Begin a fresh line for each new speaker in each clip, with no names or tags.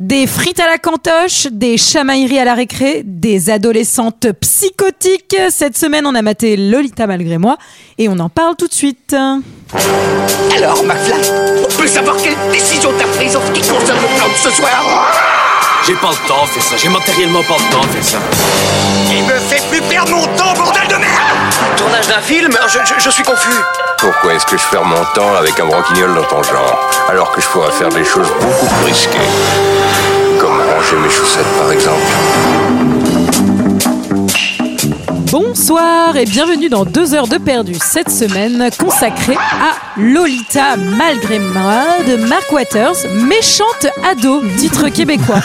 Des frites à la cantoche, des chamailleries à la récré, des adolescentes psychotiques. Cette semaine, on a maté Lolita malgré moi et on en parle tout de suite.
Alors, McFly, on peut savoir quelle décision t'as prise en ce qui concerne le plan de ce soir
J'ai pas le temps de faire ça, j'ai matériellement pas le temps de faire ça.
Il me fait plus perdre mon temps, bordel de merde
Tournage d'un film je, je- je suis confus.
Pourquoi est-ce que je perds mon temps avec un broquignol dans ton genre, alors que je pourrais faire des choses beaucoup plus risquées Comme ranger mes chaussettes, par exemple.
Bonsoir et bienvenue dans 2 heures de perdu cette semaine consacrée à Lolita malgré moi de Mark Waters, méchante ado, titre québécois.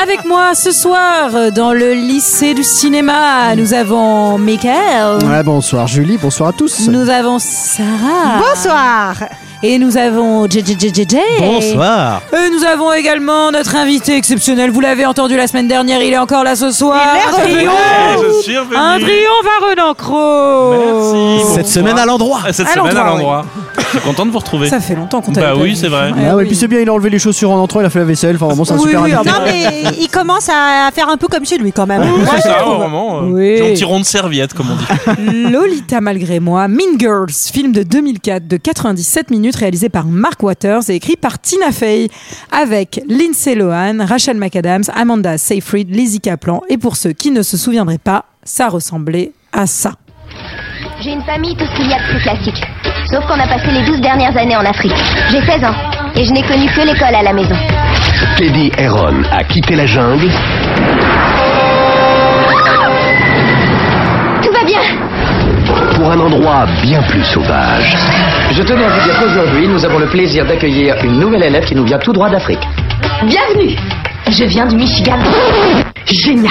Avec moi ce soir dans le lycée du cinéma, nous avons Michael,
Ouais, bonsoir Julie, bonsoir à tous.
nous avons Sarah
Bonsoir
et nous avons JJJJJ.
Bonsoir.
Et nous avons également notre invité exceptionnel. Vous l'avez entendu la semaine dernière, il est encore là ce soir.
Il est
Un
revenu.
triomphe.
Je suis revenu.
Un triomphe à Renan Crowe.
Merci.
Cette semaine à l'endroit.
Ah, Cette
À
semaine à
l'endroit,
l'endroit. Je suis content de vous retrouver.
Ça fait longtemps qu'on t'a
Bah
pas
oui,
vu.
c'est vrai.
Ah
Ah ouais,
oui.
puis c'est bien, il a enlevé les chaussures en entrant, il a fait la vaisselle. Enfin, bon, c'est hein. un
Oui,
super
oui,
ami.
ah
Non mais il commence à faire un peu comme chez lui quand même.
C'est ça, vraiment. euh,
Oui.
j'ai un petit rond de serviette, comme on dit.
Lolita malgré moi, Mean Girls, film de 2004 de 97 minutes réalisé par Mark Waters et écrit par Tina Fey avec Lindsay Lohan, Rachel McAdams, Amanda Seyfried, Lizzie Kaplan et pour ceux qui ne se souviendraient pas, ça ressemblait à ça.
J'ai une famille tout ce qu'il y a de plus classique. Sauf qu'on a passé les 12 dernières années en Afrique. J'ai 16 ans et je n'ai connu que l'école à la maison.
Teddy Heron a quitté la jungle.
Tout va bien
pour un endroit bien plus sauvage. Je tenais à vous dire qu'aujourd'hui, nous avons le plaisir d'accueillir une nouvelle élève qui nous vient tout droit d'Afrique.
Bienvenue Je viens du Michigan. Génial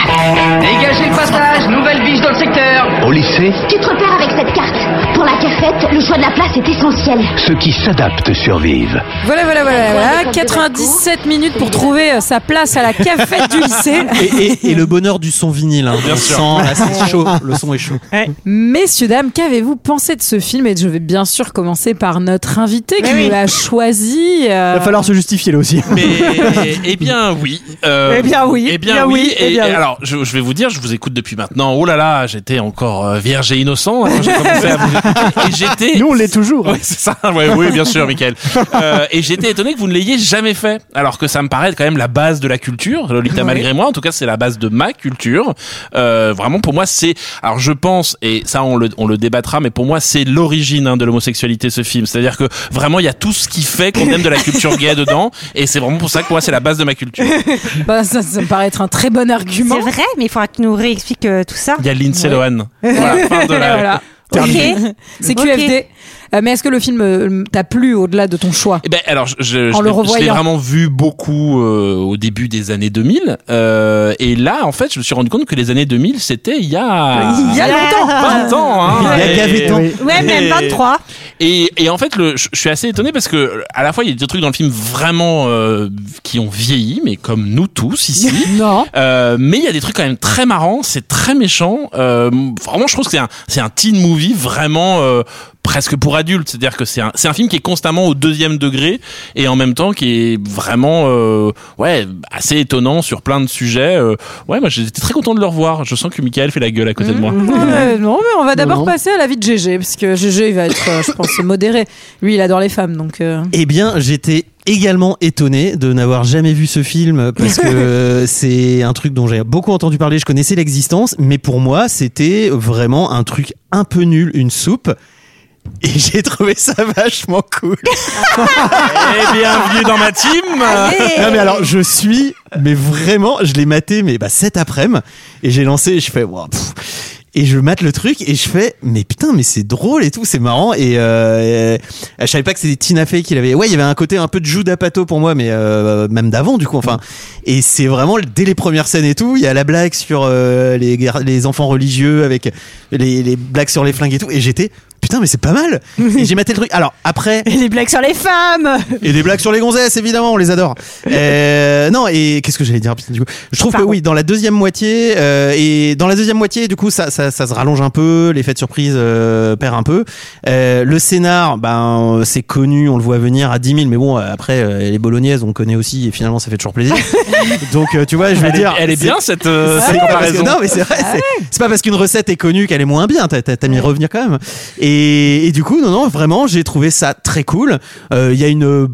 Dégagez le passage, nouvelle biche dans le secteur. Au lycée,
Tu te repères avec cette carte. Pour la cafette, le choix de la place est essentiel.
ceux qui s'adaptent survivent.
Voilà, voilà, voilà, voilà. 97 minutes pour trouver euh, sa place à la cafette du lycée.
Et, et- et le bonheur du son vinyle. hein.
Bien
Le
sûr.
son, là, c'est chaud. Le son est chaud.
Messieurs, dames, qu'avez-vous pensé de ce film Et je vais bien sûr commencer par notre invité qui nous l'a choisi. euh,
Il va falloir se justifier là aussi.
Mais, eh bien, oui. Euh,
Eh bien, oui.
Eh bien,
Bien
oui.
oui, eh
Et,
bien
et
oui.
alors, je, je vais vous dire, je vous écoute depuis maintenant. Oh là là, j'étais encore euh, vierge et innocent. hein, quand j'ai commencé à vous écouter. Et j'étais.
Nous, on l'est toujours.
Oui, c'est ça. Ouais, oui, bien sûr, Michael. Euh, et j'étais étonné que vous ne l'ayez jamais fait. Alors que ça me paraît quand même la base de la culture. Lolita, malgré moi, en tout cas, c'est la base de ma culture. Euh, vraiment, pour moi, c'est. Alors, je pense, et ça, on le, on le débattra, mais pour moi, c'est l'origine hein, de l'homosexualité, ce film. C'est-à-dire que vraiment, il y a tout ce qui fait qu'on aime de la culture gay dedans. Et c'est vraiment pour ça que moi, c'est la base de ma culture.
bah, ça, ça me paraît être un très bon argument.
C'est vrai, mais il faudra que tu nous réexpliques euh, tout ça.
Il y a Lindsay Lohan. Voilà, fin de la-
Voilà.
Ok.
C'est
Ok.
QFD. Euh, mais est-ce que le film euh, t'a plu au-delà de ton choix
Eh ben alors je,
En
je, je
le
l'ai- je l'ai
revoyant.
vraiment vu beaucoup euh, au début des années 2000 euh, et là en fait je me suis rendu compte que les années 2000 c'était il y a
Il y a longtemps.
20 Ah. ans hein.
Il y a
Et-
gavé de temps.
Oui.
Ouais, même
Et-
23.
et, et en fait, le, je je suis assez étonné parce que euh, à la fois il y a des trucs dans le film vraiment euh, qui ont vieilli, mais comme nous tous ici.
Non.
Euh, mais il y a des trucs quand même très marrants, c'est très méchant. Euh, vraiment, je trouve que c'est un, c'est un teen movie vraiment euh, presque pour adultes. C'est-à-dire que c'est un, c'est un film qui est constamment au deuxième degré et en même temps qui est vraiment euh, ouais assez étonnant sur plein de sujets. Euh, ouais, moi j'étais très content de le revoir. Je sens que Michael fait la gueule à côté de
Mmh.
moi.
Ouais, Euh, non, mais on va d'abord
non.
passer à la vie de GG, parce que GG, il va être, euh, je pense, modéré. Lui, il adore les femmes, donc. euh,
Eh bien, j'étais également étonné de n'avoir jamais vu ce film parce que euh, c'est un truc dont j'ai beaucoup entendu parler, je connaissais l'existence, mais pour moi, c'était vraiment un truc un peu nul, une soupe. Et j'ai trouvé ça vachement cool.
et Eh, bienvenue dans ma team.
Non mais alors je suis, mais vraiment, je l'ai maté, mais bah cet après-midi, et j'ai lancé, je fais, Ouah, pff. et je mate le truc, et je fais, mais putain, mais c'est drôle et tout, c'est marrant, et euh, euh, je savais pas que c'était Tina Fey qui l'avait. Ouais, il y avait un côté un peu de Jude Apatow pour moi, mais euh, même d'avant du coup, enfin. Et c'est vraiment dès les premières scènes et tout, il y a la blague sur euh, les gar- les enfants religieux avec les, les blagues sur les flingues et tout, et j'étais putain, mais c'est pas mal. Et j'ai maté le truc. Alors, après.
Et les blagues sur les femmes
Et des blagues sur les gonzesses, évidemment, on les adore. Euh, non, et qu'est-ce que j'allais dire putain, du coup Je trouve que oui, dans la deuxième moitié, euh, et dans la deuxième moitié, du coup, ça, ça, ça se rallonge un peu, l'effet de surprise euh, perd un peu. Euh, le scénar, ben, c'est connu, on le voit venir à 10 000, mais bon, euh, après, euh, les bolognaises, on connaît aussi, et finalement, ça fait toujours plaisir. Donc, euh, tu vois, je veux
Elle est-
dire.
elle est
c'est-
bien, cette, euh,
c'est
cette
pas parce que-
comparaison.
non, mais c'est vrai, c'est- c'est pas parce qu'une recette est connue qu'elle est moins bien. T'as, t'as- t'as mis revenir quand même. Et, et du coup, non, non, vraiment, j'ai trouvé ça très cool. Euh, Il y a une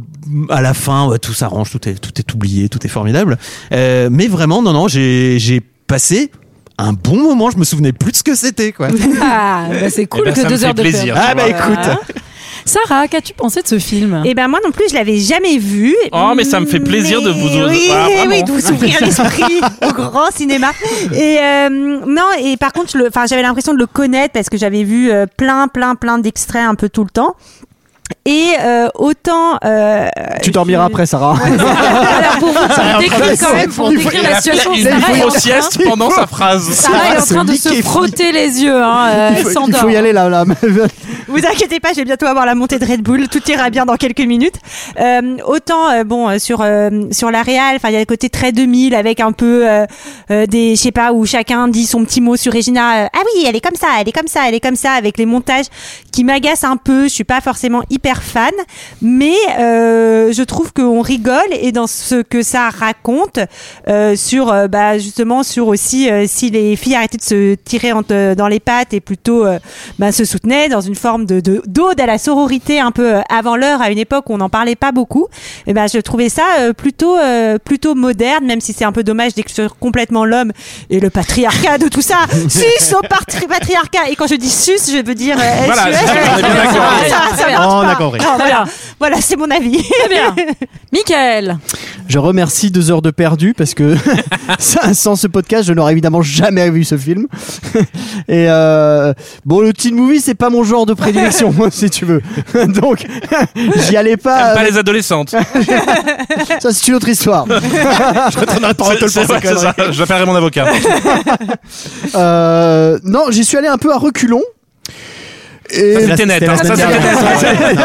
à la fin, ouais, tout s'arrange, tout est, tout est oublié, tout est formidable. Euh, mais vraiment, non, non, j'ai, j'ai passé un bon moment. Je me souvenais plus de ce que c'était, quoi.
Ah, bah, c'est cool
Eh ben, ça
que
me
deux
fait
heures de
plaisir,
perdu.
tu
Ah bah
vois.
écoute,
Sarah, qu'as-tu pensé de ce film
Eh ben moi non plus, je l'avais jamais vu.
Oh, mais ça me fait plaisir de vous-
oui,
Ah, vraiment.
oui, de vous ouvrir l'esprit au grand cinéma. Et euh, non, et par contre, je le- enfin, j'avais l'impression de le connaître parce que j'avais vu euh, plein, plein, plein d'extraits un peu tout le temps. Et euh, autant euh,
Tu dormiras après, Sarah.
ben, Alors, pour vous pour décrire quand même, pour
Il faut-
décrire
Il
la
a fait
situation,
une
Sarah est en
grosse
train-
sieste pendant sa phrase.
Sarah est en
se
train de se
liquéfie.
frotter les yeux, hein, euh,
il,
elle
faut, il
s'endort.
faut y aller là. là.
Vous inquiétez pas, je vais bientôt avoir la montée de Red Bull. Tout ira bien dans quelques minutes. Euh, autant euh, bon euh, sur euh, sur la Real, enfin il y a le côté très 2000 avec un peu euh, euh, des je sais pas où chacun dit son petit mot sur Regina. Euh, ah oui, elle est comme ça, elle est comme ça, elle est comme ça avec les montages qui m'agacent un peu. Je suis pas forcément hyper fan, mais euh, je trouve qu'on rigole et dans ce que ça raconte euh, sur euh, bah justement sur aussi euh, si les filles arrêtaient de se tirer entre- euh, dans les pattes et plutôt euh, bah, se soutenaient dans une forme de de- d'ode à la sororité un peu euh, avant l'heure à une époque où on n'en parlait pas beaucoup et ben je trouvais ça euh, plutôt euh, plutôt moderne même si c'est un peu dommage d'exclure complètement l'homme et le patriarcat de tout ça sus au patri- patriarcat et quand je dis sus je veux dire euh,
Voilà,
SUS.
on est bien d'accord.
Ça, ça
Très bien.
marche
on a
pas.
compris.
Non, voilà
bien.
Voilà, c'est mon avis
Très bien. Michael,
Je remercie deux heures de perdu parce que ça, sans ce podcast, je n'aurais évidemment jamais vu ce film. Et euh, bon, le teen movie, c'est pas mon genre de prédilection, moi, si tu veux. Donc, j'y allais pas.
Pas les adolescentes.
Ah Ça, c'est une autre histoire.
C'est c'est- ouais, c'est ça. Je l'appellerai mon avocat.
Euh, non, j'y suis allé un peu à reculons. Et
Ça, C'était net. hein. Ça, c'était net.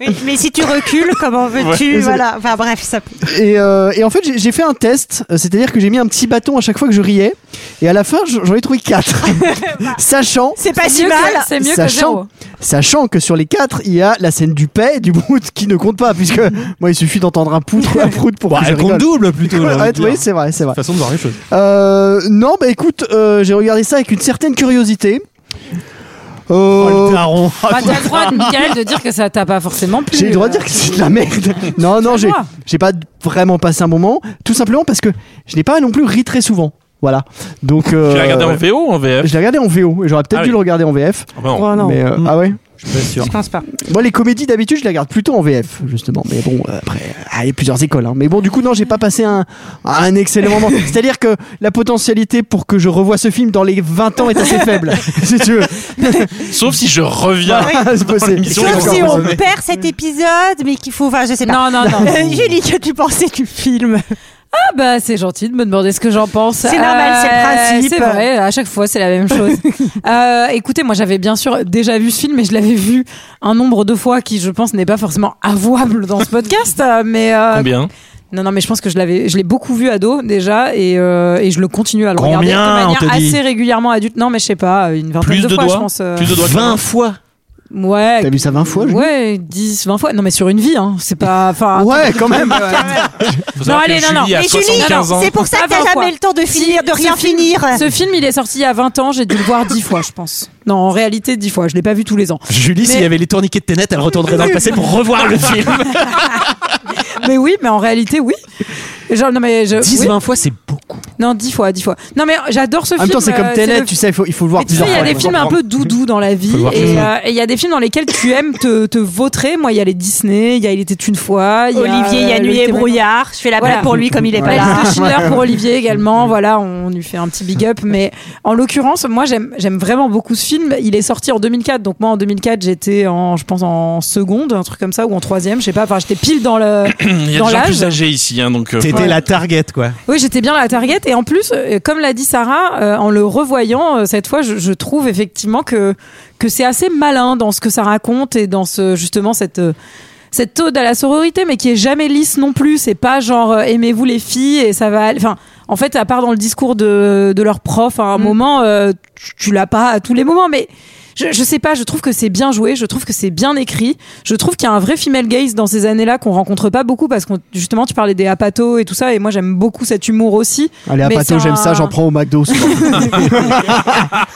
Oui, mais si tu recules comment veux-tu voilà enfin bref ça
et, euh, et en fait, j'ai- j'ai fait un test, euh, c'est-à-dire que j'ai mis un petit bâton à chaque fois que je riais, et à la fin, j- j'en ai trouvé quatre. sachant,
c'est pas si
mieux
mal
que- Ah, c'est mieux que
sachant,
zéro.
sachant que sur les quatre, il y a la scène du paix et du brout qui ne compte pas, puisque moi, il suffit d'entendre un poutre ou un prout pour que je
Bah, elle compte
rigole.
double plutôt.
Ouais, oui, c'est vrai, c'est vrai.
façon de voir les choses.
Euh, non, bah écoute, euh, j'ai regardé ça avec une certaine curiosité.
Oh,
Euh,
Ah,
bah, t'as le droit, Michael, de dire que ça t'a pas forcément plu. euh,
J'ai le droit de dire que c'est de la merde. Non, non, j'ai,
moi.
j'ai pas vraiment passé un moment. Tout simplement parce que je n'ai pas non plus ri très souvent. Voilà. Donc. euh,
Tu l'as regardé en VO ou en VF
Je l'ai regardé en VO. et J'aurais peut-être
Ah
dû
oui.
le regarder en VF.
Non.
Oh, non.
mais, euh, Ah ouais
je pense pas
Moi, les comédies d'habitude, je les regarde plutôt en VF, justement. Mais bon, euh, après, euh, allez, plusieurs écoles. hein. Mais bon, du coup, non, j'ai pas passé un, un excellent moment. C'est-à-dire que la potentialité pour que je revoie ce film dans les 20 ans est assez faible. si tu veux.
Sauf si je reviens.
C'est possible.
l'émission,
C'est
Sauf
encore
si on
possible.
perd cet épisode, mais qu'il faut. Enfin, je sais
Non,
pas.
non, non.
Euh, Julie, que tu pensais du film
Ah bah c'est gentil de me demander ce que j'en pense. Euh,
C'est normal, c'est le principe.
C'est vrai, à chaque fois c'est la même chose. Euh, écoutez, moi j'avais bien sûr déjà vu ce film, mais je l'avais vu un nombre de fois qui, je pense, n'est pas forcément avouable dans ce podcast. euh, Mais euh,
Combien
non, non, mais je pense que je l'avais, je l'ai beaucoup vu ado déjà, et, euh, et je le continue à le
Combien,
regarder de manière
on te dit
assez régulièrement adulte. Non, mais je sais pas, une vingtaine
Plus
de,
de
fois,
doigts
je pense. euh,
Ah,
Plus de doigts que
20 fois.
Ouais.
T'as vu ça 20 fois Julie
Ouais, 10, 20 fois. Non, mais sur une vie, hein. C'est pas. Enfin,
Ouais, quand même.
Faut savoir
allez,
que
non, non.
Julie a
Mais Julie,
75 ans.
c'est pour ça que
Avant,
t'as
quoi.
jamais le temps de finir, de
Si,
rien
ce film-
finir.
Ce film, il est sorti il y a 20 ans, j'ai dû le voir 10 fois, je pense. Non, en réalité, 10 fois, je l'ai pas vu tous les ans.
Julie, s'il
Mais-
y avait les tourniquets de Tenet, elle retournerait dans le passé pour revoir le film.
Mais oui, mais en réalité, oui. Genre, non, mais je.
10,
oui.
20 fois, c'est beaucoup.
Non, 10 fois, 10 fois. Non, mais j'adore ce
En même
film.
temps, c'est
euh,
comme
le
Tenet, tu sais, il faut, il faut le voir
Mais tu sais, il
plusieurs
y
fois.
a des films un peu doudou dans la vie
voir
et euh, et il y a des films dans lesquels tu aimes te, te vautrer. Moi, il y a les Disney, il y a Il était une fois, il y a,
Olivier, il y a
euh,
Nuit
Le
et
Témoin.
brouillard. Je fais la
Voilà.
blague pour lui comme il est pas
La
là.
liste de Schindler pour Olivier également. Voilà, on lui fait un petit big up. Mais en l'occurrence, moi, j'aime j'aime vraiment beaucoup ce film. Il est sorti en 2004. Donc, moi, en 2004, j'étais en, je pense, en seconde, un truc comme ça, ou en troisième, je sais pas. Enfin, j'étais pile dans le.
Il y a
Dans
des gens
l'âge.
plus âgés ici, hein, donc. euh,
T'étais la target, quoi.
Oui, j'étais bien à la target. Et en plus, euh, comme l'a dit Sarah, euh, en le revoyant euh, cette fois, je, je trouve effectivement que que c'est assez malin dans ce que ça raconte et dans ce justement cette euh, cette ode à la sororité, mais qui est jamais lisse non plus. C'est pas genre euh, aimez-vous les filles et ça va. aller. Enfin, en fait, à part dans le discours de de leur prof à un moment, euh, tu, tu l'as pas à tous les moments, mais je, je sais pas, je trouve que c'est bien joué, je trouve que c'est bien écrit, je trouve qu'il y a un vrai female gaze dans ces années-là qu'on rencontre pas beaucoup parce que justement tu parlais des apatos et tout ça et moi j'aime beaucoup cet humour aussi.
Allez, à
Mais
Pato,
c'est
j'aime
un-
ça, j'en prends au McDo. souvent.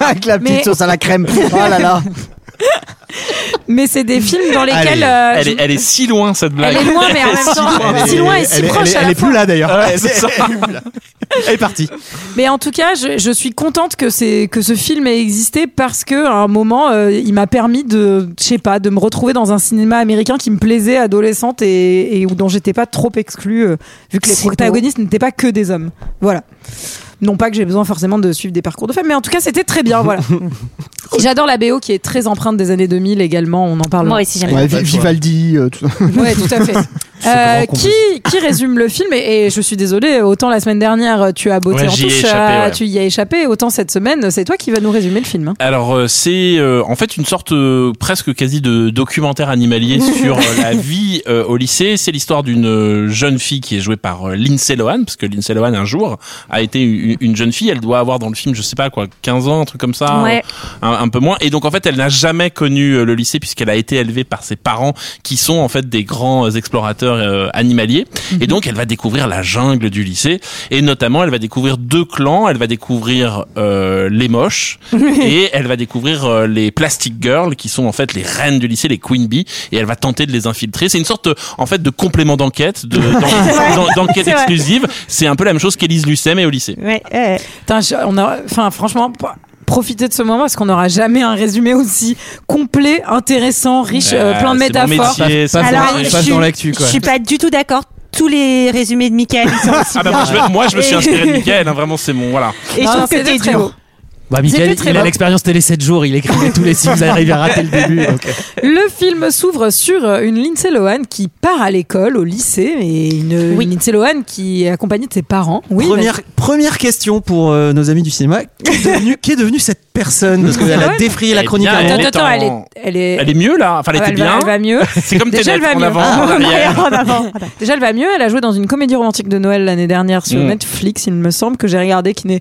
Avec la petite
Mais-
sauce à la crème. Oh là là.
Mais c'est des films dans lesquels
Allez,
euh,
elle,
je-
est, elle est si loin cette blague.
elle est loin mais en même temps si loin et si
elle est-
proche
elle est-
à
elle
la
est
fois.
plus là d'ailleurs.
Ouais, c'est ça.
Elle est partie.
Mais en tout cas, je, je suis contente que c'est que ce film ait existé parce que à un moment, euh, il m'a permis de, je sais pas, de me retrouver dans un cinéma américain qui me plaisait adolescente et, et où dont j'étais pas trop exclue euh, vu que les
C'est beau.
protagonistes n'étaient pas que des hommes. Voilà. Non pas que j'ai besoin forcément de suivre des parcours de femmes, mais en tout cas, c'était très bien. Voilà. Et J'adore la BO qui est très empreinte des années 2000 également. On en parle.
Moi aussi, j'aime
Ouais, Vi- Vivaldi. euh, tout-
Ouais, tout à fait. Euh, qui, qui résume le film et, et je suis désolée, autant la semaine dernière tu as botté
Ouais,
en
j'y ai
touche,
échappé,
euh,
ouais.
tu y as échappé, autant cette semaine c'est toi qui vas nous résumer le film. hein.
Alors euh, c'est euh, en fait une sorte euh, presque quasi de documentaire animalier sur euh, la vie euh, au lycée. C'est l'histoire d'une euh, jeune fille qui est jouée par euh, Lindsay Lohan, parce que Lindsay Lohan un jour a été u- une jeune fille. Elle doit avoir dans le film, je sais pas quoi, 15 ans, un truc comme ça,
Ouais.
euh, un, un peu moins. Et donc en fait elle n'a jamais connu euh, le lycée puisqu'elle a été élevée par ses parents qui sont en fait des grands euh, explorateurs euh, animaliers.
Mhm.
Et donc elle va découvrir la jungle du lycée et notamment elle va découvrir deux clans. Elle va découvrir euh, les moches et elle va découvrir euh, les Plastic Girls qui sont en fait les reines du lycée, les Queen Bee, et elle va tenter de les infiltrer. C'est une sorte euh, en fait de complément d'enquête, de- d'en- d'en- d'enquête
C'est vrai.
exclusive. C'est un peu la même chose qu'Élise Lucet mais au lycée.
Ouais, ouais.
Putain, je- on a, enfin franchement. p- Profitez de ce moment parce qu'on n'aura jamais un résumé aussi complet, intéressant, riche, euh,
Euh,
plein de
c'est mon
métaphores.
métier, ça,
Alors,
c'est-
je
passe
suis-
dans l'actu, quoi.
Je suis pas du tout d'accord. Tous les résumés de Michael, ils sont aussi
Ah bah
bien.
moi, je, me- moi je me suis
Et-
inspiré de Michael, hein, vraiment c'est mon voilà.
Et je
Non,
trouve que
c'était
t'es
très
dur.
beau.
Bah,
Michael, C'était
Michael,
très il
il
a
a
bon.
l'expérience télé 7 jours. Il écrivait tous les si vous arrivez à rater le début.
Le film s'ouvre sur euh, une Lindsay Lohan qui part à l'école, au lycée, et une,
Oui.
une Lindsay Lohan qui est accompagnée de ses parents. Oui,
première, première question pour euh, nos amis du cinéma. Qu'est devenue, qu'est devenue cette personne Parce qu'elle a défrayé la
Eh
chronique
bien,
vas-y.
avant.
Attends,
Elle est
attends,
en-
elle est, elle est,
Elle est mieux là, enfin elle était
elle va-
bien.
elle va mieux.
C'est comme
Déjà,
Tenet,
elle va
en
mieux.
avant,
Ah,
en arrière.
En avant. Voilà.
Déjà, elle va mieux. Elle a joué dans une comédie romantique de Noël l'année dernière sur
Mm.
Netflix, il me semble, que j'ai regardé, qui n'est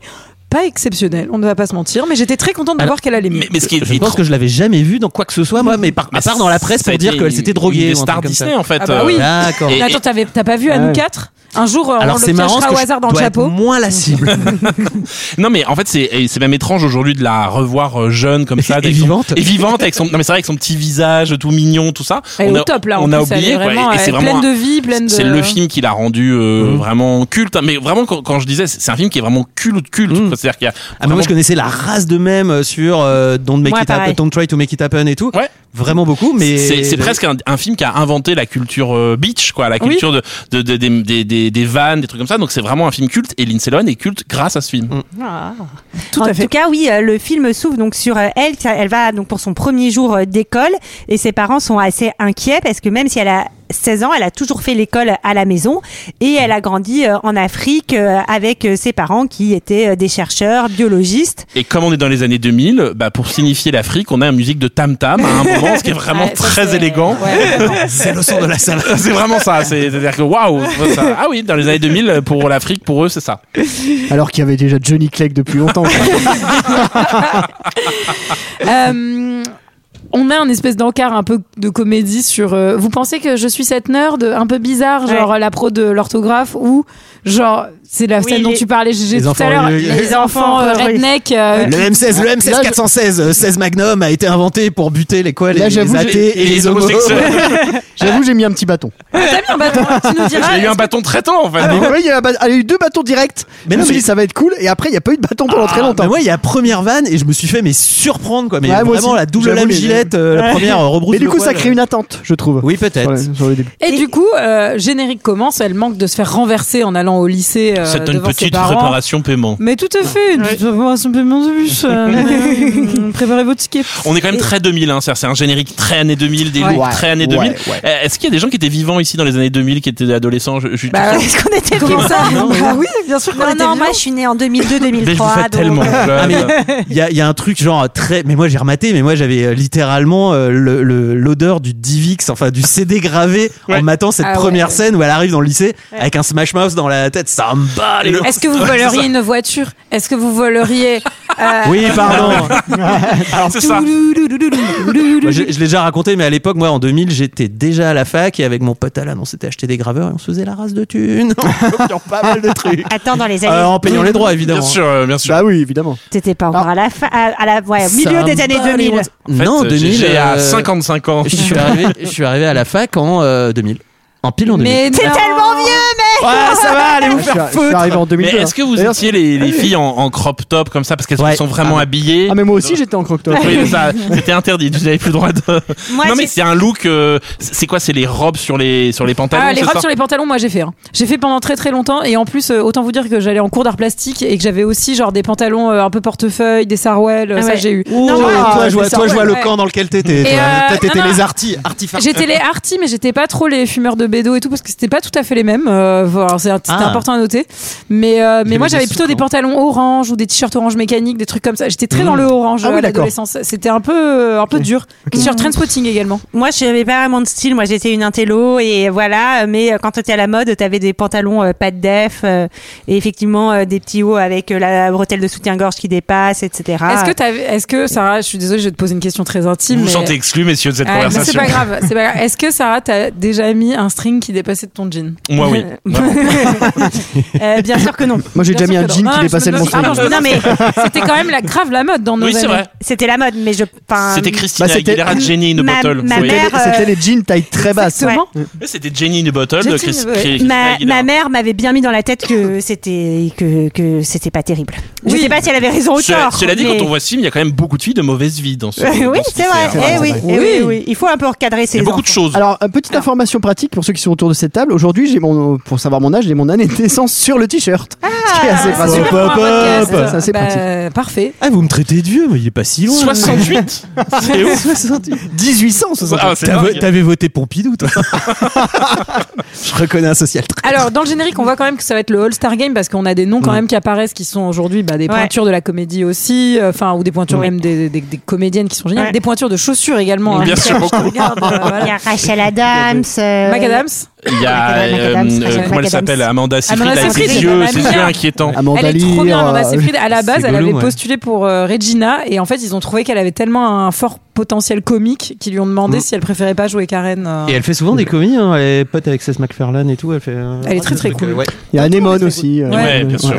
pas exceptionnelle, on ne va pas se mentir, mais j'étais très contente de
Alors,
voir qu'elle allait mieux.
Mais, mais ce qui est,
Je pense que je l'avais jamais vue dans quoi que ce soit, moi, mais par, à part dans la presse
ça a
pour dire
été
qu'elle s'était
une- une
droguée.
des
ou un
stars
truc comme ça.
Disney en fait.
Ah bah
euh,
oui.
D'accord.
Et-
Mais attends, t'avais- t'as pas vu
Ah
à nous
Ouais.
quatre Un jour, euh,
Alors
on
c'est
le
marrant,
cachera
parce
au
que
hasard
je
dans le
dois être
chapeau.
moins la cible. Ah,
Non mais en fait c'est et c'est même étrange aujourd'hui de la revoir euh, jeune comme ça
Et
avec son-
vivante.
et vivante avec son non mais c'est vrai avec son petit visage tout mignon tout ça
Elle est
on
au
a,
top là. en
on a
plus, elle est
oublié quoi.
vraiment,
et, et
euh,
c'est vraiment
pleine de vie, pleine de.
c'est le film qui l'a rendu
Mhm.
euh, vraiment culte hein. mais vraiment quand, quand je disais c'est c'est un film qui est vraiment culte culte
Mm.
c'est à dire qu'il y a
Ah, mais moi, je
vraiment-
connaissais la race de même sur euh, Don't Make
Moi,
It Happen,
pareil.
Don't Try to Make It Happen et tout.
Ouais.
Vraiment beaucoup, mais.
c'est c'est presque un, un film qui a inventé la culture euh, beach quoi la
Oui.
culture de, de, de- des, des, des, des vannes des trucs comme ça donc c'est vraiment un film culte et Lindsay Lohan est culte grâce à ce film
Mm. Tout
en
à fait.
tout cas, oui, euh, le film s'ouvre donc sur euh, elle. qui- Elle va donc pour son premier jour euh, d'école et ses parents sont assez inquiets parce que même si elle a 16 ans, elle a toujours fait l'école à la maison et elle a grandi euh, en Afrique euh, avec euh, ses parents qui étaient euh, des chercheurs, biologistes.
Et comme on est dans les années 2000, bah pour signifier l'Afrique, on a une musique de tam tam à un moment, ce qui est vraiment
Ouais, ça,
très
c'est-
élégant.
ouais, vraiment.
C'est le son de la salle.
C'est vraiment ça. C'est- C'est-à-dire que waouh. ça- Ah oui, dans les années 2000, pour l'Afrique, pour eux, c'est ça.
Alors qu'il y avait déjà Johnny Clegg depuis longtemps.
Euh, on a un espèce d'encart un peu de comédie sur. euh, vous pensez que je suis cette nerd un peu bizarre, genre euh, la pro de l'orthographe ou genre c'est la
Oui,
scène dont
les-
tu parlais Gégé,
Les
tout
enfants
à l'heure,
religieux.
les enfants euh,
religieux.
redneck. euh,
Le M16, le M16 416, euh, 16 Magnum a été inventé pour buter les quoi les,
Là,
les
j'avoue,
athées
j'ai-
et, les homos.
J'avoue, j'ai mis un petit bâton.
T'as mis un bâton, tu nous diras.
J'ai eu un bâton très tôt,
Ah,
en fait.
Mais ouais, il y a un bâ- elle a eu bah, deux bâtons
Mais
directs. Ah, Mais non,
non, mais-
ça va être cool. Et après, il n'y a pas eu de bâton pendant très
Ah,
longtemps.
bah moi, il y a première vanne et je me suis fait mais surprendre quoi, mais
Ouais, moi
vraiment
aussi.
la double
J'avoue,
lame
les-
gilet Paulette, euh, la première, euh, rebrousse
Mais du
le
coup,
poil.
ça crée une attente, je trouve.
Oui, peut-être.
Sur le- sur le début.
Et, du coup, euh, générique commence, elle manque de se faire renverser en allant au lycée. euh,
C'est une
devant ses
petite
parents.
préparation paiement.
Mais tout à fait, une petite préparation paiement de bus. euh, Préparez vos tickets.
On est quand même très 2000, hein, c'est-à-dire c'est un générique très années 2000, des
Ouais.
looks très années 2000. Euh, Est-ce qu'il y a des gens qui étaient vivants ici dans les années 2000, qui étaient adolescents je, je-
Bah,
Est-ce qu'on était
Comment
vivants
ça Bah oui, bien sûr qu'on
Non,
était
non, moi
vivants.
je suis née en 2002-2003.
Mais je vous fais tellement
euh,
Ah,
jeune.
mais Il y a, il y a un truc genre très. Mais moi j'ai rematé, mais moi j'avais euh, littéralement euh, le- le- l'odeur du Divix, enfin du CD gravé en
Ouais.
matant cette
Ah ouais.
première scène où elle arrive dans le lycée avec un Smash Mouse dans la tête. Ça me bat les
Est-ce que vous voleriez une voiture Est-ce que vous voleriez euh,
Oui, pardon.
C'est ça.
Moi, je je l'ai déjà raconté, mais à l'époque, moi en 2000, j'étais déjà à la fac et avec mon pote Alan, on s'était acheté des graveurs et on se faisait la race de thunes. en copiant pas mal de trucs.
Attends, dans les
Euh,
années.
en payant les droits, évidemment.
Bien sûr, euh, bien sûr.
Bah oui, évidemment.
T'étais pas encore à la, fa- à, à la ouais, au milieu
Ça
des
me
années
bat les
2000.
droits.
En fait,
non,
euh,
2000.
J'ai à
euh,
55 ans.
Je suis arrivé, je suis arrivé à la fac en euh, 2000. En pile en 2000.
Mais
C'est
non.
tellement vieux, mais
Ouais, ça va, allez vous
Je suis,
faire
je suis
foutre.
arrivé en
Mais
2002.
est-ce que vous
D'ailleurs,
étiez les, les filles en, en crop top comme ça parce qu'elles
Ouais.
sont vraiment
Ah, mais-
habillées
Ah, mais moi aussi, j'étais en croque-toi.
Oui, mais ça, c'était interdit, vous n'avez plus le droit de.
Moi,
non mais
j'ai-
c'est un look. euh, c'est c'est quoi C'est les robes sur les sur les pantalons.
Ah, les
c'est
robes
ça
sur les pantalons, moi j'ai fait. hein. J'ai fait pendant très très longtemps et en plus, euh, autant vous dire que j'allais en cours d'art plastique et que j'avais aussi genre des pantalons euh, un peu portefeuille, des sarouels, euh,
Ah
ça
ouais.
j'ai eu.
Oh,
mais-
toi, je vois,
mais ça,
toi, je vois le
ouais.
camp dans lequel t'étais.
Et
toi. hein.
euh,
Toi, t'étais
non, non.
les artis, artifacts.
J'étais les artis, mais j'étais pas trop les fumeurs de bédo et tout parce que c'était pas tout à fait les mêmes. Euh, voilà, c'est- c'était
Ah.
important à noter. Mais euh, mais
avait
moi
des
j'avais plutôt des
sous-camps.
pantalons orange ou des t-shirts orange mécanique, des trucs comme ça. J'étais très
Mm.
dans le orange
Ah
euh,
oui,
à
d'accord.
l'adolescence. C'était un peu un peu dur. T-shirt Trainspotting également.
Moi, je n'avais pas vraiment de style. Moi, j'étais une intello et voilà. Mais euh, quand t'étais à la mode, t'avais des pantalons euh, pas de def euh, et effectivement euh, des petits hauts avec euh, la bretelle de soutien-gorge qui dépasse, etc.
Est-ce que t'avais- est-ce que Sarah, je suis désolée, je vais te poser une question très intime.
Vous vous
mais-
sentez exclu, messieurs, de cette
Ah, mais c'est
conversation.
pas grave. C'est pas grave. Est-ce que Sarah, t'as déjà mis un string qui dépassait de ton jean
Moi, oui. Vraiment.
Euh, bien sûr que non.
Moi, j'ai
Bien
déjà
sûr
mis un
que
jean
non.
qui
Non, je
dépassait
me
de mon
demande-
string.
Ah,
Non mais
C'était quand même la grave la mode dans nos
Oui, c'est
années.
vrai.
c'était la mode, mais je. enfin,
C'était Christina
Bah, c'était-
Aguilera, Jenny in a
Ma- ma
Bottle. vous voyez.
mère, euh,
C'était c'était les jeans taille très basse.
Ouais.
Exactement.
Mais C'était Jenny in a Bottle de
Jenny,
Chris-
ouais.
Christina
Ma,
Aguilera.
ma mère m'avait bien mis dans la tête que c'était que, que c'était pas terrible. Je
Oui.
sais pas si elle avait raison ou
Cela,
tort.
cela dit,
mais-
quand on voit ce film, il y a quand même beaucoup de filles de mauvaise vie dans ce
oui,
dans ce
c'est vrai.
film.
Eh oui, eh oui, oui. Il faut un peu recadrer
Il
ses
y a beaucoup de
enfants.
choses.
Alors, euh, petite information pratique pour ceux qui sont autour de cette table. Aujourd'hui, j'ai mon, pour savoir mon âge, j'ai mon année de naissance sur le t-shirt. ce qui est assez
Ah, c'est
pratique.
super pour un podcast.
hop. Ça, c'est
Bah, Parfait.
Ah, vous me traitez de vieux, mais il est pas si loin.
68 C'est ouf
1800, ce
Ah, c'est
T'avais
dingue.
t'avais voté Pompidou, toi. je reconnais un social très.
Alors, dans le générique, on voit quand même que ça va être le All-Star Game parce qu'on a des noms quand même qui apparaissent qui sont aujourd'hui bah, des
Ouais.
pointures de la comédie aussi, euh, enfin, ou des pointures même des, des- des comédiennes qui sont géniales,
Ouais.
des pointures de chaussures également. hein.
Bien sûr,
Je
beaucoup.
regarde, euh,
Il y
voilà.
a Rachel Adams. euh,
Mac Adams,
Il y a,
Mac
euh,
Adams,
euh,
Rachel
comment elle
Mac
s'appelle
Adams.
Amanda Seyfried
Amanda
avec ses
Seyfried,
yeux,
Amanda
ses yeux
Lear.
inquiétants.
elle est trop bien, Amanda
euh,
Seyfried. À la base,
c'est
elle avait
Gollum, ouais.
postulé pour euh, Regina et en fait, ils ont trouvé qu'elle avait tellement un fort potentiel comique qu'ils lui ont demandé
Mm.
si elle préférait pas jouer Karen. euh.
Et elle fait souvent des comédies, hein, elle est pote avec Seth MacFarlane et tout. Elle, fait, euh,
Elle est très,
des
très
trucs,
cool.
euh, ouais.
Il y a Anémone aussi. euh,
Ouais, bien sûr.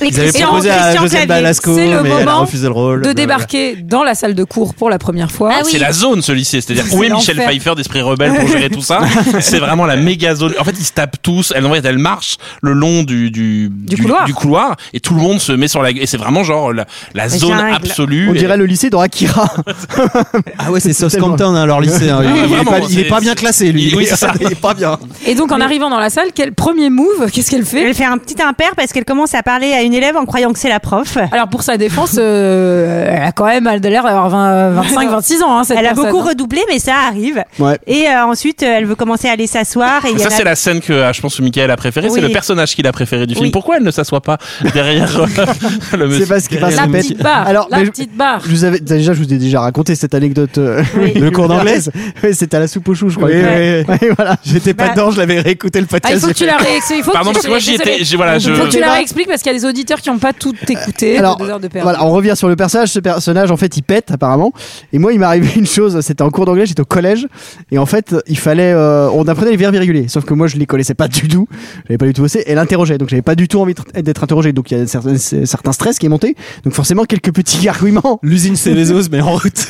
Ils avaient
Christian-
proposé à
Christian
Josiane
Clavier,
Balasco,
c'est
mais
le
elle a
moment
refusé le rôle.
de
blablabla.
débarquer dans la salle de cours pour la première fois.
Ah oui.
C'est la zone ce lycée, c'est-à-dire
C'est
où est Michel
l'enfer.
Pfeiffer d'Esprit Rebelle pour gérer tout ça C'est vraiment la méga zone. En fait, ils se tapent tous. Elle, en fait, elle marche le long du du,
couloir.
couloir et tout le monde se met sur la. Et c'est vraiment genre la, la zone
jungle.
absolue.
On
Et-
dirait le lycée dans Akira.
Ah ouais, c'est Southampton, hein, leur lycée. hein.
Ah,
Il, il est
vraiment,
pas, il est
c'est-
pas bien classé, lui.
Il- oui, c'est ça.
il est pas bien.
Et donc, en arrivant dans la salle, quel premier move Qu'est-ce qu'elle fait
Elle fait un petit impair parce qu'elle commence à parler à une élève en croyant que c'est la prof.
Ah,
Alors, pour sa défense, euh, elle a quand même l'air d'avoir 20, 25, 26 ans, hein, cette
Elle a
personne,
beaucoup
hein.
redoublé, mais ça arrive.
Ouais.
Et euh, ensuite, euh, elle veut commencer à aller s'asseoir. Et il y
Ça,
en a-
c'est la scène que ah, je pense que Michael a préférée. C'est
Oui.
le personnage qu'il a préféré du film.
Oui.
Pourquoi elle ne s'assoit pas derrière euh, le
C'est
monsieur
parce qu'il passe
La
la pète.
petite barre.
Alors,
la
mais je-
petite barre.
Je vous avais déjà, je vous ai déjà raconté cette anecdote. euh,
Oui.
Le cours d'anglais
Oui, c'était à la soupe aux choux, je crois.
Oui,
Ouais. Ouais, voilà.
J'étais pas
Bah-
dedans, je l'avais réécouté le
Ah, il
podcast.
faut que tu la réexpliques. il faut que
Pardon,
tu-
parce que moi, j'y
désolée.
étais- j'ai- voilà, je-
Il faut que tu la
Débat.
réexpliques parce qu'il y a des auditeurs qui n'ont pas tout écouté.
Alors,
deux heures de perte.
Voilà, on revient sur le personnage. Ce personnage, en fait, il pète apparemment. Et moi, il m'est arrivé une chose. C'était en cours d'anglais, j'étais au collège, et en fait, il fallait, euh, on apprenait les verbes irréguliers. Sauf que moi, je les connaissais pas du tout. J'avais pas du tout bossé. Et l'interrogeait, donc j'avais pas du tout envie d'être- d'être interrogé. Donc il y a certains, certains stress qui est monté. Donc forcément, quelques petits gargouillements.
L'usine Cévesos, mais en route.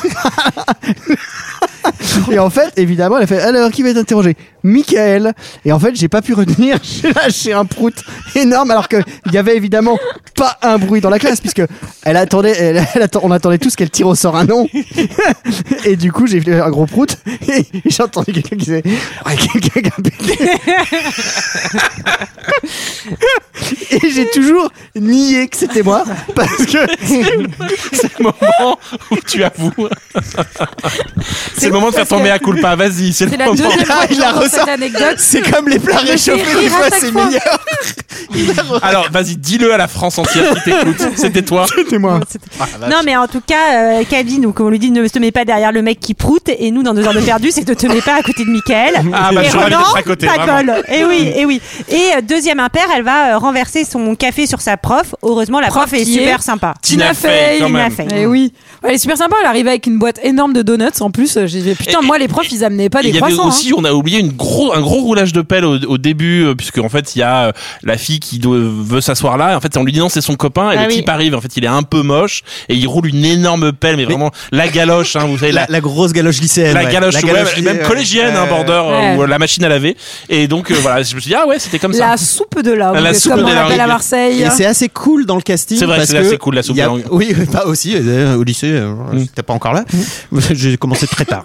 Et en fait, évidemment, elle a fait alors qui va être interrogé Michael. Et en fait, j'ai pas pu retenir. J'ai lâché un prout. énorme alors qu'il y avait évidemment pas un bruit dans la classe puisque elle attendait, elle- elle atten- on attendait tous qu'elle tire au sort un nom. et du coup, j'ai fait un gros prout et j'ai entendu quelqu'un qui disait Ouais, quelqu'un qui a pété. Et j'ai toujours nié que c'était moi parce que
moment où tu avoues. c'est le moment de faire ton mea culpa. Vas-y, c'est
C'est
le
la
moment.
deuxième fois que
Ah, Il la
j'entends cette
ressort.
anecdote.
c'est comme les plats réchauffés,
rire
des
à
fois
chaque
c'est
fois.
meilleur.
Alors, vas-y, dis-le à la France entière qui t'écoute. C'était toi.
C'était moi.
Non, mais en tout cas, euh, Kevin, donc on lui dit ne te mets pas derrière le mec qui proute, et nous, dans nos heures de perdu, c'est ne te mets pas à côté de Michael.
Ah, bah,
et
j'aurais
Ronan,
aimé être à côté,
ta
vraiment.
gueule. Et oui, et oui. Et euh, deuxième impair, elle va euh, renverser son café sur sa prof. Heureusement, la prof,
Prof
est
qui
super
est
sympa.
Tina Fey, quand
Tina
même.
Fey.
Eh oui. Ouais, Elle est super sympa, elle arrive avec une boîte énorme de donuts en plus. euh, J'ai dit, putain, moi les profs ils amenaient pas
Il
des
y avait
croissants. hein.
aussi, on a oublié une gros, un gros roulage de pelle au, au début, euh, puisque en fait il y a euh, la fille qui doit- veut s'asseoir là. En fait, on lui dit non, c'est son copain, et
Ah
le
oui.
type arrive. En fait, il est un peu moche et il roule une énorme pelle, mais vraiment la galoche, hein, vous savez la.
La, la grosse galoche lycéenne.
la
ouais.
galoche, ouais,
lycée,
même
ouais.
collégienne,
hein,
un
Ouais.
border
Ouais.
ou la machine à laver. Et donc euh, voilà, je me suis dit ah ouais, c'était comme ça. Ah,
La soupe de langue,
La soupe
comme
de
on
langue.
l'appelle à Marseille.
Et c'est assez cool dans le casting.
C'est vrai,
parce
c'est
que
assez cool, la soupe Mm.
il y a-
de langue.
Oui, pas aussi. euh, au lycée, euh, j'étais pas encore là.
Mm.
J'ai commencé très tard.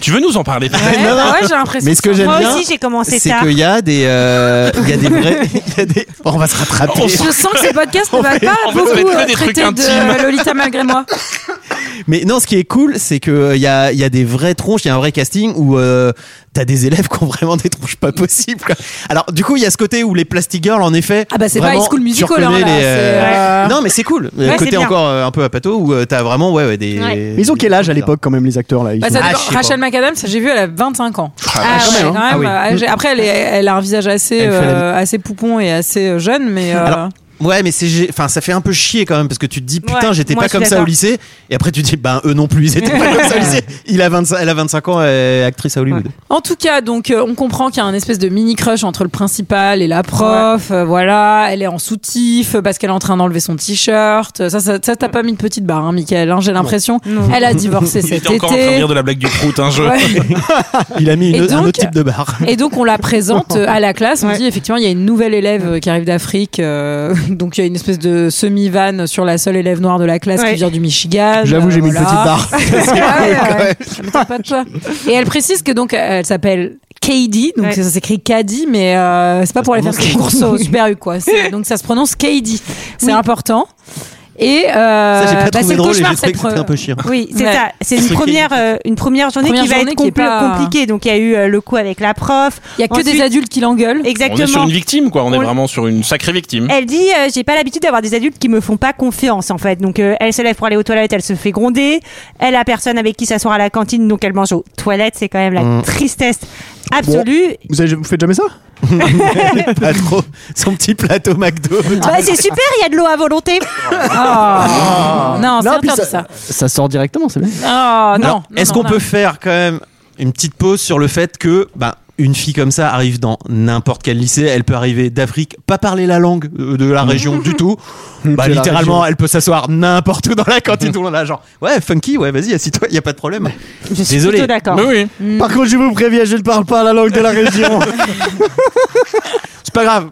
Tu veux nous en parler peut-être
Ouais,
Non, non.
bah ouais, j'ai l'impression.
Mais ce que
ça-
j'aime
Moi
bien,
aussi, j'ai commencé
c'est
tard.
qu'il y a des, euh, il y a des vrais, il y a des- Bon, on va se rattraper.
Je sens que ces podcasts ne va pas
on va
beaucoup
mettre que
euh,
des trucs
traiter
intimes.
de Lolita malgré moi.
Mais non, ce qui est cool, c'est que euh, il y a, il y a des vraies tronches, il y a un vrai casting où euh, t'as des élèves qui ont vraiment des tronches pas possibles. quoi. Alors, du coup, il y a ce côté où les Plastic Girls, en effet,
Ah bah, c'est pas
vraiment,
High School
tu
Musical,
reconnais
hein, là,
les,
c'est, euh,
Non, mais c'est cool.
Ouais, c'est
côté
bien.
encore euh, un peu à pâteau où euh, t'as vraiment, ouais, ouais, des. hein.
Ouais.
Mais ils ont quel âge à l'époque quand même les acteurs là Ils
Bah,
ont-
ça
Ah,
dépend.
je sais pas.
Rachel McAdams, j'ai vu, elle a 25 ans.
Ah, quand
ouais,
même,
quand
hein.
même,
Ah oui.
euh, âgée. Après, elle, est- elle a un visage assez,
Elle fait la-
euh, assez poupon et assez euh, jeune, mais. euh,
Alors, Ouais, mais c'est, gé- enfin, ça fait un peu chier quand même parce que tu te dis putain,
Ouais,
j'étais
moi,
pas
je suis
comme ça au
d'accord.
lycée, et après tu te dis ben eux non plus, ils étaient pas comme ça au lycée. Il a 25, elle a 25 ans, euh, actrice à Hollywood.
En tout cas, donc euh, on comprend qu'il y a un espèce de mini crush entre le principal et la prof. euh, voilà, elle est en soutif euh, parce qu'elle est en train d'enlever son t-shirt. Euh, Ça, ça, ça t'a pas mis de petite barre, hein, Michael. J'ai l'impression. Elle a divorcé
Il
cet
était encore en train de
été.
rire de la blague du prout, hein, un jeu.
Ouais.
Il a mis
Et
une- un
donc-
autre type de barre.
Et donc on la présente euh, à la classe. On dit effectivement il y a une nouvelle élève euh, qui arrive d'Afrique. euh, donc il y a une espèce de semi van sur la seule élève noire de la classe
Ouais.
qui vient du
Ah,
Michigan.
J'avoue, j'ai mis
euh,
une petite
voilà.
barre.
Ah ouais, ouais, ouais. Ça m'étonne pas de toi. Et elle précise que donc euh, elle s'appelle Katie, donc
Ouais.
ça s'écrit Caddy, mais euh, c'est pas pour aller faire ses courses au Super U quoi. C'est- Donc ça se prononce Katie. C'est important. Et euh,
Ça, j'ai pas
bah,
trouvé
c'est le
drôle et
cauchemar
j'ai trouvé
cette
que c'était
preuve.
un peu chiant.
Oui, c'est
Ouais.
ça. C'est une première, euh, une première journée
Première
qui va
journée
être
qui est
compl-
pas-
compliquée. Donc il y a eu euh, le coup avec la prof.
Il y a que
Ensuite-
des adultes qui l'engueulent.
On est sur
Exactement.
une victime, quoi. On est
On-
vraiment sur une sacrée victime.
Elle dit euh, j'ai pas l'habitude d'avoir des adultes qui me font pas confiance en fait. Donc euh, elle se lève pour aller aux toilettes, elle se fait gronder. Elle a personne avec qui s'asseoir à la cantine, donc elle mange aux toilettes. C'est quand même la
Mm.
tristesse absolue.
Vous, avez- vous faites jamais ça
Pas trop. Son petit plateau McDo.
Bah, c'est super, il y a de l'eau à volonté. Oh.
Ah. Non, c'est
puis
interdit ça.
ça, ça sort directement, c'est bien.
Oh,
Ah, non.
Alors,
non,
Est-ce
non,
qu'on
non.
peut faire quand même une petite pause sur le fait que bah, une fille comme ça arrive dans n'importe quel lycée, elle peut arriver d'Afrique, pas parler la langue euh, de la région du tout. Bah,
De la
littéralement,
région.
elle peut s'asseoir n'importe où dans la cantine, tout le monde est là, genre ouais, funky, ouais, vas-y, assis-toi, il y a pas de problème.
Je suis
Désolé.
plutôt d'accord.
Mais oui.
Par contre, je vous préviens, je ne parle pas la langue de la région.
C'est pas grave.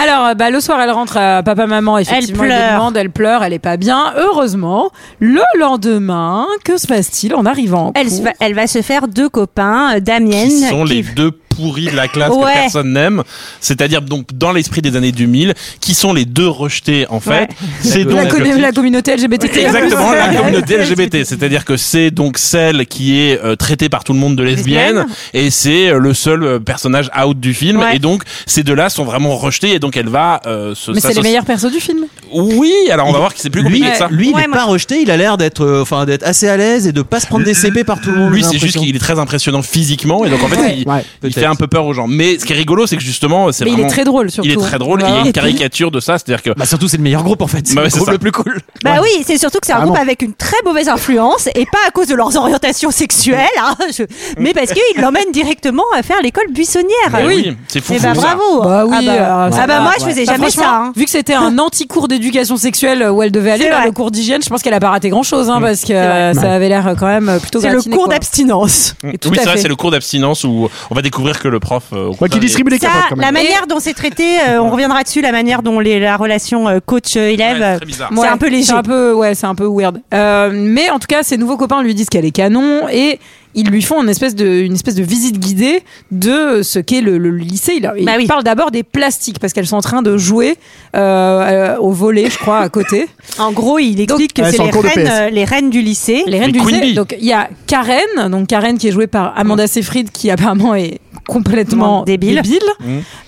Alors, euh, bah, le soir, elle rentre à papa, maman, effectivement,
Elle
elle
pleure.
lui demande, elle pleure, elle est pas bien. Heureusement, le lendemain, que se passe-t-il en arrivant en
Elle,
cours
se va, elle va se faire deux copains, euh, Damien.
qui sont
qui-
les deux pourris de la classe
Ouais.
que personne n'aime, c'est-à-dire donc dans l'esprit des années 2000, qui sont les deux rejetés en fait.
Ouais.
C'est donc
la, commu- la communauté LGBT.
Exactement, la communauté LGBT, c'est-à-dire que c'est donc celle qui est euh, traitée par tout le monde de lesbienne,
Lesbienne.
et c'est euh, le seul euh, personnage out du film,
Ouais.
et donc ces deux-là sont vraiment rejetés, et donc elle va euh, se
Mais c'est les
s'associer-
meilleurs persos du film.
Oui, alors on va voir que c'est plus
Lui,
compliqué que ça.
lui, il
Ouais,
est
moi,
pas rejeté, il a l'air d'être, euh, enfin, d'être assez à l'aise et de pas se prendre des CP par tout le monde.
Lui,
j'ai
c'est juste
l'impression.
qu'il est très impressionnant physiquement, et donc en fait, il,
Ouais,
il
peut-être.
fait un peu peur aux gens. Mais ce qui est rigolo, c'est que justement, c'est
Mais il
vraiment-
est très drôle, surtout.
Il est très drôle. et Il y a
Voilà.
une caricature de ça, c'est-à-dire que
Bah surtout, c'est le meilleur groupe en fait. C'est
Bah ouais,
le
c'est
groupe
ça.
le plus cool.
Bah oui, c'est surtout que c'est un
Carrément.
groupe avec une très mauvaise influence et pas à cause de leurs orientations sexuelles, hein, je- mais parce qu'ils l'emmènent directement à faire l'école buissonnière.
Ah
Bah oui, c'est fou.
Eh
fou,
bah
ça.
bravo.
Bah oui,
ah bah,
euh,
ah
ça
bah
va,
moi
ouais.
je faisais
Bah,
jamais
franchement,
ça. hein.
Vu que c'était un anti-cours d'éducation sexuelle où elle devait aller,
C'est
là,
vrai.
le cours d'hygiène, je pense qu'elle a pas raté grand chose, hein,
Mm.
parce que euh, ça avait l'air euh, quand même euh, plutôt
C'est le
gratiné,
cours
quoi.
d'abstinence.
Et tout
Mm. Oui,
à
c'est vrai,
fait.
c'est le cours d'abstinence où on va découvrir que le prof. euh, au
Quoi qu'il
contraire,
distribue les
Ça,
capotes quand
la
même.
manière dont c'est traité, euh, on reviendra dessus, la manière dont les, la relation euh,
il est-
Eh
coach-élève.
Ouais,
euh,
ben.
c'est très bizarre.
C'est
Ouais,
un peu léger.
C'est un peu, ouais, c'est un peu weird. Euh, mais en tout cas, ses nouveaux copains lui disent qu'elle est canon et ils lui font une espèce de, une espèce de visite guidée de ce qu'est le, le lycée. Il, il
Bah oui.
parle d'abord des plastiques parce qu'elles sont en train de jouer euh, euh, au volet, je crois, à côté.
en gros, il explique
Ouais,
que
c'est
c'est
en
les,
cours de
reines,
PS.
euh, les reines du lycée.
Les reines
Les
du
Queen
lycée.
Bee.
Donc il y a Karen, donc Karen qui est jouée par Amanda Seyfried qui apparemment est complètement
Complètement débile.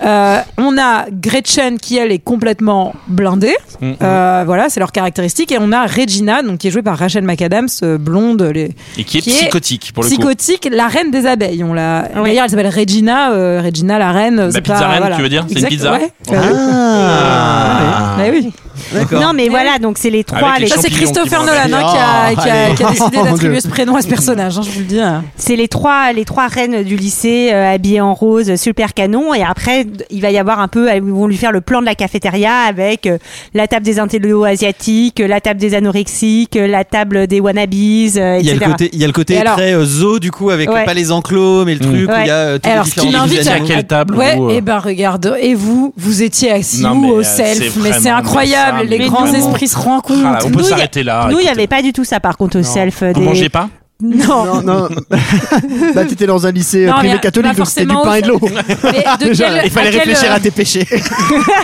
Euh, on a Gretchen qui elle est complètement blindée.
Mm.
Euh, voilà, c'est leur caractéristique. Et on a Regina donc qui est jouée par Rachel McAdams, euh, blonde, les-
Et qui est
qui est
psychotique pour le coup.
psychotique, la reine des abeilles. On l'a.
Oui.
D'ailleurs, elle s'appelle Regina, euh, Regina la reine.
La
c'est
pizza
pas-
reine,
voilà.
tu veux dire C'est une
Exact-
pizza
ouais. Bah oui.
Ah.
Bah oui.
Non, mais voilà, donc c'est les trois,
Avec les
les-
Ça c'est
champignons qui
Christopher
vont
Nolan hein,
avec.
qui,
Ah,
a, qui a-
Oh,
qui a décidé
allez.
d'attribuer ce prénom à ce personnage. hein, je vous le dis. hein.
c'est les trois, les trois reines du lycée euh, habillées en rose, euh, super canon. Et après, d- il va y avoir un peu, elles vont lui faire le plan de la cafétéria avec euh, la table des intello asiatiques, euh, la table des anorexiques, euh, la table des wannabes, euh,
Il y a
etc.
le côté, il y a le côté
Et alors-
très euh, zoo du coup avec
Ouais.
pas les enclos mais le
Mm.
truc où il y a euh, tous
Alors,
les
ce qui
différents
m'invite
C'est à
animaux.
quelle table
Ouais,
ou, euh,
et ben regarde, et vous, vous étiez assis
Non,
où
mais,
au
euh,
self,
c'est
mais c'est
vraiment
incroyable,
ça,
les
mais
grands
vraiment.
esprits se rencontrent.
Ah, on
Nous,
peut
il y a-
s'arrêter là.
Nous, il n'y
écoutez.
avait pas du tout ça par contre au self. euh,
Vous
des-
mangez pas
Non.
Non, non. Là, t'étais dans un lycée euh,
Non,
privé
mais
catholique,
pas
donc c'était du
forcément
pain
au
et de l'eau.
Mais de
Déjà,
quel,
Il fallait
à quel,
réfléchir
euh,
à Ah, tes péchés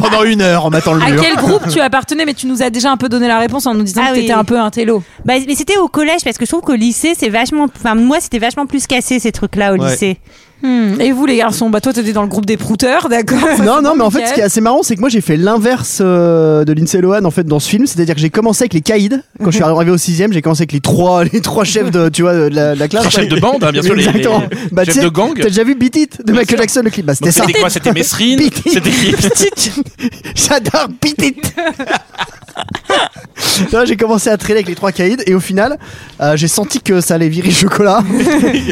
pendant une heure en battant le
à
mur.
quel groupe tu appartenais, mais tu nous as déjà un peu donné la réponse en nous disant
Ah
que
oui.
t'étais un peu un télo.
Bah, mais c'était au collège parce que je trouve qu'au lycée c'est vachement. Enfin moi c'était vachement plus cassé ces trucs-là au
Ouais.
lycée.
Hmm, Et vous, les garçons, bah toi, t'étais dans le groupe des prouteurs, d'accord ça,
Non,
c'est
non,
bon,
mais en fait,
nickel.
ce qui est assez marrant, c'est que moi, j'ai fait l'inverse euh, de Lindsay Lohan en fait dans ce film, c'est-à-dire que j'ai commencé avec les caïds. Quand je suis
Mhm.
arrivé au sixième, j'ai commencé avec les trois, les trois chefs de, tu vois, de la, de la classe.
Trois chefs de bande, hein, bien sûr, les-
Exactement.
les-
Bah,
chefs
tu sais,
de gang.
T'as déjà vu Beat It de Michael Jackson le clip Bah, c'était
Donc,
ça.
C'était quoi C'était Mesrine
Beat It.
C'était qui
J'adore Beat It. Là, j'ai commencé à traîner avec les trois caïds et au final, euh, j'ai senti que ça allait virer chocolat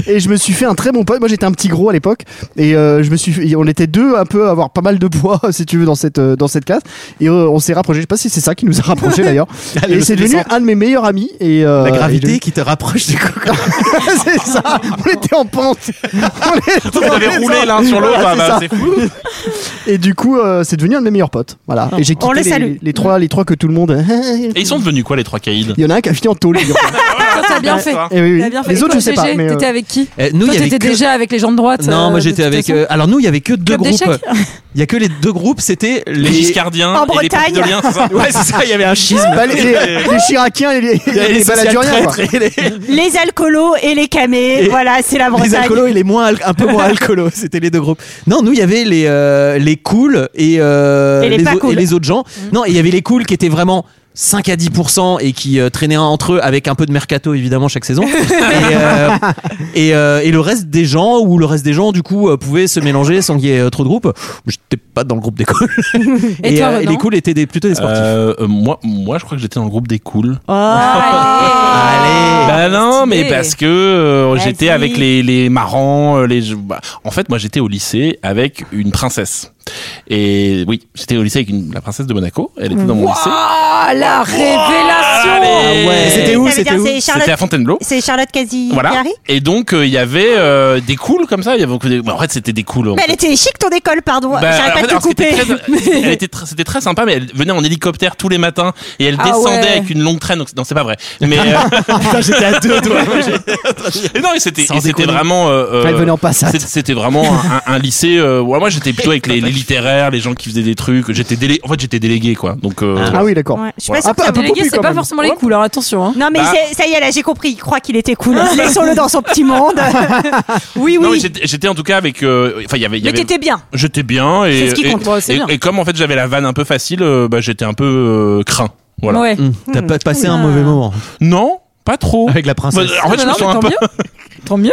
et je me suis fait un très bon pote. Moi, j'étais un petit gros à l'époque et euh, je me suis, fait- et on était deux un peu à avoir pas mal de poids si tu veux dans cette euh, dans cette classe et euh, on s'est rapprochés. Je sais pas si c'est ça qui nous a rapprochés d'ailleurs.
Ah, le
et c'est devenu
descente.
un de mes meilleurs amis et euh,
La
et
gravité
le-
qui te rapproche du coco.
c'est ça. On était en pente. On était
Vous
en
avez roulé
descente.
l'un sur l'autre.
Voilà,
ah,
c'est
bah, c'est
ça.
fou.
Et du coup, euh, c'est devenu un de mes meilleurs potes. Voilà. Et j'ai quitté
On le
les-
salue.
Les, trois, les trois que tout le monde.
Et ils sont devenus quoi les trois caïds
Il y en a un qui a fini en tôle. d'ailleurs.
Toi, t'as bien fait.
Eh oui, oui.
T'as bien fait.
Les
Et
autres,
toi,
je sais pas.
GG,
Mais, euh,
T'étais avec qui
Euh, nous, il
Toi,
y avait
t'étais
que-
déjà avec les gens de droite.
Non,
euh, de
moi j'étais
toute
avec.
façon.
euh, alors nous, il y avait que deux
Club
groupes.
d'échecs
Il y a que les deux groupes. C'était
Les
les.
Giscardiens
En
et les
Bretagne.
Pompidoliens, c'est ça
Ouais, c'est ça. Il y avait un schisme.
bah, les, les- les Chiraciens et les,
Il y avait
et les
social
Baladuriens. quoi.
traîtres et les-
Les alcoolos et les camés,
Et
voilà c'est la
Les
Bretagne.
alcoolos et les moins al- un peu moins alcoolos, c'était les deux groupes. Non, nous il y avait les euh, les cools et, euh,
Et les pas Mm.
au-
cool.
les autres gens. Non, et il y avait les cools qui étaient vraiment 5 à 10 et qui euh, traînaient entre eux avec un peu de mercato évidemment chaque saison. et, euh, et, euh, et le reste des gens ou le reste des gens du coup euh, pouvaient se mélanger sans qu'il y ait euh, trop de groupes. J'étais pas dans le groupe des cools. euh,
Et toi, Renan
les cools étaient des, plutôt des sportifs.
Euh, euh, moi, moi, je crois que j'étais dans le groupe des cools.
Oh,
Allez.
bah non,
stylé.
mais parce que euh,
ah, Vas-y.
j'étais avec les, les marrants, euh, les. je- bah, en fait, moi, j'étais au lycée avec une princesse. Et oui, j'étais au lycée avec une- la princesse de Monaco. Elle était dans mon lycée.
Ah, la révélation
Ah, Allez.
Et c'était où
Ça veut
C'était
dire
où
c'est
C'était à
Charlotte,
Fontainebleau.
c'est Charlotte Casi.
Voilà. Et donc, euh, il y avait euh, des cools comme ça. Il y avait beaucoup de- bah, En fait, c'était des cools.
Mais elle était chic ton école, pardon.
Bah,
J'arrête
en
pas
fait,
de te
alors, c'était
couper.
très- elle était très- c'était très sympa, mais elle venait en hélicoptère tous les matins et elle
Ah
descendait
ouais.
avec une longue traîne. donc- non, c'est pas vrai. Mais euh,
Putain, j'étais à deux doigts.
et non, et c'était
Sans
et c'était
déconner.
vraiment. euh, euh,
Enfin, ils venaient Euh. en passade.
c'était- C'était vraiment un, un- un lycée. euh, ouais, moi, j'étais plutôt avec les, les littéraires, les gens qui faisaient des trucs. J'étais délé. En fait, j'étais délégué, quoi. Donc. euh,
Ah oui, d'accord.
Ouais, je suis pas
Voilà.
sûre
Ah,
que ça
un peu
me-
Les gars,
popu,
c'est
quand
pas
même.
forcément les couleurs, attention. hein.
Non mais
Bah.
c'est- ça y est là j'ai compris. Il croit qu'il était cool. Laissons-le dans son petit monde. oui
Non, mais
oui.
j'étais- j'étais en tout cas avec. euh, Enfin, il y avait. il y
Mais
avait-
t'étais bien.
J'étais bien et,
C'est ce qui
et-
compte. Bon, c'est
et-
bien.
et comme en fait j'avais la vanne un peu facile, euh, bah, j'étais un peu euh, craint. Voilà.
Ouais.
Mmh, T'as pas passé un mauvais moment
Non, pas trop.
avec la
Bah,
princesse.
en fait,
Ah,
je me
non,
sens
mais
un
tant
peu.
mieux. Tant mieux.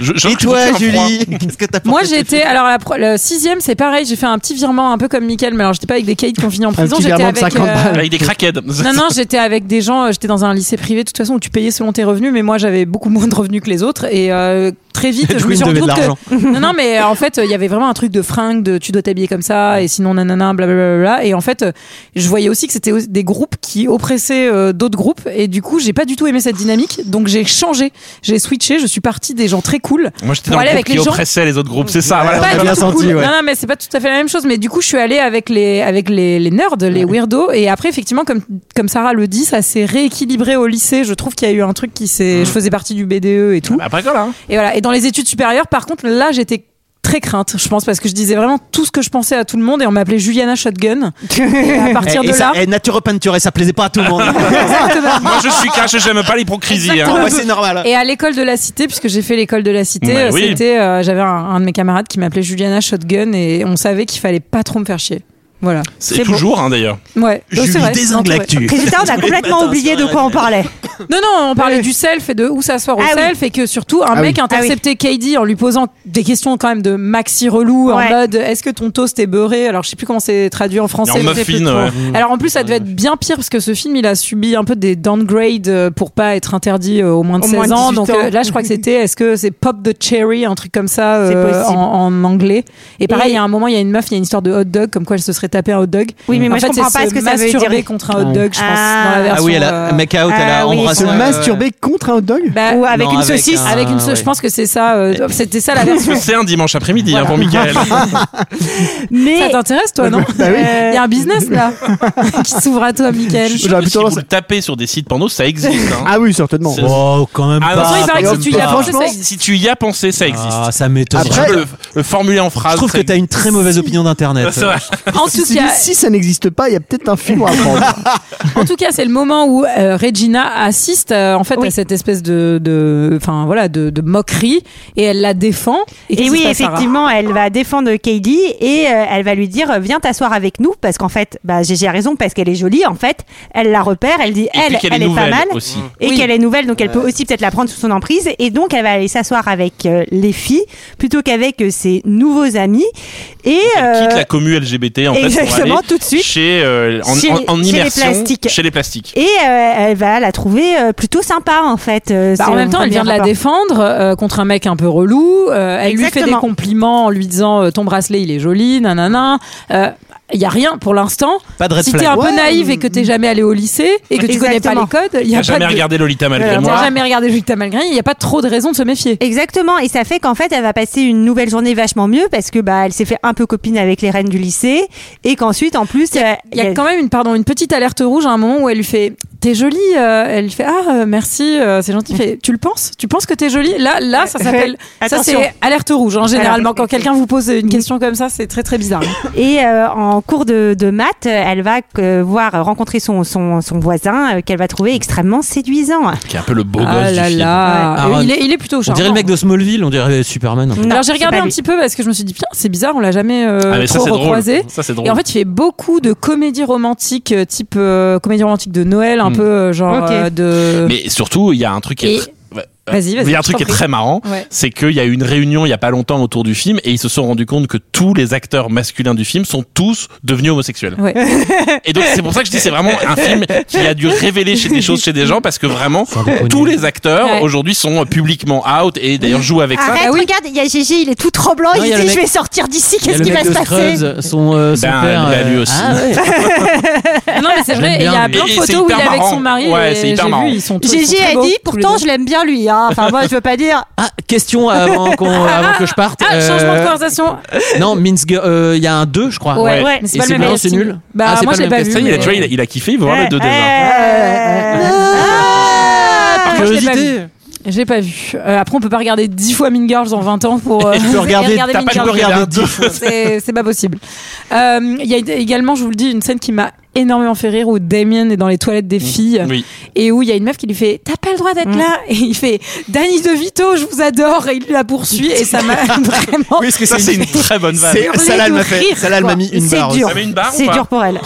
Je- je-
Et
je
toi,
suis un froid.
Julie Qu'est-ce que t'as
Moi j'étais alors la pro- le sixième c'est pareil j'ai fait un petit virement un peu comme Michael mais alors j'étais pas avec des caïds qui ont fini en prison
petit
j'étais
virement de
avec
50 balles.
Avec des craquettes.
non non j'étais avec des gens euh, j'étais dans un lycée privé de toute façon où tu payais selon tes revenus mais moi j'avais beaucoup moins de revenus que les autres et euh, très vite, je me
Edwin
suis rendu
devait de
compte
l'argent.
que non, non, mais euh, en fait, il y avait vraiment un truc de fringue, de tu dois t'habiller comme ça, et sinon nanana, blablabla. Et en fait, euh, je voyais aussi que c'était au- des groupes qui oppressaient euh, d'autres groupes, et du coup, j'ai pas du tout aimé cette dynamique. Donc j'ai changé, j'ai switché, je suis partie des gens très cool.
Moi, j'étais
Pour
dans
aller
le groupe
avec
qui
les gens-
oppressait les autres groupes, c'est ça. voilà.
Ouais.
Pas
bien
du tout
senti,
cool.
ouais.
Non, non, mais c'est pas tout à fait la même chose. Mais du coup, je suis allée avec les, avec les, les nerds, les weirdos. Et après, effectivement, comme, comme Sarah le dit, ça s'est rééquilibré au lycée. Je trouve qu'il y a eu un truc qui s'est. Je faisais partie du BDE et tout.
Bah, Après quoi, là hein
Et voilà. Et dans les études supérieures, par contre, là, j'étais très crainte, je pense, parce que je disais vraiment tout ce que je pensais à tout le monde et on m'appelait Juliana Shotgun. Et à partir
Eh, et,
de là.
ça, et naturopeinture, et ça plaisait pas à tout le monde.
Exactement.
Moi, je suis cash, j'aime pas l'hypocrisie. hein.
Pour moi, c'est normal.
Et à l'école de la cité, puisque j'ai fait l'école de la cité,
Mais
euh,
oui.
c'était euh, j'avais un, un de mes camarades qui m'appelait Juliana Shotgun et on savait qu'il fallait pas trop me faire chier. Voilà.
C'est toujours, hein, d'ailleurs.
Ouais. Donc,
Julie
c'est vrai.
désingue
Non,
l'actu.
Résultat, on a complètement
matins,
oublié
ça,
de quoi on parlait.
Non, non, on parlait
Oui.
du self et de où s'asseoir au
Ah oui.
self et que surtout un
Ah
mec
oui.
interceptait Katie en lui posant des questions quand même de maxi relou en
Ouais.
mode est-ce que ton toast est beurré Alors je sais plus comment c'est traduit en français.
Et en
je sais plus
muffin,
trop.
Mmh.
Alors en plus ça devait être bien pire parce que ce film il a subi un peu des downgrades euh, pour pas être interdit euh, au moins de
Au
16
moins de
ans.
18
Donc
ans.
euh, là je crois que c'était est-ce que c'est pop the cherry un truc comme ça
C'est
euh,
possible.
en, en anglais. Et pareil
Et-
il y a un moment il y a une meuf il y a une histoire de hot dog comme quoi elle se serait tapée un hot dog.
Oui, mais moi,
en
je
fait,
comprends
c'est
pas
se
ce que ça veut
masturber
dire.
contre un hot dog je pense
Ah.
dans la version.
Ah oui, elle
euh,
a make out, elle
ah
a
oui,
embrassé.
Se
euh,
masturber contre un hot dog
bah,
Ou avec
non,
une
avec
saucisse.
un-
avec une sauce,
ouais.
je pense que c'est ça euh, c'était ça la version
C'est un dimanche après-midi hein, pour Michael.
ça
Mais
t'intéresse toi non
Bah oui.
il y a un business là qui s'ouvre à toi Michael
Je
de
suis sûr
J'aurais
que si
plutôt
vous le tapez sur des sites porno, ça existe. hein.
Ah oui, certainement.
C'est-
Oh, quand même pas.
Ah, non,
toute façon, il paraît que si
Bah,
tu y as pensé
franchement,
ça existe.
si tu y as pensé, ça existe.
Ah, ça m'étonne.
Si tu
Après-
veux le, le formuler en phrase.
je trouve que
ça
t'as une très mauvaise opinion d'Internet.
existe. C'est vrai.
en tout
Si,
cas
si ça n'existe pas, il y a peut-être un film à prendre.
en tout cas c'est le moment où euh, Regina assiste euh, en fait
Oui.
à cette espèce de de- enfin voilà de, de moquerie et elle la défend et, qu'est-ce qui
Et oui,
se passe, Sarah
effectivement, elle va défendre Katie et euh, elle va lui dire viens t'asseoir avec nous parce qu'en fait, bah GG a raison parce qu'elle est jolie en fait, elle la repère, elle dit
Et
elle,
puis qu'elle
elle
est
est pas
nouvelle
mal
aussi.
et
Oui. Euh.
qu'elle est nouvelle donc elle peut aussi peut-être la prendre sous son emprise et donc elle va aller s'asseoir avec euh, les filles plutôt qu'avec euh, ses nouveaux amis et
Elle quitte
euh,
la commu LGBT en fait pour
exactement,
aller
tout de suite.
chez euh, en,
Chez-
en- en
chez les
immersion
plastiques.
chez les plastiques.
et euh, elle va la trouver euh, plutôt sympa en fait. euh,
Bah,
c'est
en même
au
temps, elle
premier
vient de la
abord.
défendre euh, contre un mec un peu relou. euh, elle lui fait
Exactement.
des compliments en lui disant euh, ton bracelet il est joli, nanana. Euh, Il y a rien pour l'instant.
Pas de red
si
flag.
t'es un peu
Ouais.
naïve et que t'es jamais allé au lycée et que tu connais pas
mm. Exactement.
les codes, il y
Il
a
n'a
pas
jamais
de...
regardé Lolita malgré
Voilà,
moi.
t'as jamais regardé Julita Malgré, il n'y a pas trop de raison de se méfier.
Exactement, et ça fait qu'en fait, elle va passer une nouvelle journée vachement mieux parce que bah elle s'est fait un peu copine avec les reines du lycée et qu'ensuite en plus euh,
Il y a quand même une pardon une petite alerte rouge à un moment où elle lui fait t'es jolie euh, elle lui fait ah euh, merci euh, c'est gentil Elle fait tu le penses tu penses que t'es jolie là là ça
Ouais.
s'appelle ça
Attention.
c'est alerte rouge hein, généralement
Alors- Mm.
quand quelqu'un vous pose une question comme ça c'est très très bizarre
et euh, en cours de, de maths, elle va euh, voir euh, rencontrer son son, son voisin euh, qu'elle va trouver extrêmement séduisant.
Qui est un peu le beau
ah
gosse du
là
film.
là
Ouais.
Euh,
Aaron-
il est il est plutôt
On
charmant
dirait le mec de Smallville, on dirait Superman. en fait.
Non,
alors j'ai
c'est
regardé
pas
un
lui.
petit peu parce que je me suis dit putain c'est bizarre on l'a jamais euh,
Ah mais ça
trop
c'est drôle.
recroisé
Ça c'est drôle.
Et en fait, il fait beaucoup de comédies romantiques, euh, type euh, comédie romantique de Noël, un
Mm.
peu euh, genre
Ok.
euh, de.
mais surtout, il y a un truc qui est
Et-
tr- ouais, euh,
Vas-y, vas-y,
Il y a un
je
truc
t'en
qui est
prie.
très marrant.
Ouais.
c'est qu'il y a eu une réunion il y a pas longtemps autour du film et ils se sont rendus compte que tous les acteurs masculins du film sont tous devenus homosexuels.
Ouais.
Et donc c'est pour ça que je dis c'est vraiment un film qui a dû révéler chez des choses chez des gens parce que vraiment
reconnu.
tous les acteurs
Ouais.
aujourd'hui sont publiquement out et d'ailleurs jouent avec ça.
Ah oui.
regarde, il y a Gégé, il est tout tremblant,
Non, il y a le mec-
vais sortir d'ici,
Il y a le mec de Scrubs, son, euh, son
Ben,
père.
il a lui
euh,
aussi.
Ah, ouais.
Ah non, mais c'est vrai,
J'aime
il y
bien,
a
lui.
plein de
Et c'est
photos où il
hyper
est avec
marrant.
son mari.
Ouais,
et
c'est hyper
j'ai vu,
marrant.
ils sont tous- ils sont
Gégé
très
a
beaux,
dit
tous les
pourtant
deux.
je l'aime bien lui hein. Enfin moi je veux pas dire
Ah, question avant, qu'on- avant que je parte.
Ah, changement de
euh,
conversation.
Non, Minsk, euh, il y a un 2, je crois.
Ouais,
ouais.
mais c'est
Et
pas
c'est
le même
blanc,
casting.
c'est nul Ah,
Bah,
c'est
moi,
pas
je l'ai
le
pas
même
vu.
Ça il a,
mais-
tu vois, il a, il a kiffé, il veut voir le
Eh,
2
euh, eh,
Ah,
Par
moi, je l'ai pas
curiosité.
vu. Je l'ai pas vu. Euh, après, on peut pas regarder 10 fois Mean Girls en 20 ans pour. euh,
Tu peux regarder-
et
t'as
Mean
pas- tu peux
Girls.
regarder dix
C'est c'est pas possible. Euh, Il y a également, je vous le dis, une scène qui m'a énormément fait rire où Damien est dans les toilettes des filles
Mmh. Oui. Mmh.
et où il y a une meuf qui lui fait T'as pas le droit d'être là Et il fait Danny DeVito, je vous adore Et il la poursuit et ça m'a vraiment.
Oui, parce que
Ça c'est une très bonne vanne.
C'est- Celle-là, elle m'a fait.
Rire,
Celle-là, elle m'a mis une
C'est
barre.
dur.
Ça met une barre ou
C'est
pas
dur pour elle.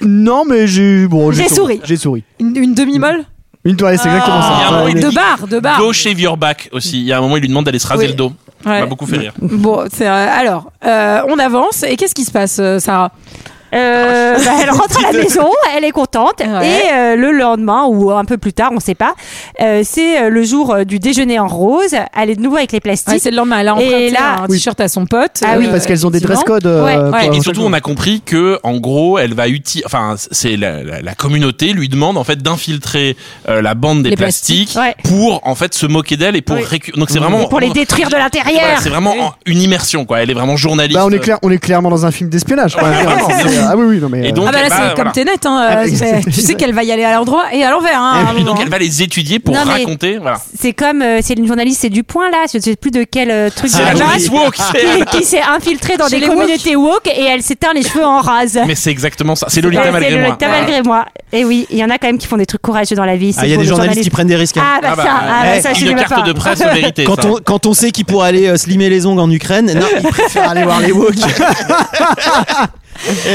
non, mais j'ai bon,
J'ai souri.
J'ai souri.
Une, une demi-molle
Une toilette,
Ah.
c'est exactement
Il y a
ça.
un moment,
Ouais,
il
De
dit,
barre, de barre.
Go shave your back aussi. Il y a un moment, il lui demande d'aller se raser
Oui.
le dos. Ça
Ouais.
m'a beaucoup fait rire.
Bon, c'est, euh, alors, euh, on avance. Et qu'est-ce qui se passe, euh, Sarah
Euh, bah, elle rentre à la maison, elle est contente.
Ouais.
Et euh, le lendemain, ou un peu plus tard, on sait pas, euh, c'est euh, le jour euh, du déjeuner en rose. Elle est de nouveau avec les
Ouais,
plastiques.
Ah, c'est le lendemain. Elle a
Et
emprunté
là-
un t-shirt à son pote. Euh,
Ah oui.
parce qu'elles ont des dress
effectivement.
codes. euh,
Ouais, ouais.
pour-
Et surtout, on a compris que, en gros, elle va utiliser. Enfin, c'est la, la- la communauté lui demande en fait d'infiltrer euh, la bande des
Les
plastiques,
plastiques,
ouais.
pour en fait se moquer d'elle et pour
Oui.
récu- donc c'est vraiment
pour les détruire de
Ouais,
l'intérieur.
c'est vraiment en- une immersion quoi. Elle est vraiment journaliste. euh.
Bah, on est clair, on est clairement dans un film d'espionnage. quoi.
vraiment.
C'est- ah oui, oui, non mais.
Et
euh,
donc,
Ah bah là,
elle va-
c'est comme
voilà.
Tenet. Hein,
Ah,
euh,
oui,
c'est-
c'est-
tu sais qu'elle va y aller à l'endroit et à l'envers. Hein, à un
Et donc
moment.
elle va les étudier pour
Non, mais-
raconter. Voilà.
Ah,
C'est comme euh, c'est une journaliste, c'est du point là. Je sais plus de quel euh, truc.
C'est
de
bah,
la
base,
journaliste woke. c'est-
qui, qui s'est infiltrée dans
Chez
des
les woke.
communautés woke et elle s'éteint les cheveux en rase.
Mais c'est exactement ça. C'est
Ouais,
Lolita
c'est
malgré
le
moi.
Lolita
Voilà.
malgré moi. Et oui, il y en a quand même qui font des trucs courageux dans la vie.
Ah, il y a des journalistes qui prennent des risques. hein.
Ah bah,
Ah bah,
ça, ah bah,
eh,
ça, je suis
une
même
carte
pas.
de presse de vérité.
Quand
ça.
on, quand on sait qu'il pourrait aller euh, slimer les ongles en Ukraine, non, il préfère aller voir les woke.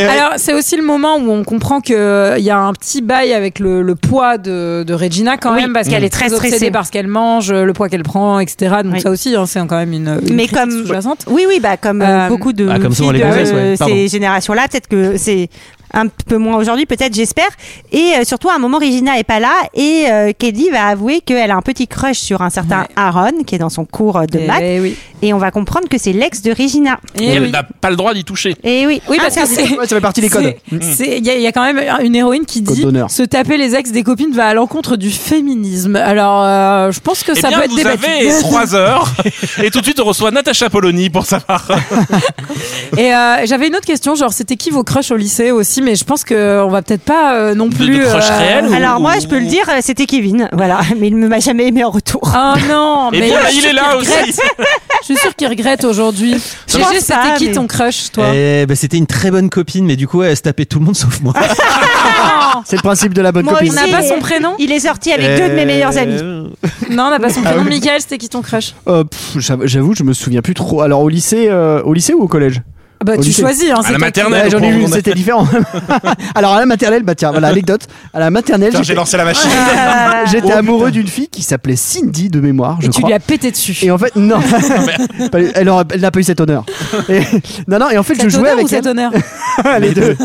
Alors, c'est aussi le moment où on comprend qu'il y a un petit bail avec le, le poids de, de Regina quand
Oui,
même, parce
mmh.
qu'elle est très
Très
obsédée
stressée.
par ce qu'elle mange, le poids qu'elle prend, etc. Donc
Oui.
ça aussi, hein, c'est quand même une, une
Mais
critique
comme-
sous-jacente.
Oui, oui, bah, comme euh,
Euh,
beaucoup de,
Ah, comme souvent
filles
les
de,
gonzesses, ouais.
euh,
Pardon.
ces générations-là, peut-être que c'est un peu moins aujourd'hui, peut-être, j'espère. Et euh, surtout, à un moment, Regina est pas là et euh, Kelly va avouer qu'elle a un petit crush sur un certain
Ouais.
Aaron, qui est dans son cours de
Eh
maths,
oui.
et on va comprendre que c'est l'ex de Regina.
Eh
Et elle
oui.
n'a pas le droit d'y toucher.
Et oui, Ah,
Oui, parce que
Interdit.
c'est.
ouais, ça fait partie des codes.
Mm.
c'est- c'est- Il y, a- il y a quand même une héroïne qui
Code
dit
d'honneur.
se taper les ex des copines va à l'encontre du féminisme. Alors, euh, je pense que
Eh
ça
bien,
peut être
vous
débattu.
avez 3 heures et tout de suite on reçoit Natacha Polony pour savoir.
Et euh, j'avais une autre question, genre c'était qui vos crushs au lycée aussi, mais je pense que on va peut-être pas euh, non
de
plus.
crush réel ou-
Alors moi, je peux le dire, euh, c'était Kevin, voilà, mais il ne m'a jamais aimé en retour.
Ah non,
Et
mais
bien
je
là,
suis
il est
sûre
là
qu'il regrette.
aussi.
Je suis sûre qu'il regrette aujourd'hui.
Je pense
GG, c'était
pas,
qui
mais-
ton crush, toi
Eh ben, c'était une très bonne copine, mais du coup, elle se tapait tout le monde sauf moi.
C'est le principe de la bonne
Moi
copine.
Ah, On n'a
aussi.
pas son prénom
Il est sorti avec deux de
Euh, Eh,
mes meilleurs amis.
Non, on n'a pas son
Ah
prénom. Michael, c'était qui ton crush
Euh, pff, j'avoue- J'avoue, je me souviens plus trop. Alors au lycée, euh, au lycée ou au collège
Bah,
Au
tu
lycée.
choisis. Hein, c'est
la
toi qui-
maternelle.
Ouais, J'en ai eu
on
une,
a-
c'était différent. Alors à la maternelle, bah tiens, voilà anecdote. À la maternelle,
Putain,
j'étais-
J'ai lancé la machine.
Ah,
j'étais amoureux d'une fille qui s'appelait Cindy de mémoire, je
Et tu
crois.
lui as pété dessus.
Et en fait, non, Pas- elle aura- elle n'a pas eu cet honneur. Et- non, non, et en fait,
Cet
je jouais
honneur ou
avec
cet
elle.
honneur
les deux.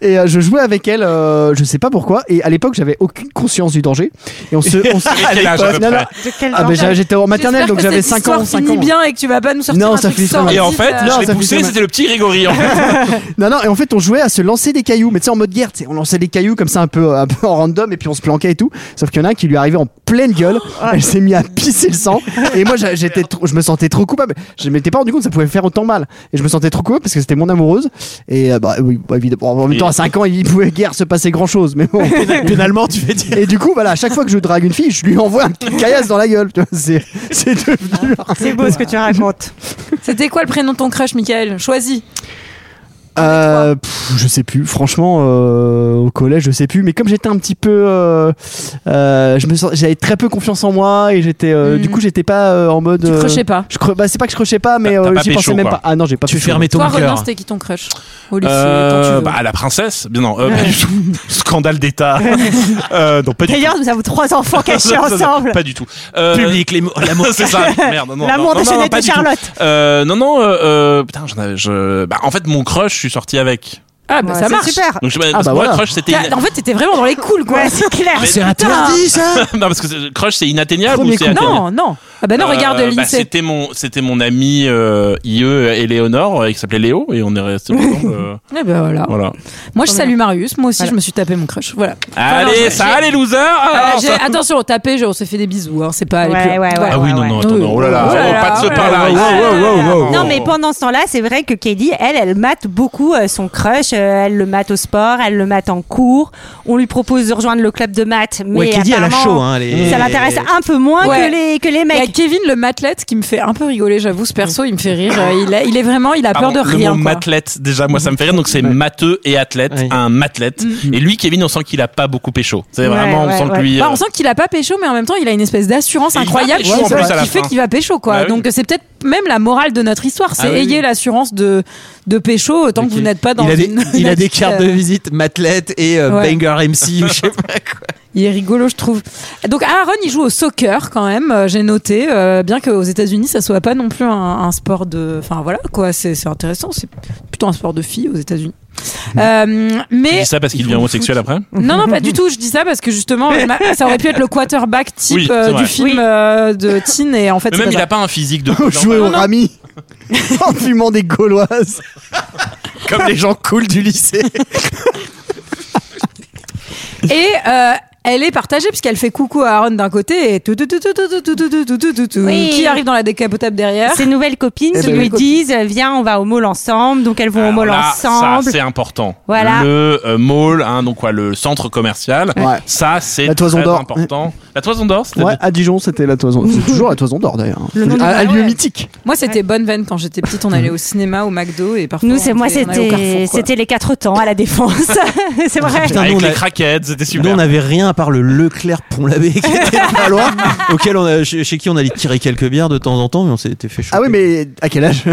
Et euh, je jouais avec elle, euh, je sais pas pourquoi. Et à l'époque, j'avais aucune conscience du danger. Et on se. On se...
Et quel âge, Ah, à peu
Non, non.
près
de quel
Ah,
genre
bah, j'a- j'étais en maternelle,
J'espère
donc
que
j'avais
cette
5
histoire
ans. 5
finit
ans.
bien et que tu vas pas nous sortir
Non,
un
ça
truc
finit pas mal.
Et en
sordide, euh,
fait,
Non,
je l'ai
ça fait
poussé,
mal.
c'était le petit Grégory. en fait.
Non, non, et en fait, on jouait à se lancer des cailloux, mais tu sais, en mode guerre, tu sais, on lançait des cailloux comme ça, un peu, euh, un peu en random, et puis on se planquait et tout. Sauf qu'il y en a un qui lui arrivait en pleine gueule,
Ah.
elle s'est mise à pisser le sang, et moi, j'a- j'étais trop- je me sentais trop coupable. Je m'étais pas rendu compte que ça pouvait faire autant mal. Et je me sentais trop coupable parce que c'était mon amoureuse, et euh, bah oui, bah, évidemment, en même temps, à 5 ans, il pouvait guère se passer grand chose, mais bon.
Pénalement, tu fais dire.
Et du coup, voilà, à chaque fois que je drague une fille, je lui envoie un petit caillasse dans la gueule, tu vois, c'est c'est devenu.
C'est beau ce que tu racontes.
C'était quoi le prénom de ton crush, Michael Choisis.
Euh, pff, je sais plus, franchement, euh, au collège, je sais plus, mais comme j'étais un petit peu. euh, euh, je me sens- J'avais très peu confiance en moi et j'étais. euh,
Mhm.
Du coup, j'étais pas euh, en mode.
Tu
euh,
crushais pas.
je cre- bah, c'est pas que je crochais pas, mais
T'as- t'as
euh,
pas
j'y pensais
pécho,
même
quoi.
pas. Ah non, j'ai pas
Tu
pécho.
fermais ton
Toi, Renan,
cœur.
c'était qui ton crush Au lycée, quand tu
Euh,
veux.
bah, la princesse, bien non, euh, pas du tout. Scandale d'État. euh, non, pas du tout.
D'ailleurs, nous avons trois enfants cachés
Non, non, non,
ensemble.
Pas du tout. Euh,
Public, les mots- l'amour.
c'est ça. Merde, non,
L'amour
non, non, non,
déchaîné
pas
de
du tout.
Charlotte.
Euh, non, non, euh, euh, putain, j'en avais- je, bah, en fait, mon crush, je suis sorti avec.
Ah, bah
Ouais,
ça
c'est
marche.
Super.
Donc, je,
Ah, bah,
moi,
voilà.
crush, c'était.
T'as- En fait, t'étais vraiment dans les cools, quoi.
Ouais, c'est clair.
Mais-
C'est interdit, ça
non, parce que c'est- crush, c'est inatteignable
Premier
ou Ah, c'est
coup.
atteignable
Non, non. Ah bah non,
Euh,
regarde le
bah,
lycée.
c'était mon, c'était mon ami euh, IE Éléonore, euh, qui s'appelait Léo, et on est resté ensemble. euh,
Eh ben voilà.
voilà. Ah,
Moi, je
Trop bien.
salue Marius. Moi aussi,
Voilà.
je me suis tapé mon crush. Voilà.
Allez,
j'ai-
ça,
j'ai-
allez, loser
Euh,
alors,
j'ai-
ça-
attention, tapé, je- on s'est fait des bisous. Hein, c'est pas. aller
Ouais,
plus loin.
ouais, ouais.
Ah oui, non, non, attends,
Ouais.
non, oh là là,
Oh là
oh,
là,
pas de ce
oh là
pain-là.
là,
ici.
oh là là.
Non, mais pendant ce temps-là, c'est vrai que Kelly, elle, elle mate beaucoup euh, son crush. Euh, Elle le mate au sport, elle le mate en cours. On lui propose de rejoindre le club de maths, mais
Ouais, Kelly, elle a
apparemment,
chaud, hein. elle est-
ça l'intéresse un peu moins
Ouais.
que les que les
Il y a
mecs.
Kevin le matelette qui me fait un peu rigoler, j'avoue, ce perso, il me fait rire. Euh, Il, a- il est vraiment, il a peur de
Pardon,
rien.
Le mot
quoi.
mathlète, déjà, moi, ça me fait rire. Donc, c'est matheux et athlète,
Ouais.
un mathlète. Et lui, Kevin, on sent qu'il a pas beaucoup pécho. C'est
Ouais,
vraiment,
ouais,
on sent
ouais.
que lui.
Bah,
euh,
on sent qu'il a pas pécho, mais en même temps, il a une espèce d'assurance
Et il va
incroyable
pécho,
qui,
en plus, à la
qui fait
fin.
qu'il va pécho, quoi.
Bah oui.
Donc, c'est peut-être même la morale de notre histoire, c'est
Ah oui,
ayez
oui.
l'assurance de, de pécho tant que vous n'êtes pas dans
il a des,
une. euh,
il a des
une-
cartes de visite, Matlette et euh,
Ouais.
Banger MC ou je sais pas.
Il est rigolo, je trouve. Donc Aaron, il joue au soccer quand même. euh, J'ai noté, euh, bien qu'aux États-Unis, ça soit pas non plus un, un sport de. Enfin voilà, quoi. C'est c'est intéressant. C'est plutôt un sport de filles aux États-Unis.
Mmh.
Euh,
Tu
mais
dis ça parce qu'il devient homosexuel après
non, non, pas du tout. Je dis ça parce que justement, ma- ça aurait pu être le quarterback type
Oui, c'est
euh,
vrai.
du film euh, de Teen et en fait,
Mais
c'est
même
pas
il
ça.
a pas un physique de
Jouer au
Non, non,
rami en fumant des gauloises.
Comme les gens cool du lycée.
Et euh, elle est partagée puisqu'elle fait coucou à Aaron d'un côté et tout, tout, tout, tout, tout, tout, tout, tout, tout, tout, tout, tout,
Oui.
qui arrive dans la décapotable derrière.
Ses nouvelles copines
Eh
qui
ben
lui
oui.
disent euh, viens on va au mall ensemble donc elles vont au
Alors
mall
là, Ça,
ensemble
c'est important.
Voilà.
Le euh, mall, hein, donc quoi, le centre commercial.
Ouais.
Ça, c'est
La toison
très
d'or.
important. La toison d'or, c'était.
Ouais, à Dijon, c'était la toison. C'est toujours la toison d'or d'ailleurs.
nom du
Un un
bar,
euh,
lieu
ouais.
mythique.
Moi, c'était bonne veine quand j'étais petite. On allait au cinéma, au McDo et parfois.
nous
on
c'est moi
était- on allait au
c'était
Carrefour, quoi.
c'était les quatre temps à la défense c'est vrai
Ah, Putain,
Avec
nous, on
les
a-
craquettes, c'était
Nous,
super.
on n'avait rien à part le Leclerc Pont-l'Abbé qui était pas loin, auquel on a, chez, chez qui on allait tirer quelques bières de temps en temps, mais on s'était fait choper.
Ah oui, mais à quel âge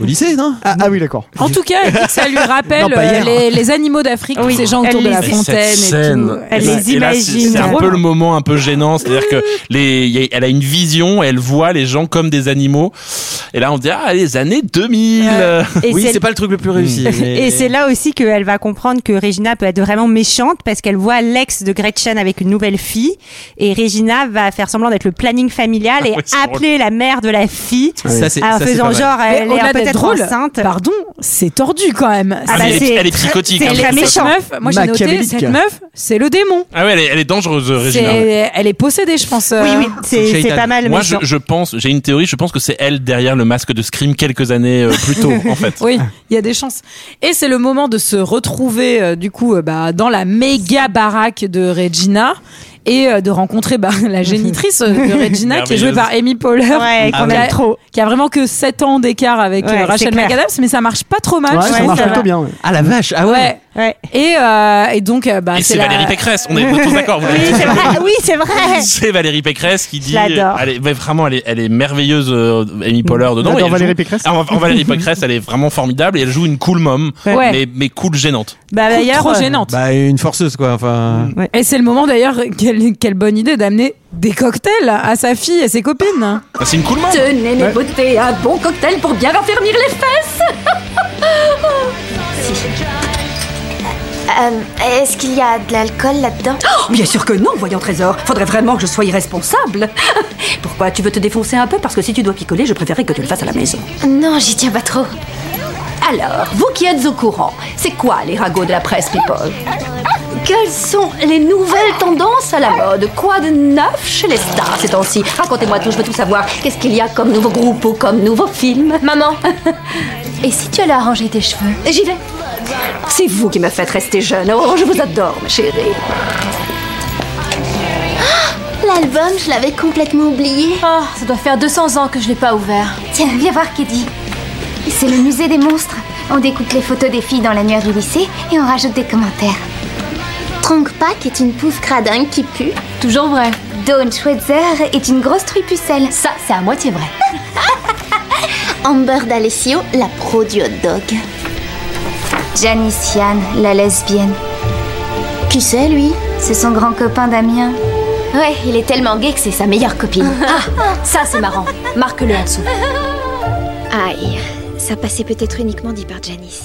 Au lycée, non
ah, ah oui, d'accord.
En tout cas, elle dit que ça lui rappelle
Non, pas
euh,
hier. hein.
les, les animaux d'Afrique,
Oui.
tous ces gens
Elle
autour de
les-
la
Et
fontaine
cette
et tout.
scène,
Elle
et là-
les
et là, c'est-
imagine.
C'est un peu
Drôle.
le moment un peu gênant, c'est-à-dire que les, y a- elle a une vision, elle voit les gens comme des animaux, et là on se dit ah les années 2000. euh,
et
Oui,
c'est
c'est pas le truc le plus réussi. mais-
et c'est là aussi qu'elle va comprendre que Regina peut être vraiment méchante parce qu'elle voit l'ex de Gretchen avec une nouvelle fille et Regina va faire semblant d'être le planning familial et
Ouais, Ah c'est
appeler la mère de la fille
Ça, c'est-
en
ça, c'est pas
faisant
mal.
genre
Mais
elle
au-delà
est
d'être
peut-être
drôle,
enceinte.
Pardon, c'est tordu quand même.
Ah
Ah,
bah,
mais elle, est,
c'est
elle est
très-
psychotique.
c'est
hein,
très
cette
méchant.
cette
meuf.
meuf, moi j'ai noté,
Machiavélique.
cette meuf, c'est le démon.
Ah ouais, elle est, elle est dangereuse, euh,
C'est,
Regina.
elle est possédée, je pense.
oui
euh,
oui
c'est
c'est c'est
Shaitan.
pas mal
Moi, je,
méchant.
je pense, j'ai une théorie, je pense que c'est elle derrière le masque de Scream quelques années euh, plus tôt, en fait.
Ah.
Oui, il y a des chances. Et c'est le moment de se retrouver euh, du coup euh, bah, dans la méga baraque de Regina et euh, de rencontrer bah, la génitrice euh, de Regina qui est jouée par Amy Poehler.
Ouais, qu'on
qui,
aime
a,
trop.
qui a vraiment que 7 ans d'écart avec euh,
Ouais, c'est
Rachel
clair.
McAdams, mais ça marche pas trop mal.
Ouais,
ouais,
ça marche
ça
plutôt
va.
bien. ouais.
Ah la vache, ah ouais.
Ouais.
Ouais.
Et, euh, et donc, euh, bah,
Et c'est
la-
Valérie Pécresse, on est tous d'accord. vous l'avez
Oui,
dit.
c'est vrai. Ah, Oui, c'est vrai.
C'est Valérie Pécresse qui dit.
Je l'adore.
Elle est, ouais, vraiment, elle est, elle est merveilleuse, euh, Amy Poehler dedans.
J'adore
et elle
Valérie
joue-
Pécresse.
Ah, En, en Valérie Pécresse, elle est vraiment formidable et elle joue une cool mom,
Ouais.
mais, mais cool gênante.
Bah d'ailleurs,
trop gênante.
Bah une forceuse quoi, enfin.
euh, Et c'est le moment d'ailleurs, quelle, quelle bonne idée d'amener des cocktails à sa fille et ses copines.
Ah, C'est une cool mom.
Tenez mes beautés, un bon cocktail pour bien raffermir les fesses
Euh, Est-ce qu'il y a de l'alcool là-dedans
Bien sûr que non, voyant trésor. Faudrait vraiment que je sois irresponsable. Pourquoi Tu veux te défoncer un peu Parce que si tu dois picoler, je préférerais que tu le fasses à la maison.
Non, j'y tiens pas trop.
Alors, vous qui êtes au courant, c'est quoi les ragots de la presse, people Quelles sont les nouvelles tendances à la mode Quoi de neuf chez les stars ces temps-ci Racontez-moi tout, je veux tout savoir. Qu'est-ce qu'il y a comme nouveau groupe ou comme nouveau film
Maman Et si tu allais arranger tes cheveux
J'y vais. C'est vous qui me faites rester jeune. Oh, je vous adore, ma chérie.
Ah, L'album, je l'avais complètement oublié.
Ah, ça doit faire 200 ans que je l'ai pas ouvert.
Tiens, viens voir, Katie. C'est le musée des monstres. On découpe les photos des filles dans l'annuaire du lycée et on rajoute des commentaires. Trunkpack est une pouffe cradingue qui pue.
Toujours vrai.
Dawn Schweitzer est une grosse trupucelle.
Ça, c'est à moitié vrai.
Amber D'Alessio, la pro du hot dog. Janice Yann, la lesbienne. Qui c'est, lui C'est son grand copain Damien.
Ouais, il est tellement gay que c'est sa meilleure copine. Ah, ça c'est marrant. Marque-le en dessous.
Aïe, ça passait peut-être uniquement dit par Janice.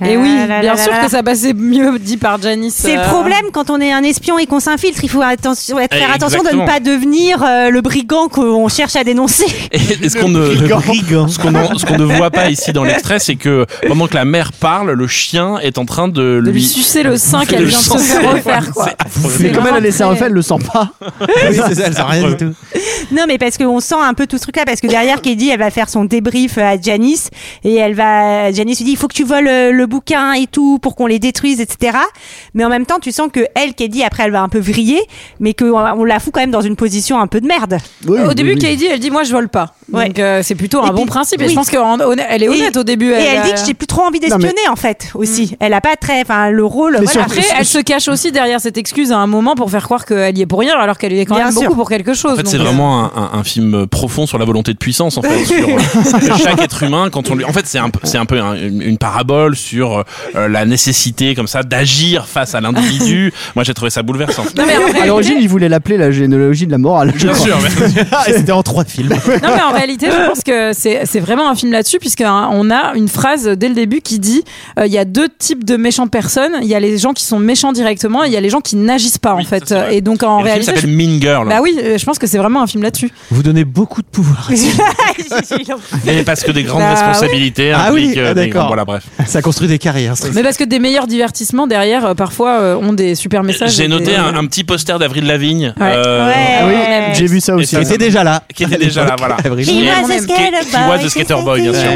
Et
Ah
oui,
là là
bien
là
sûr
là.
que ça passait mieux dit par Janice.
C'est le
euh,
problème quand on est un espion et qu'on s'infiltre, il faut attention, être- faire
Eh,
attention de ne
exactement.
pas devenir euh, le brigand qu'on cherche à dénoncer.
Et et ce qu'on ne,
euh,
ce qu'on en- ce qu'on ne voit pas ici dans l'extrait, c'est que pendant que la mère parle, le chien est en train de
De lui
lui.
sucer le sein
de
qu'elle vient de se
chancer.
faire refaire, quoi.
C'est affreux.
C'est
Mais comme elle a
vraiment
laissé
très-
un fait, elle le sent pas.
oui, c'est ça, elle sent rien du tout.
Non, mais parce qu'on sent un peu tout ce truc-là, parce que derrière, Katie, elle va faire son débrief euh, à Janice, et elle va, Janice lui dit, il faut que tu voles euh, le bouquin et tout, pour qu'on les détruise, etc. Mais en même temps, tu sens que elle, Katie, après, elle va un peu vriller, mais qu'on on la fout quand même dans une position un peu de merde.
Oui,
Au
oui,
début,
oui.
Katie, elle dit Moi, je vole pas.
Ouais.
Donc, euh, c'est plutôt un
Et
bon
puis-
principe. Et
oui.
je pense qu'elle est honnête au début.
et elle dit
euh,
que j'ai plus trop envie
mais-
d'espionner, en fait, aussi. Elle a pas très, enfin, le rôle,
Mais
voilà.
Après, elle se cache aussi derrière cette excuse à un moment pour faire croire qu'elle y est pour rien, alors qu'elle y est quand
Bien
même
sûr.
beaucoup pour quelque chose.
En fait,
donc,
c'est
euh,
vraiment un, un- un film profond sur la volonté de puissance, en fait. sur, euh, chaque être humain, quand on lui. En fait, c'est un, peu- c'est un peu un- une, une parabole sur sur euh, la nécessité comme ça d'agir face à l'individu. Moi, j'ai trouvé ça bouleversant.
Non, mais en
à
réalité,
l'origine, il voulait l'appeler la généalogie de la morale. je
Bien
crois.
sûr, mais-
Ah, Et c'était en trois films.
Non, mais en réalité, je pense que c'est c'est vraiment un film là-dessus, puisqu'on a une phrase dès le début qui dit euh, il y a deux types de méchantes personnes. Il y a les gens qui sont méchants directement et il y a les gens qui n'agissent pas, en
Oui, ça,
fait.
c'est vrai.
Et donc, en
Et le film
réalité.
s'appelle Mean Girl.
je- Bah oui, euh, je pense que c'est vraiment un film là-dessus.
Vous donnez beaucoup de pouvoir.
Mais parce que des grandes
Bah,
responsabilités
Ah oui,
impliquent euh,
ah,
des-
d'accord.
Voilà, bref.
Ça construit des carrières. ça.
Mais parce que des meilleurs divertissements derrière, euh, parfois, euh, ont des super messages.
J'ai
et
noté
des-
un, un petit poster d'Avril Lavigne.
Ouais.
euh,
Ah oui, j'ai vu ça
Et
aussi.
ça,
Qui était déjà là.
Qui était déjà là, voilà.
Avril.
Et-
was a
qui- qui was a skater boy, bien sûr.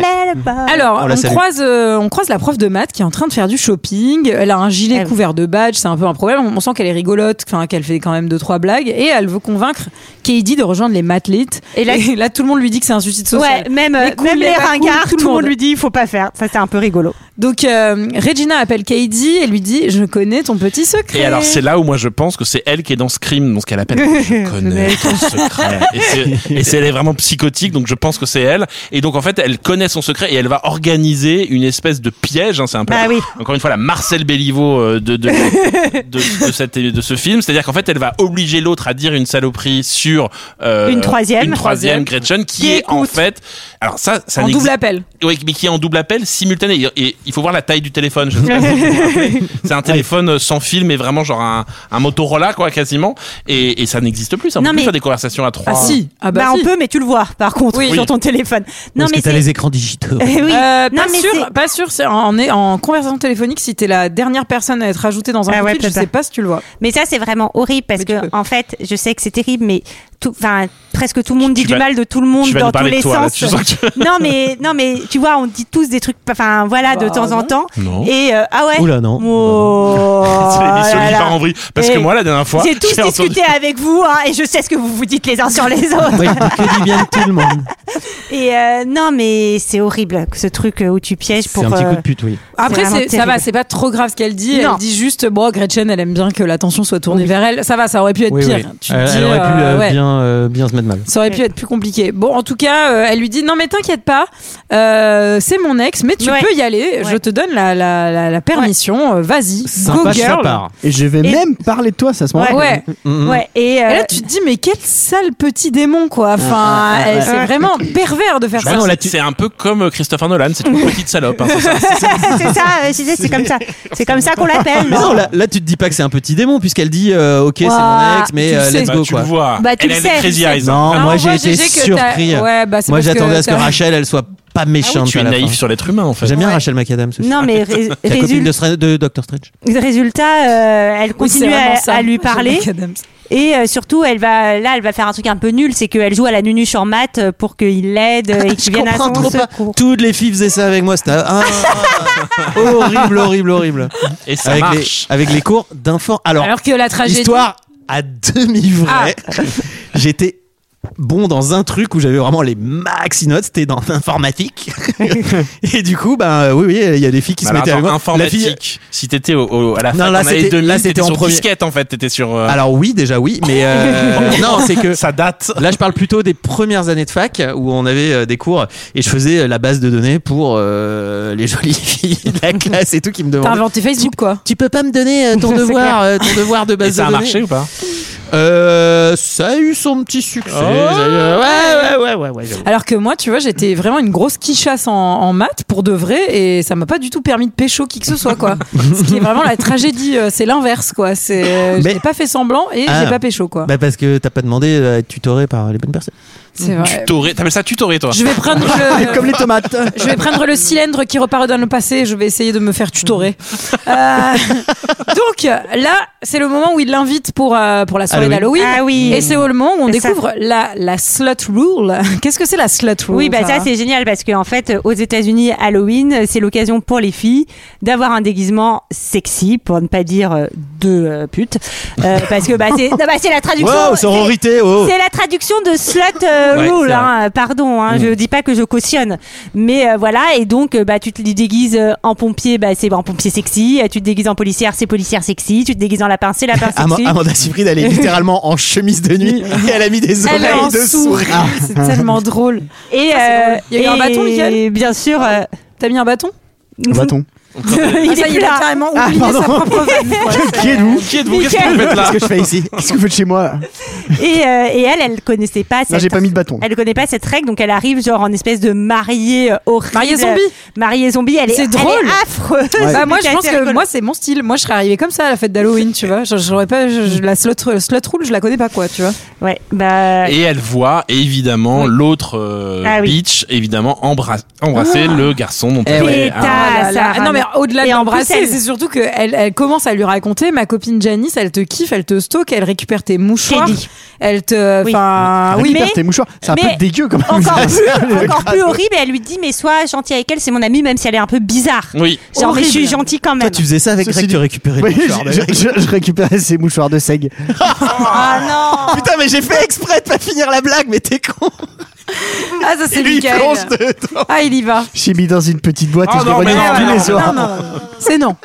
Ah
Alors,
On
Oh,
on,
la salue.
croise, euh, on croise la prof de maths qui est en train de faire du shopping. Elle a un gilet
Ah oui.
couvert de badge, c'est un peu un problème. On, on sent qu'elle est rigolote, enfin, qu'elle fait quand même deux trois blagues, et elle veut convaincre Katie de rejoindre les mathlétes. Et là, là, tout le monde lui dit que c'est un suicide social.
Ouais, même, euh,
Les cools,
même
les
les
pas cools,
ringards, tout le monde lui dit il faut pas faire. Ça, c'est un peu rigolo.
Donc, euh, Regina appelle Katie et lui dit Je connais ton petit secret.
Et alors, c'est là où moi je pense que c'est elle qui est dans Scream, dans ce qu'elle appelle Je connais ton secret. Et c'est- Et c'est elle est vraiment psychotique, donc je pense que c'est elle. Et donc en fait, elle connaît son secret et elle va organiser une espèce de piège. hein, c'est un peu,
Bah oui.
encore une fois, la Marcel Béliveau euh, de, de, de, de cette, de ce film. C'est-à-dire qu'en fait, elle va obliger l'autre à dire une saloperie sur euh,
Une troisième.
une troisième Gretchen qui, est en fait. Alors ça, ça
en
n'existe-
double appel.
oui, mais qui est en double appel simultané. Et- Et il faut voir la taille du téléphone. Je sais pas si vous vous rappelez. c'est un téléphone euh, sans fil, mais vraiment genre un, un Motorola, quoi, quasiment. Et, et ça n'existe plus. Ça, on
Non,
peut plus
mais-
faire des conversations à trois.
Ah si, ah bah,
Bah,
si.
on peut, mais tu le vois, par contre,
Oui.
sur ton téléphone. Non,
Parce que
mais
t'as
c'est-
les écrans digitaux.
Eh oui.
Euh,
Non,
pas,
mais
sûr,
c'est-
pas sûr, c'est en, en- en conversation téléphonique, si t'es la dernière personne à être ajoutée dans un
Ah
coup de
ouais,
fil, je
peut-être
sais
pas.
pas si tu le vois.
Mais ça, c'est vraiment horrible parce
Mais tu
que,
peux.
en fait, je sais que c'est terrible, mais tout, enfin, presque tout le monde dit
tu
du
vas-
mal de tout le monde
tu vas nous
dans tous
parler de
les
toi, là,
sens.
tu sens que-
non, mais, non, mais, tu vois, on dit tous des trucs, enfin, voilà, de
Bah,
temps en
non.
temps.
Non.
Et, euh, ah ouais.
Oula, non. Bah
Oh,
C'est l'émission
là
qui
là.
part en vrille. Parce que
Eh,
moi, la dernière fois,
J'ai tous
j'ai entendu-
discuté avec vous, hein, et je sais ce que vous vous dites les uns sur les autres.
Moi, je dis que du bien de tout le monde.
Et euh, non, mais c'est horrible ce truc euh, où tu pièges
C'est
pour.
un petit
euh,
coup de pute, oui.
Après,
vraiment
c'est- ça
terrible.
va, c'est pas trop grave ce qu'elle dit.
Non.
Elle dit juste, bon, Gretchen, elle aime bien que l'attention soit tournée vers elle. Ça va, ça aurait pu être
Oui,
pire.
oui.
Tu te
elle,
dis,
elle aurait pu
euh,
euh,
ouais.
bien, euh, bien se mettre mal.
Ça aurait pu être plus compliqué. Bon, en tout cas, euh, elle lui dit non mais t'inquiète pas, euh, c'est mon ex, mais tu
Ouais.
peux y aller. Je
Ouais.
te donne la, la, la, la permission. euh, Vas-y, go
Sympa de sa
girl.
part.
Et je vais
Et-
même parler de toi, à ce moment-là.
Ouais.
Mhm.
Ouais. Et, euh,
Et là, tu te dis mais quel sale petit démon quoi. Enfin, elle- c'est vraiment pervers de faire
Bah
ça.
non, là, tu- c'est un peu comme euh, Christopher Nolan, c'est une petite salope. hein, c'est ça.
c'est ça, euh, je disais, c'est comme ça. C'est comme ça qu'on l'appelle.
Mais non, là, là, tu te dis pas que c'est un petit démon, puisqu'elle dit euh, Ok, c'est
Ouah,
mon ex, mais
tu le
euh,
sais.
let's
Bah,
go,
tu le
quoi.
vois.
Bah, tu
Elle
le
a des
sais,
crazy
je sais.
eyes. hein.
Non,
Ah,
moi, j'ai
moi,
été
j'ai que t'as-
surpris.
Ouais, bah, c'est
moi,
parce
j'attendais
que
à ce que
t'as- Ah
Rachel, elle soit pas méchante.
Tu
à
es
la
naïf
fin.
sur l'être humain, en fait.
J'aime bien Rachel McAdams aussi.
Non, mais ré-
la copine
résul-
de, Stra- de Doctor Strange.
résultat, euh, elle
Oui, c'est
continue
vraiment
à,
ça.
à lui parler
Jack Adams.
et euh, surtout, elle va là, elle va faire un truc un peu nul, c'est qu'elle joue à la nunuche en maths euh, pour qu'il l'aide euh, et qu'il vienne à son secours.
Toutes les filles faisaient ça avec moi. C'était ah, horrible, horrible, horrible.
Et ça
Avec les,
marche.
avec les cours d'infant. Alors,
Alors que la tragédie.
histoire à demi vraie. J'étais bon dans un truc où j'avais vraiment les maxi notes, c'était dans l'informatique. et du coup, ben euh, oui, oui, il y a des filles qui
Bah,
se
alors,
mettaient avec
attends,
moi. La
informatique.
fille- euh,
Si t'étais au, au- à la
Non,
fin,
là, c'était- là,
c'était
c'était en
sur
premier.
disquette, en fait. T'étais sur. euh,
Alors oui, déjà oui, mais euh, non, c'est que
Ça date.
Là, je parle plutôt des premières années de fac où on avait euh, des cours et je faisais euh, la base de données pour euh, les jolies filles de la classe et tout qui me
T'as
demandaient.
inventé Facebook quoi.
Tu peux pas me donner euh, ton devoir, euh, ton devoir de base
Et ça a
de données
marché ou pas
Euh, Ça a eu son petit succès.
Oh.
Ça a eu- euh, ouais, ouais, ouais, ouais, ouais, j'avoue.
Alors que moi, tu vois, j'étais vraiment une grosse quichasse en, en maths pour de vrai et ça m'a pas du tout permis de pécho qui que ce soit quoi. Ce qui est vraiment la tragédie, euh, c'est l'inverse quoi. C'est euh,
Mais-
j'ai pas fait semblant et
Ah.
j'ai pas pécho quoi.
Bah parce que t'as pas demandé à être tutoré par les bonnes personnes.
C'est vrai.
Tutoré. T'appelles ça tutoré, toi
Je vais prendre le
Comme les tomates.
je vais prendre le cylindre qui repart dans le passé. Je vais essayer de me faire tutorer. Euh, donc là, c'est le moment où il l'invite pour euh, pour la soirée
Halloween.
d'Halloween.
Ah oui.
Et c'est au moment où on
C'est ça.
découvre la la slut rule. Qu'est-ce que c'est la slut rule
Oui, bah ça
Sarah
c'est génial parce qu'en fait, euh, aux États-Unis, Halloween, euh, c'est l'occasion pour les filles d'avoir un déguisement sexy, pour ne pas dire euh, de euh, pute, Euh, parce que bah c'est non, bah, c'est la traduction.
Wow,
c'est-
sororité, oh
C'est la traduction de slut euh,
Ouais,
rule,
c'est
hein, pardon, hein, je dis pas que je cautionne, mais euh, voilà, et donc euh, bah, tu te déguises euh, en pompier, bah, c'est en pompier sexy, euh, tu te déguises en policière, c'est policière sexy, tu te déguises en lapin, c'est lapin
Ama-
sexy.
Amanda Seyfried, elle est littéralement en chemise de nuit et elle a mis des
Elle est
oreilles
en
de souris.
souris.
Ah,
C'est tellement drôle.
Et euh,
c'est drôle. Il y a eu un
et
bâton, Mickaël
bien sûr. euh,
T'as mis un bâton
Va-t-on
Ah,
il est plus là.
carrément
Ah,
oublié
pardon.
sa propre vanne.
Qui êtes-vous
Qui êtes-vous Qu'est-ce que vous faites là
Qu'est-ce que je fais ici Qu'est-ce que vous faites chez moi
Et, euh, et elle, elle connaissait pas
Non,
cette.
j'ai pas mis de bâton.
Elle connaît pas cette règle, donc elle arrive genre en espèce de mariée euh, horrible.
Mariée zombie.
Mariée zombie, elle est,
C'est
elle
drôle.
est affreuse.
Bah, moi, je
Elle
pense
est
que
rigolote.
moi, c'est mon style. Moi, je serais arrivée comme ça à la fête d'Halloween, tu vois. Genre, j'aurais pas, je- je- la slot, slot rule, je la connais pas, quoi, tu vois.
Ouais, bah.
Et elle voit évidemment
Oui.
l'autre euh,
Ah oui. Ah.
bitch évidemment embras- embrasser le garçon dont
Eh
elle
ouais.
est
Pétard.
un-
Ah,
Ah là là.
Sarah,
Non, mais
non.
au-delà
Et en
d'embrasser,
plus, elle-
c'est surtout qu'elle elle commence à lui raconter ma copine Janice, elle te kiffe, elle te stocke, elle récupère tes mouchoirs.
Teddy.
Elle te.
Ah Oui.
Enfin,
oui,
oui,
mais-
tes mouchoirs. C'est un peu
mais-
dégueu comme
Encore, plus- encore plus horrible, et elle lui dit Mais sois gentil avec elle, c'est mon amie, même si elle est un peu bizarre.
Oui.
Genre, mais je suis
Horrible.
gentil quand même.
Toi, tu faisais ça avec Greg,
Ceci dit-
tu récupérais le
Oui, je,
mouchoir de Greg.
je- je récupérais ces mouchoirs de seigle.
Ah non
Putain, mais j'ai fait exprès de pas finir la blague, mais t'es con.
Ah, ça, c'est
Lui, il
Michael.
plonge dedans.
Ah, il y va.
J'ai mis dans une petite boîte
Ah,
Oh
et je les
non, mais
remets
non,
Ah,
tous
non,
les soirs.
Non, non, non, non. C'est non.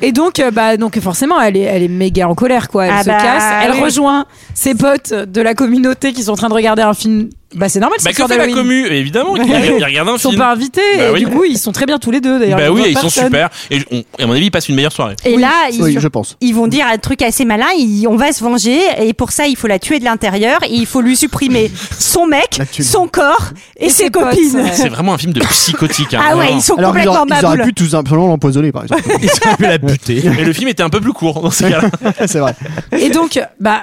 Et donc, euh, bah, donc forcément, elle est, elle est méga en colère, quoi. Elle
Ah
se
bah,
casse. Elle
oui.
rejoint ses potes de la communauté qui sont en train de regarder un film. Bah, c'est normal.
Bah
c'est
que fait la commu évidemment ils regardent- ils regardent un
Ils sont
film.
pas invités.
Bah
et
oui.
Du coup, ils sont très bien tous les deux. D'ailleurs,
Bah oui,
voient
et ils sont
personne.
super et je- on- à mon avis ils passent une meilleure soirée.
Et là, ils,
Oui, je pense.
ils vont dire un truc assez malin ils- on va se venger, et pour ça, il faut la tuer de l'intérieur, et il faut lui supprimer son mec,
La tuer.
son corps et,
Et
ses,
ses potes,
copines.
ouais.
C'est vraiment un film de psychotique. hein,
Ah ouais,
vraiment.
ils sont
Alors, ils
complètement
auraient, ils auraient
baboule.
pu tout simplement l'empoisonner, par exemple.
Ils auraient pu la
Ah
buter.
Et le film était un peu plus court dans ces cas-là.
c'est vrai.
Et donc, bah.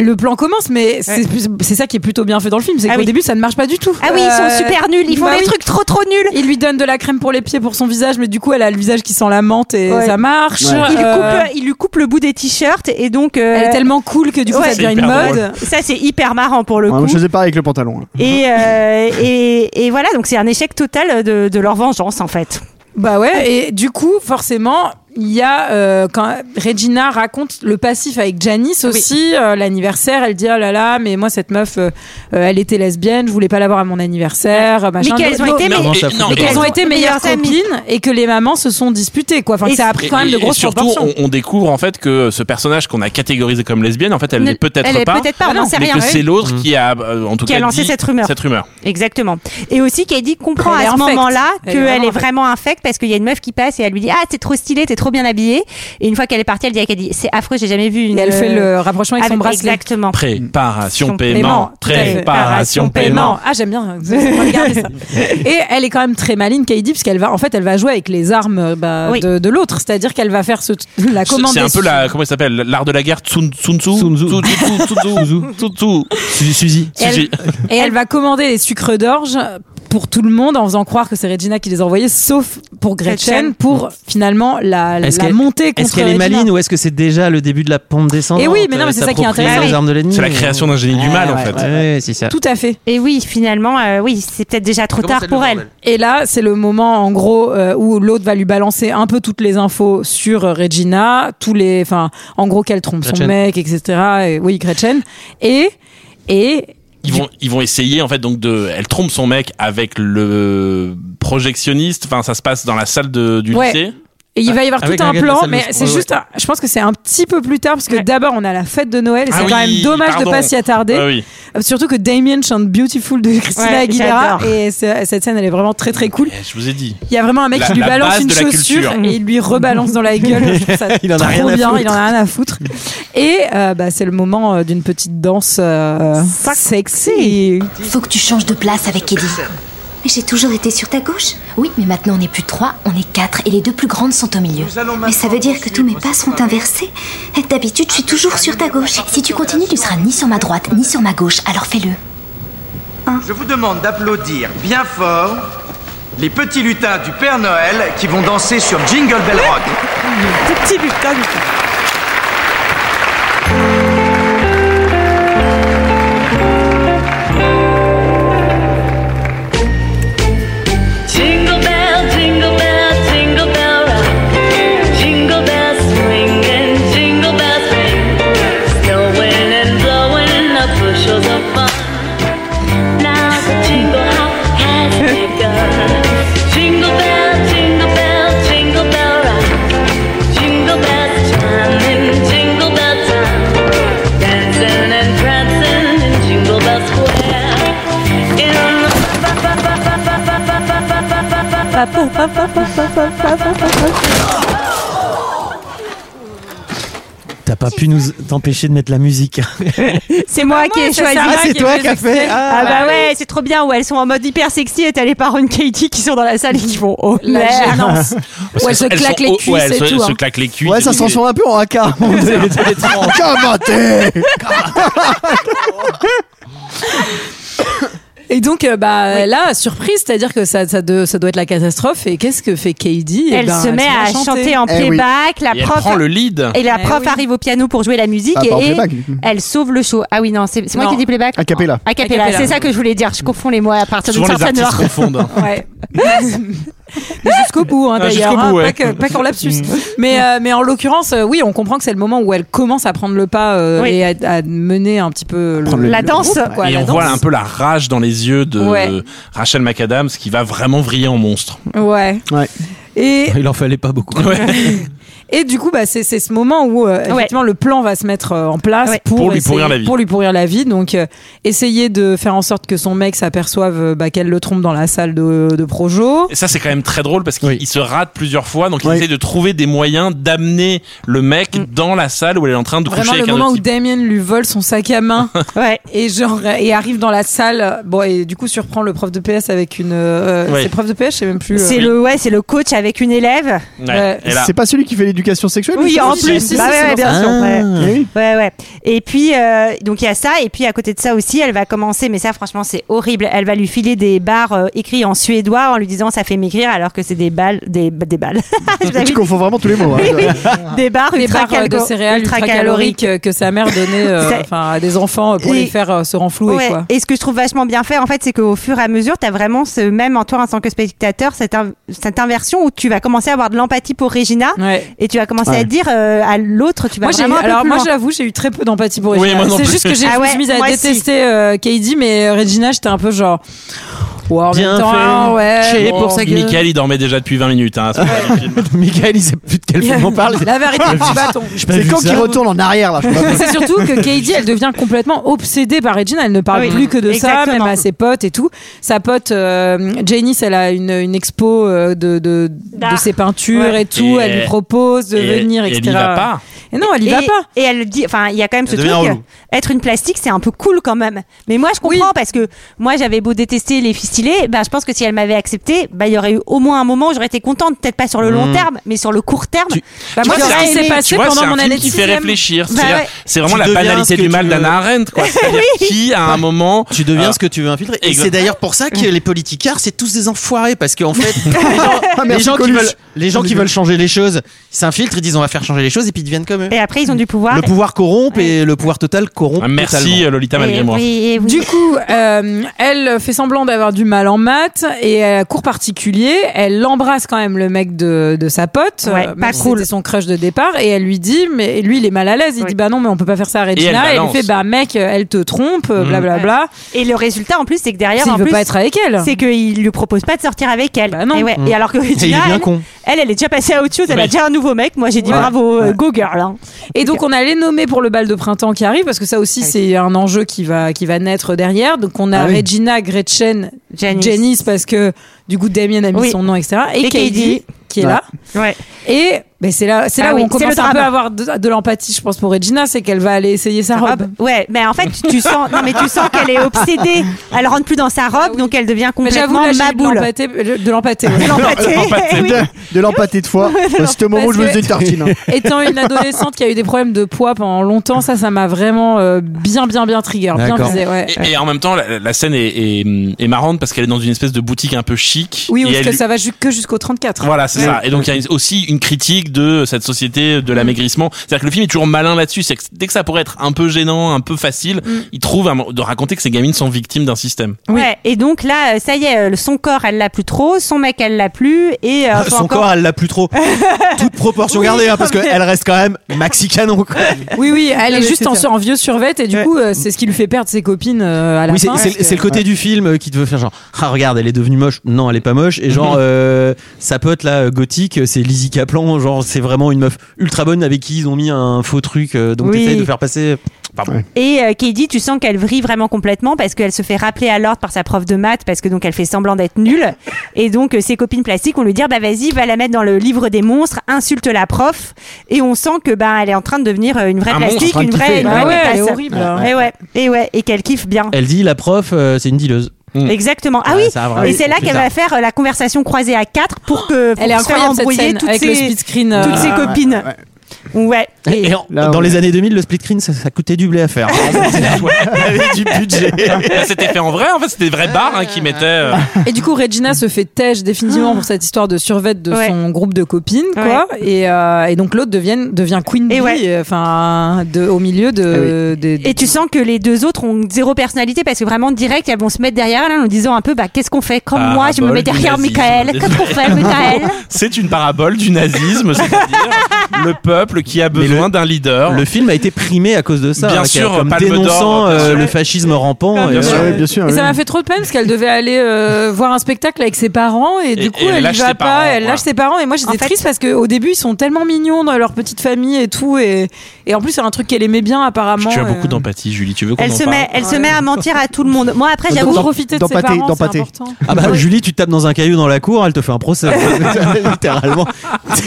Le plan commence, mais c'est c'est ça qui est plutôt bien fait dans le film, c'est
Ah
qu'au
oui.
début ça ne marche pas du tout.
Ah oui, ils
Euh,
sont super nuls, ils font
bah
des
oui.
trucs trop trop nuls.
Il lui donne de la crème pour les pieds pour son visage, mais du coup elle a le visage qui sent la menthe et
Ouais.
ça marche.
Ouais.
Il,
Euh,
coupe, il lui coupe le bout des t-shirts et donc euh,
Elle est tellement cool que du coup
Ouais.
ça devient
C'est
une
hyper
mode.
ça c'est hyper marrant pour le
Ouais, Ah, moi,
coup.
je faisais pas avec le pantalon. hein.
Et, euh, et, et voilà, donc c'est un échec total de, de leur vengeance en fait.
Bah ouais, et du coup, forcément, il y a euh, quand Regina raconte le passif avec Janice aussi, euh, l'anniversaire, elle dit oh là là, mais moi cette meuf, euh, euh, elle était lesbienne, je voulais pas l'avoir à mon anniversaire, euh, machin.
Mais qu'elles ont
Donc,
été,
Non,
mais-
et-
ça fout
non,
le
et-
qu'elles
elles
ont
ont
été
été
meilleures
meilleures amies.
copines et que les mamans se sont disputées quoi. Enfin, que
Et-
ça a pris quand même de
Et-
grosses
et surtout,
proportions.
on, on découvre en fait que ce personnage qu'on a catégorisé comme lesbienne, en fait, elle
Ne-
n'est peut-être
elle est
pas.
peut-être pas, on
mais
n'en sait rien,
que
oui.
c'est l'autre qui a, euh, en tout
Qui
cas,
a lancé
dit
cette rumeur.
Cette rumeur.
Exactement. Et aussi Katie comprend
Elle est
à ce
infecte.
moment-là
Elle est
qu'elle
vraiment
est vraiment infecte parce qu'il y a une meuf qui passe et elle lui dit ah t'es trop stylée, t'es trop bien habillée. Et une fois qu'elle est partie, elle dit à Katie c'est affreux, j'ai jamais vu
Et
une.
elle fait
euh,
le rapprochement avec son
avec-
bracelet.
Exactement.
Préparation,
Son
paiement.
paiement, tout à fait. Préparation,
Préparation, paiement.
Ah, j'aime bien. Vous allez regarder ça. Et elle est quand même très maligne, Katie, parce qu'elle va, en fait, elle va jouer avec les armes euh, bah,
Oui.
de, de l'autre. C'est-à-dire qu'elle va faire ce, la
C'est
commande.
c'est un
des-
peu la, comment il s'appelle, l'art de la guerre, Sun Sun Tzu.
Sun Tzu.
Tzu, Tzu, Tzu, Tzu, Tzu, Tzu.
Suzy.
Suzy.
Et elle va commander les sucres d'orge pour tout le monde en faisant croire que c'est Regina qui les a envoyés, sauf pour Gretchen,
Gretchen.
pour finalement la,
Mm. Est-ce
la
qu'elle-
montée contre
Est-ce qu'elle est
Regina.
maligne ou est-ce que c'est déjà le début de la pompe descendante
Eh oui, mais non, mais
euh,
c'est ça qui est
s'approprier
intéressant.
les armes de l'ennemi.
C'est la création d'un génie du mal, en
Ouais,
fait.
ouais, c'est ça.
Tout à fait.
Et oui, finalement, euh, oui, c'est peut-être déjà trop tard pour elle.
Et là, c'est le moment, en gros, euh, où l'autre va lui balancer un peu toutes les infos sur euh, Regina, tous les, enfin, en gros, qu'elle trompe son
Gretchen.
mec, etc. Et- oui, Gretchen. Et et
Ils vont, ils vont essayer en fait donc de. Elle trompe son mec avec le projectionniste. Enfin, ça se passe dans la salle de, du
Ouais.
lycée.
et il va y avoir
Ah, Avec
tout un
Agatha
plan,
Salmos.
mais c'est
Ouais,
juste, un- je pense que c'est un petit peu plus tard, parce que d'abord on a la fête de Noël, et
Ah
c'est
oui,
quand même dommage de
pardon.
pas s'y attarder.
Ah oui.
Euh, Surtout que Damien chante Beautiful de Christina
Ouais,
Aguilera,
j'adore.
et c'est- cette scène elle est vraiment très très cool.
Eh, Je vous ai dit.
Il y a vraiment un mec
La-
qui lui
la
balance
base
une
de la
chaussure
culture.
et il lui rebalance dans la gueule. Je trouve ça
Il en a
trop
rien à
bien,
foutre.
il en a rien à foutre. Et euh, bah, c'est le moment euh, d'une petite danse euh, sexy.
Faut que tu changes de place avec Eddie.
Mais j'ai toujours été sur ta gauche.
Oui, mais maintenant on n'est plus trois, on est quatre, et les deux plus grandes sont au milieu.
Mais ça veut dire que tous mes pas sont inversés.
Eh,
D'habitude, je suis toujours sur ta gauche.
Si tu continues, tu seras ni sur ma droite, ni sur ma gauche, alors fais-le.
Je vous demande d'applaudir bien fort les petits lutins du Père Noël qui vont danser sur Jingle Bell Rock.
Petit lutin.
Jingle bell, jingle bell, jingle bell rock. Jingle bells swing and jingle bells ring. Snowing and blowing up bushels of fun. Now the jingle hop has begun. Jingle bell, jingle bell, jingle bell rock. Jingle bells chime.
T'as pas pu nous t'empêcher de mettre la musique.
C'est moi qui ai
c'est
choisi.
Sarah Ah, c'est qui a toi fait qui as fait. exprès.
Ah,
Ah.
bah ouais, c'est trop bien. Où elles sont en mode hyper sexy et t'as les parents de Katie qui sont dans la salle et qui font oh
La
merde.
gênance.
Parce
Ou elles
qu'elles
se
sont- elles
claquent
sont-
les
ouais,
cuisses
elles
et
se-
tout.
elles se
hein.
claquent les cuisses.
Ouais, ça
et-
s'en sent un peu en haka. Kamaté
Et donc, euh, bah là, surprise, c'est-à-dire que ça, ça, de- ça doit être la catastrophe. Et qu'est-ce que fait Katie Eh
Elle
ben,
se met à chanter, en
Eh oui.
playback. La
Et elle
prof
prend le lead.
Et la
Eh
prof
oui.
arrive au piano pour jouer la musique
Ah, pas en
et
playback, du coup.
elle sauve le show. Ah oui, non, c'est c'est moi
Non.
qui dis playback.
A cappella.
A cappella,
A cappella.
c'est ça que je voulais dire. Je confonds les mots à partir d'une
Souvent, les
certaine
artistes
heure.
confondent. hein.
Ouais. Mais jusqu'au bout, hein,
Ah,
d'ailleurs.
jusqu'au
hein,
bout,
pas
ouais. Mm.
que- Pas qu'en lapsus. mais, euh, mais en l'occurrence, euh, oui, on comprend que c'est le moment où elle commence à prendre le pas euh,
Oui.
et à, à mener un petit peu le- le groupe, quoi,
et
la
on
danse.
voit un peu la rage dans les yeux de
Ouais.
Rachel McAdams qui va vraiment vriller en monstre.
Ouais. Et,
Il en fallait pas beaucoup.
et du coup, bah, c'est c'est ce moment où euh, effectivement le plan va se mettre euh, en place pour,
Pour lui
essayer-
pourrir la vie.
Pour lui pourrir la vie. Donc, euh, essayer de faire en sorte que son mec s'aperçoive euh, bah, qu'elle le trompe dans la salle de, de Projo.
Et ça, c'est quand même très drôle parce qu'il il se rate plusieurs fois, donc il essaie de trouver des moyens d'amener le mec dans la salle où elle est en train de coucher
Mm. Vraiment le
avec un
moment
autre
où
type.
Damien lui vole son sac à main et genre et arrive dans la salle bon et du coup surprend le prof de PS avec une euh,
Ouais.
c'est prof de PS je sais même plus euh.
C'est le ouais, c'est le coach avec une élève.
Ouais, et là-
C'est pas celui qui fait l'éducation sexuelle
Oui,
mais
en
c'est-
plus,
si, si,
bah
si,
ouais,
c'est
ouais,
dans
bien
ça.
sûr.
Ah.
ouais.
Eh oui.
Ouais, ouais. Et puis, euh, donc il y a ça, et puis à côté de ça aussi, elle va commencer, mais ça, franchement, c'est horrible. Elle va lui filer des barres euh, écrits en suédois en lui disant ça fait maigrir, alors que c'est des balles, des, des balles. Je vous avais
Tu
dit.
confonds vraiment tous les mots. hein.
Oui, oui. Des barres
des
ultra
barres euh, de
calco-
céréales
ultra
ultra
caloriques.
caloriques euh, que sa mère donnait euh,
C'est-
enfin à des enfants euh, pour
Et-
les faire euh, se renflouer
Ouais.
quoi
Et ce que je trouve vachement bien fait, en fait, c'est qu'au fur et à mesure, t'as vraiment ce même en toi en tant que spectateur, cette, in- cette inversion où tu vas commencer à avoir de l'empathie pour Regina et tu vas commencer à
Ouais.
dire euh, à l'autre, tu vas
moi j'ai
vraiment un peu
alors
plus
moi
loin.
j'avoue j'ai eu très peu d'empathie pour
Oui,
Regina
moi non
c'est
plus.
juste que j'ai
Ah
je me
ouais,
suis mise à
moi
détester euh, Katie mais euh, Regina j'étais un peu genre ouais, en
Bien
même temps,
fait.
hein, ouais, bon.
oh, Michael, il dormait déjà depuis 20 minutes.
Euh,
Hein, à ce moment-là.
Michael, il sait plus de quel film on parle.
La vérité du bâton.
J'ai pas
C'est
vu
quand
ça.
qu'il retourne en arrière là je sais pas.
Mais c'est surtout que Katie, elle devient complètement obsédée par Regina. Elle ne parle
Ah Oui,
plus que de ça,
exactement.
même à ses potes et tout. Sa pote euh, Janice, elle a une, une expo euh, de, de, de ses peintures
Ouais.
et tout.
Et-
elle lui propose de
et-
venir,
et elle
etc.
y va pas.
Et non, elle y
et,
va pas.
Et elle dit, enfin, il y a quand même ce
Elle devient
truc.
relou.
Être une plastique, c'est un peu cool quand même. Mais moi, je comprends parce que moi, j'avais beau détester les filles stylées, ben, je pense que si elle m'avait accepté, ben, il y aurait eu au moins un moment où j'aurais été contente, peut-être pas sur le long
Mm.
terme, mais sur le court terme.
Hmm. Bah, moi, c'est ce qui s'est passé
tu vois,
pendant
c'est un
mon
film
année de
qui fait
sixième.
réfléchir.
Bah
C'est-à-dire,
ouais.
C'est vraiment
Tu
la
deviens
banalité
ce que
du mal
tu veux.
d'Anna Arendt. Quoi. C'est-à-dire qui, à un moment...
Tu deviens
euh,
ce que tu veux infiltrer. Et
exact-
c'est d'ailleurs pour ça que les politicards, c'est tous des enfoirés. Parce qu'en fait, les gens, les
merci,
gens qui
Coluche.
veulent, les gens qui veulent changer les choses s'infiltrent, ils disent on va faire changer les choses et puis ils deviennent comme eux.
Et après, ils ont du pouvoir.
Le pouvoir corrompt et le pouvoir total corrompt.
merci,
totalement.
euh, Lolita, malgré moi.
Du coup, euh, elle fait semblant d'avoir du mal en maths et à cours particulier, elle embrasse quand même le mec de, de sa pote, euh,
Ouais, pas
même si
cool.
c'était son crush de départ, et elle lui dit, mais et lui il est mal à l'aise, il dit bah non mais on peut pas faire ça à
elle
Regina, et, elle
balance.
lui fait bah mec elle te trompe,
Mhm.
blablabla.
Et le résultat en plus, c'est que derrière,
S'il
en
veut
plus,
pas être avec elle. hein.
c'est qu'il lui propose pas de sortir avec elle. Et, ouais.
Mm.
Et alors que
Et il est
Regina,
bien
elle,
con.
elle, elle est déjà passée à autre chose. Elle a
Oui.
déjà un nouveau mec. Moi, j'ai dit
Ouais.
bravo, euh, go girl. hein.
Et donc on a les nommés pour le bal de printemps qui arrive parce que ça aussi c'est un enjeu qui va qui va naître derrière. Donc on a
Ah oui.
Regina, Gretchen,
Janice.
Janice. parce que du coup Damien a mis
Oui.
son nom etc. Et,
Et Katie.
Katie, qui est
Ouais.
là.
Ouais.
Et ben c'est là c'est
Ah
là où
oui,
on
c'est
commence
le
un peu
drame.
à avoir de, de l'empathie je pense pour Regina c'est qu'elle va aller essayer sa robe.
Ah, bah, Ouais, mais en fait, tu sens, non, mais tu sens qu'elle est obsédée. Elle rentre plus dans sa robe, donc elle devient
Ah Mais j'avoue
complètement
là j'ai eu de
maboule.
l'empathé de l'empathé. ouais.
L'empathée. oui.
De l'empathée de foie.
Alors,
C'était au moment où je me
parce
faisais une
que-
tartine. hein.
Étant une adolescente qui a eu des problèmes de poids pendant longtemps, ça, ça m'a vraiment euh, bien, bien, bien trigger, bien
D'accord.
visé. Ouais.
Et, et en même temps, la, la scène est, est- est marrante parce qu'elle est dans une espèce de boutique un peu chic.
Oui,
Et
parce
elle
que
lui-
ça va ju- que jusqu'au 34.
Voilà, c'est
Ouais. Mm.
ça. Et donc, il y a aussi une critique de cette société de l'amaigrissement. C'est-à-dire que le film est toujours malin là-dessus. C'est que dès que ça pourrait être un peu gênant, un peu facile,
Mm.
il trouve un mo- de raconter que ces gamines sont victimes d'un système.
Ouais, et donc là, euh, ça y est, euh, le- son corps, elle l'a plus trop, son mec, elle l'a plus, et euh, faut
Son
encore-
corps, elle l'a plus trop. Toute proportion
Oui,
gardée, hein, parce
mais-
qu'elle reste quand même maxi canon. quoi.
Oui, oui, elle
Non,
est
mais
juste
c'est
en,
ça.
en vieux survêt et du coup, euh, c'est ce qui lui fait perdre ses copines euh, à la
Oui, c'est-
fin.
c'est
parce
c'est le
que-
côté du film euh, qui te veut faire genre, ah
Mhm.
regarde, elle est devenue moche. Non, elle est pas moche. Et genre, euh, sa pote là, euh, gothique, euh, c'est Lizzie Kaplan, genre genre c'est vraiment une meuf ultra bonne avec qui ils ont mis un faux truc, euh, donc
Oui.
t'essayes de faire passer. Pardon.
Et euh, Katie, tu sens qu'elle vrille vraiment complètement parce qu'elle se fait rappeler à l'ordre par sa prof de maths parce que donc elle fait semblant d'être nulle. Et donc euh, ses copines plastiques vont lui dire bah vas-y, va la mettre dans le livre des monstres, insulte la prof. Et on sent que bah elle est en train de devenir euh, une vraie
Un monstre,
plastique,
en train
une
de kiffer.
vraie, une
Ah
Bah
vraie
ouais, elle est
métasse.
horrible, hein.
Et ouais, et ouais, et qu'elle kiffe bien.
Elle dit la prof, euh, c'est une dealeuse.
Exactement. Ah
Ouais,
oui.
ça, vraiment,
et c'est là
plus
qu'elle
tard.
va faire euh, la conversation croisée à quatre pour que pour
Elle est
se faire
incroyable, cette
embrouiller
scène,
toutes
avec
ses,
le split screen, euh,
toutes ses
ouais,
copines. Ouais.
Et, en- dans les années 2000, le split screen, ça, ça coûtait du blé à faire. Avec du budget.
Là, c'était fait en vrai, en fait, c'était des vrais bars hein, qui mettaient. euh,
Et du coup, Regina se fait têche définitivement pour cette histoire de survêt de son groupe de copines, quoi. Et, euh, et donc l'autre devient, devient Queen Bee, euh, enfin, de, au milieu de. de- de-
Et tu sens que les deux autres ont zéro personnalité parce que vraiment direct elles vont se mettre derrière elle en disant un peu bah qu'est-ce qu'on fait comme
Ah,
moi je me
bol
mets
du
derrière
nazisme.
Michael qu'est-ce qu'on fait Michael
C'est une parabole du nazisme, c'est-à-dire le peuple qui a besoin d'un leader.
Le film a été primé à cause de ça.
Bien
hein,
sûr,
comme
Palme
dénonçant
d'Or, bien
euh,
sûr.
le fascisme rampant.
Bien
et,
sûr.
euh,
Ouais, bien
Et ça m'a fait trop de peine parce qu'elle devait aller euh, voir un spectacle avec ses parents et,
Et-
du coup
et elle
elle y
lâche
va
ses
pas,
parents,
elle
voilà.
lâche ses parents et moi j'étais triste parce qu'au début ils sont tellement mignons dans leur petite famille et tout et, et en plus c'est un truc qu'elle aimait bien apparemment.
Tu as
et-
beaucoup d'empathie, Julie. Tu veux qu'on
elle
en
se
parle
met elle se met à mentir à tout le monde moi après
Dans-
j'avoue
dans- Profiter de dans ses pâté, parents, dans c'est pâté. important.
Ah bah, Julie, tu tapes dans un caillou dans la cour, elle te fait un procès. Littéralement.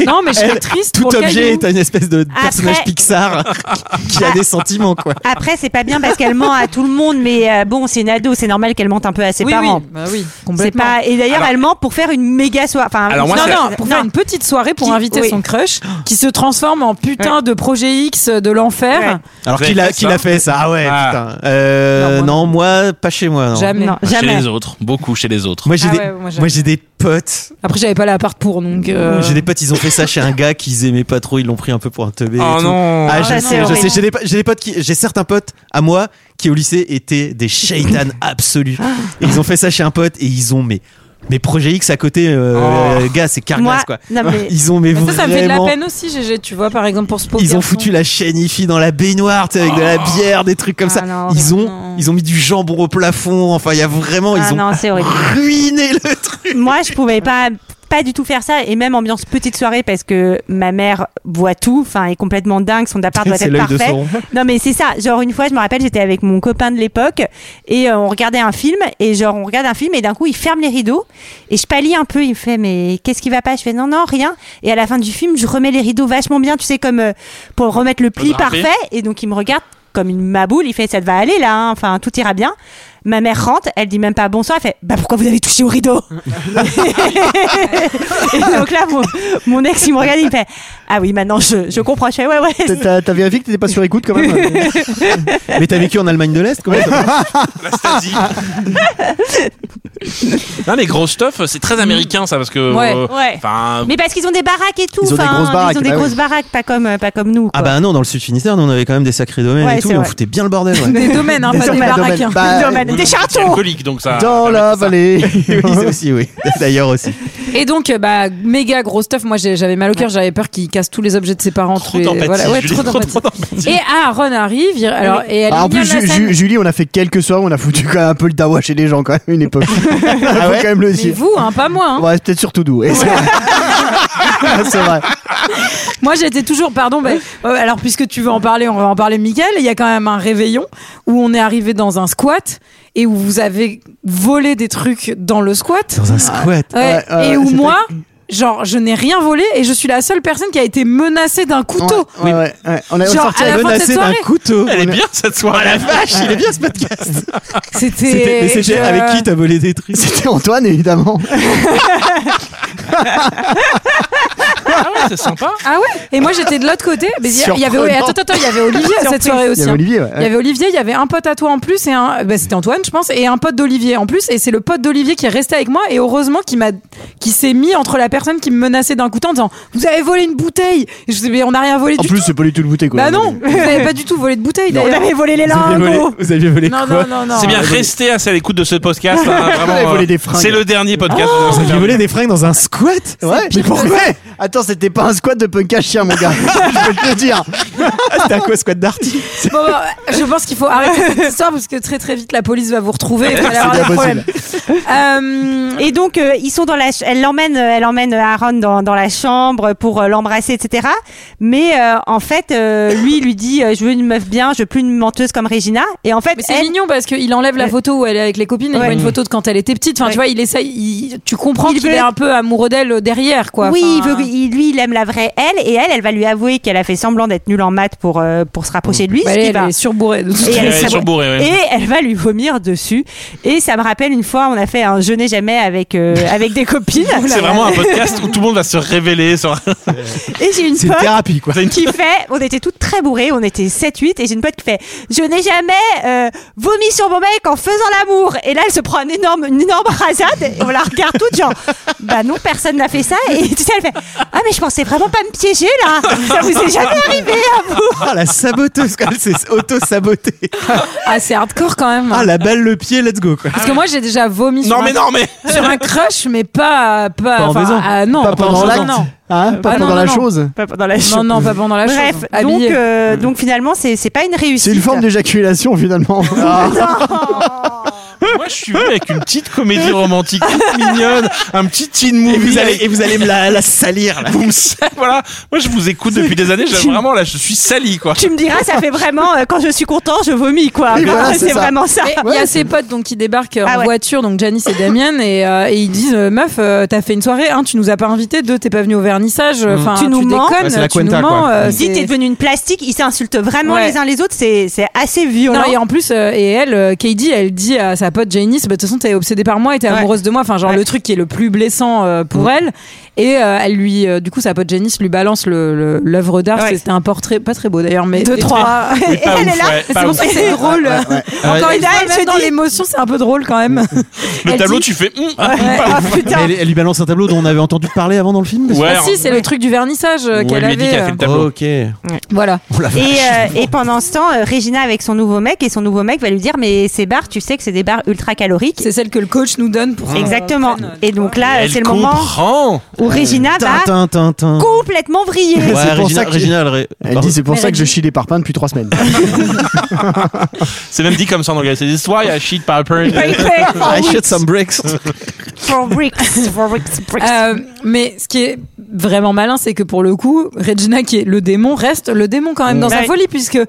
Non, mais je suis
Elle,
triste
Tout
pour le
objet
caillou.
est une espèce de personnage Pixar qui a des sentiments, quoi.
après c'est pas bien parce qu'elle ment à tout le monde mais euh, bon c'est une ado c'est normal qu'elle mente un peu à ses
Oui,
parents
oui, bah oui,
c'est
complètement.
pas et d'ailleurs
Alors-
elle ment pour faire une méga soirée enfin
non,
non,
non, pour faire une petite soirée pour
Qui-
inviter
oui.
son crush qui se transforme en putain de projet X de l'enfer.
Alors, qui l'a, qui l'a fait ça Ah ouais, putain. Euh, non, moi, pas chez moi. Non.
Jamais. Non,
Chez les autres, beaucoup chez les autres.
Moi, j'ai
Ah
des,
ouais, moi, jamais.
moi, j'ai des potes.
Après, j'avais pas l'appart pour donc. euh,
J'ai des potes, ils ont fait ça chez un gars qu'ils aimaient pas trop, ils l'ont pris un peu pour un teubé. et
Oh
tout.
non.
Ah,
Ah,
je
ça, c'est
sais, je
horrible.
sais. J'ai des, po- j'ai des potes qui, j'ai certains potes à moi qui au lycée étaient des shaitans
Ah.
absolus. Et ils ont fait ça chez un pote et ils ont mais mais Projet X à côté, euh,
Oh.
gars, c'est
Moi,
cargasse quoi.
non, mais-
Ils ont mais
ça, ça me fait de la
vraiment-
peine aussi, GG, tu vois, par exemple, pour ce pauvre
Ils ont
garçon.
foutu la chaîne IFI dans la baignoire, tu sais, avec de
Oh.
la bière, des trucs
Ah
comme ça. ils ont, ils ont mis du jambon au plafond. Enfin, il y a vraiment,
Ah
ils ont
non, c'est horrible.
ruiné le truc.
Moi, je pouvais pas pas du tout faire ça et même ambiance petite soirée parce que ma mère voit tout enfin est complètement dingue son appart doit
C'est
être
l'œil de
parfait
Sauron.
non mais c'est ça genre une fois je me rappelle j'étais avec mon copain de l'époque et euh, on regardait un film et genre on regarde un film et d'un coup il ferme les rideaux et je pâlis un peu il me fait mais qu'est-ce qui va pas je fais non non rien et à la fin du film je remets les rideaux vachement bien tu sais comme euh, pour remettre le pli
drapé.
parfait et donc il me regarde comme une maboule, il fait ça te va aller là, hein. enfin tout ira bien. Ma mère rentre, elle dit même pas bonsoir, elle fait bah pourquoi vous avez touché au rideau Et donc là mon, mon ex il me regarde, il fait ah oui maintenant je, je comprends, je fais ouais ouais.
T'as t'as vérifié que t'étais pas sur écoute quand même hein.
Mais t'as vécu en Allemagne de l'Est, comment Ah,
Non, les gros stuff, c'est très américain ça, parce que.
Ouais,
euh,
ouais.
enfin,
Mais parce qu'ils ont des baraques et tout,
Ils ont des
enfin,
grosses baraques,
ils ont des
bah oui.
grosses baraques, pas comme euh, pas comme nous.
Ah
quoi.
bah non, dans le sud Finistère, nous on avait quand même des sacrés domaines
Ouais,
et tout,
c'est
et on
vrai.
foutait bien le bordel. ouais.
Des domaines, hein, Des pas des domaines, baraques, hein.
Bah,
Des domaines, des châteaux.
alcoolique, donc Ah, bah, ça.
Dans la vallée. oui, ça aussi, oui. D'ailleurs aussi.
Et donc, euh, bah, méga gros stuff. Moi, j'ai- j'avais mal au cœur. J'avais peur qu'il casse tous les objets de ses parents. Trop
d'empathie,
ouais,
Julie,
trop
trop,
d'empathie. Et Aaron arrive. il- Alors, et elle
Bah,
Ah, en plus,
mignonne la
Ju-
scène.
Ju- Julie, on a fait quelques soirées, on a foutu quand même un peu le dawa chez les gens quand même une époque.
Ah
Faut quand même le
Mais
dire.
vous, hein, pas moi. hein.
Ouais, peut-être surtout nous. Et c'est vrai. C'est vrai.
Moi, j'étais toujours, pardon, bah, euh, alors puisque tu veux en parler, on va en parler, Miguel. Il y a quand même un réveillon où on est arrivé dans un squat et où vous avez volé des trucs dans le squat.
Dans un squat.
Ouais, et où moi, genre, je n'ai rien volé et je suis la seule personne qui a été menacée d'un couteau.
Ouais, ouais, ouais. On a
Genre,
sorti
à la
la
fin de
menace
cette soirée-
couteau.
Elle est bien cette soirée.
la vache, il est bien ce podcast.
C'était.
C'était- mais c'était
je-
avec qui t'as volé des trucs
C'était Antoine, évidemment.
Ah ouais, c'est sympa.
Oh,
Ah ouais Et moi j'étais de l'autre côté. Mais il y a- il y avait
Surprenant.
attends attends il y avait Olivier à cette
Surprise.
soirée aussi.
Il y avait
hein.
Olivier, ouais.
Il y avait Olivier, il y avait un pote à toi en plus et un bah, c'était Antoine je pense et un pote d'Olivier en plus et c'est le pote d'Olivier qui est resté avec moi et heureusement qui m'a qui s'est mis entre la personne qui me menaçait d'un coup de temps en disant vous avez volé une bouteille. Et je dis mais on n'a rien volé
En
du
plus,
tout.
c'est pas du tout le bouteil quoi.
Bah non, vous n'avez pas du tout volé de bouteille.
Non.
d'ailleurs.
Vous avez volé les Vous aviez volé- lingots. vous aviez volé
Non,
quoi
non, non, non.
C'est bien rester à l'écoute de ce podcast. hein,
Vous
vraiment,
avez volé
euh,
des fringues.
Ah,
C'est le dernier podcast.
Vous aviez volé des fringues dans un squat
Ouais, mais pourquoi Attends, c'était pas un squat de punk à chien, mon gars. je peux te le dire.
Ah, C'était un quoi, squat d'arty
Bon, bah, je pense qu'il faut arrêter cette histoire parce que très très vite la police va vous retrouver. et vous allez avoir des problèmes.
et donc euh, ils sont dans la ch- elle l'emmène euh, elle emmène Aaron dans, dans la chambre pour euh, l'embrasser etc mais euh, en fait euh, lui il lui dit euh, je veux une meuf bien je veux plus une menteuse comme Regina et en fait
Mais c'est mignon parce qu'il enlève la photo où elle est avec les copines et il
Ouais.
voit une photo de quand elle était petite. Enfin, tu vois, il essaye. il- tu comprends qu'il
veut-
est un peu amoureux d'elle euh, derrière, quoi.
oui il
Enfin,
veut- il- lui il aime la vraie elle et elle elle va lui avouer qu'elle a fait semblant d'être nulle en maths pour euh, pour se rapprocher de lui
Bah,
ce qui
elle
va-
est surbourrée. de toute
Et elle,
façon.
est très bonne. Et elle va lui vomir dessus. Et ça me rappelle une fois, on a fait un je n'ai jamais avec, euh, avec des copines.
C'est vraiment un podcast où tout le monde va se révéler. Sur...
Et j'ai une
C'est une
pote
thérapie, quoi. C'est une-
qui fait, on était toutes très bourrées, on était 7-8, et j'ai une pote qui fait, je n'ai jamais euh, vomi sur mon mec en faisant l'amour. Et là, elle se prend un énorme, une énorme rasade, et on la regarde toutes, genre, bah non, personne n'a fait ça. Et tu sais, elle fait, ah mais je pensais vraiment pas me piéger là, ça vous est jamais arrivé à vous.
Ah, la saboteuse, quoi. Elle s'est auto-sabotée.
Ah, c'est hardcore quand même.
Ah, la balle, le pied, let's go, quoi.
Parce que moi j'ai déjà vomi sur,
Non, mais
un,
non, mais-
sur un crush, mais pas pas,
Pas en
enfin,
faisant.
ah, non,
Pas pendant
la
l'acte. Hein,
Ah
pas pendant la chose.
Pas pendant la
Non non, pas pendant la
Bref,
chose. hein.
donc,
Habillé.
euh, donc finalement, c'est c'est pas une réussite.
C'est une forme d'éjaculation, finalement.
Ah.
Ah.
Moi, je suis venu avec une petite comédie romantique toute mignonne, un petit teen movie.
vous allez-
avec-
et vous allez me la- la salir, là.
Vous me sa- voilà. Moi, je vous écoute depuis des années. j'ai- Vraiment, là, je suis sali, quoi.
Tu me diras, ça fait vraiment euh, quand je suis content, je vomis quoi.
Oui, voilà,
c'est
c'est ça.
vraiment ça.
Mais Il y a ses potes donc qui débarquent en
Ah ouais.
voiture, donc Janice et Damien, et, euh, et ils disent euh, meuf, euh, t'as fait une soirée, un, tu nous as pas invité, deux, t'es pas venu au vernissage, enfin
Tu nous mens.
déconnes,
Ouais, c'est la
tu
cuenta,
nous mens.
quoi. Mm.
euh,
Il dit,
c'est-
t'es devenu une plastique, ils s'insultent vraiment
Ouais.
les uns les autres, c'est c'est assez violent.
Non, et en plus, euh, et elle, euh, Katie, elle dit à sa pote Janice, bah, de toute façon, t'es obsédée par moi et t'es amoureuse de moi. Enfin, genre, le truc qui est le plus blessant euh, pour elle. Et euh, elle lui, euh, du coup, sa pote Janice lui balance l'œuvre le, l'œuvre d'art. C'est- C'était un portrait, pas très beau d'ailleurs, mais.
Deux,
et-
trois.
et
Mais pas
elle
ouf,
est là.
ouais,
c'est
pas
pour
ouf.
ça que c'est drôle.
Ouais, ouais, ouais.
Euh,
Encore
Ouais.
une fois, elle se dit l'émotion, c'est un peu drôle quand même.
Le
Elle
tableau,
dit-
tu fais. hum,
Ouais.
hum, pas
Ah,
ouf.
putain.
Elle, elle lui balance un tableau dont on avait entendu parler avant dans le film parce que-
Ouais,
Ah, si, c'est le truc du vernissage euh,
Ou elle
qu'elle
lui a
avait.
dit qu'elle a
euh,
fait le tableau. Ok.
Ah,
Voilà.
Et, euh, et pendant ce temps, euh, Regina avec son nouveau mec et son nouveau mec va lui dire mais ces bars, tu sais que c'est des bars ultra caloriques.
C'est celle que le coach nous donne pour.
Exactement.
Ah,
Et donc là, euh,
Elle
c'est le moment
comprend.
où Regina va
Tintin, Tintin.
complètement vriller.
Ouais, Regina- Regina, elle ré-
Elle dit c'est pour
Mais
ça
elle
que je
dit-
chie les parpaings depuis trois semaines.
C'est même dit comme ça en anglais. C'est des histoires. Il y a shit paper.
I shit some bricks.
Hein
For bricks, for bricks, bricks.
Ah,
Euh, mais ce qui est vraiment malin, c'est que pour le coup, Regina, qui est le démon, reste le démon quand même dans sa
Ouais.
folie, puisque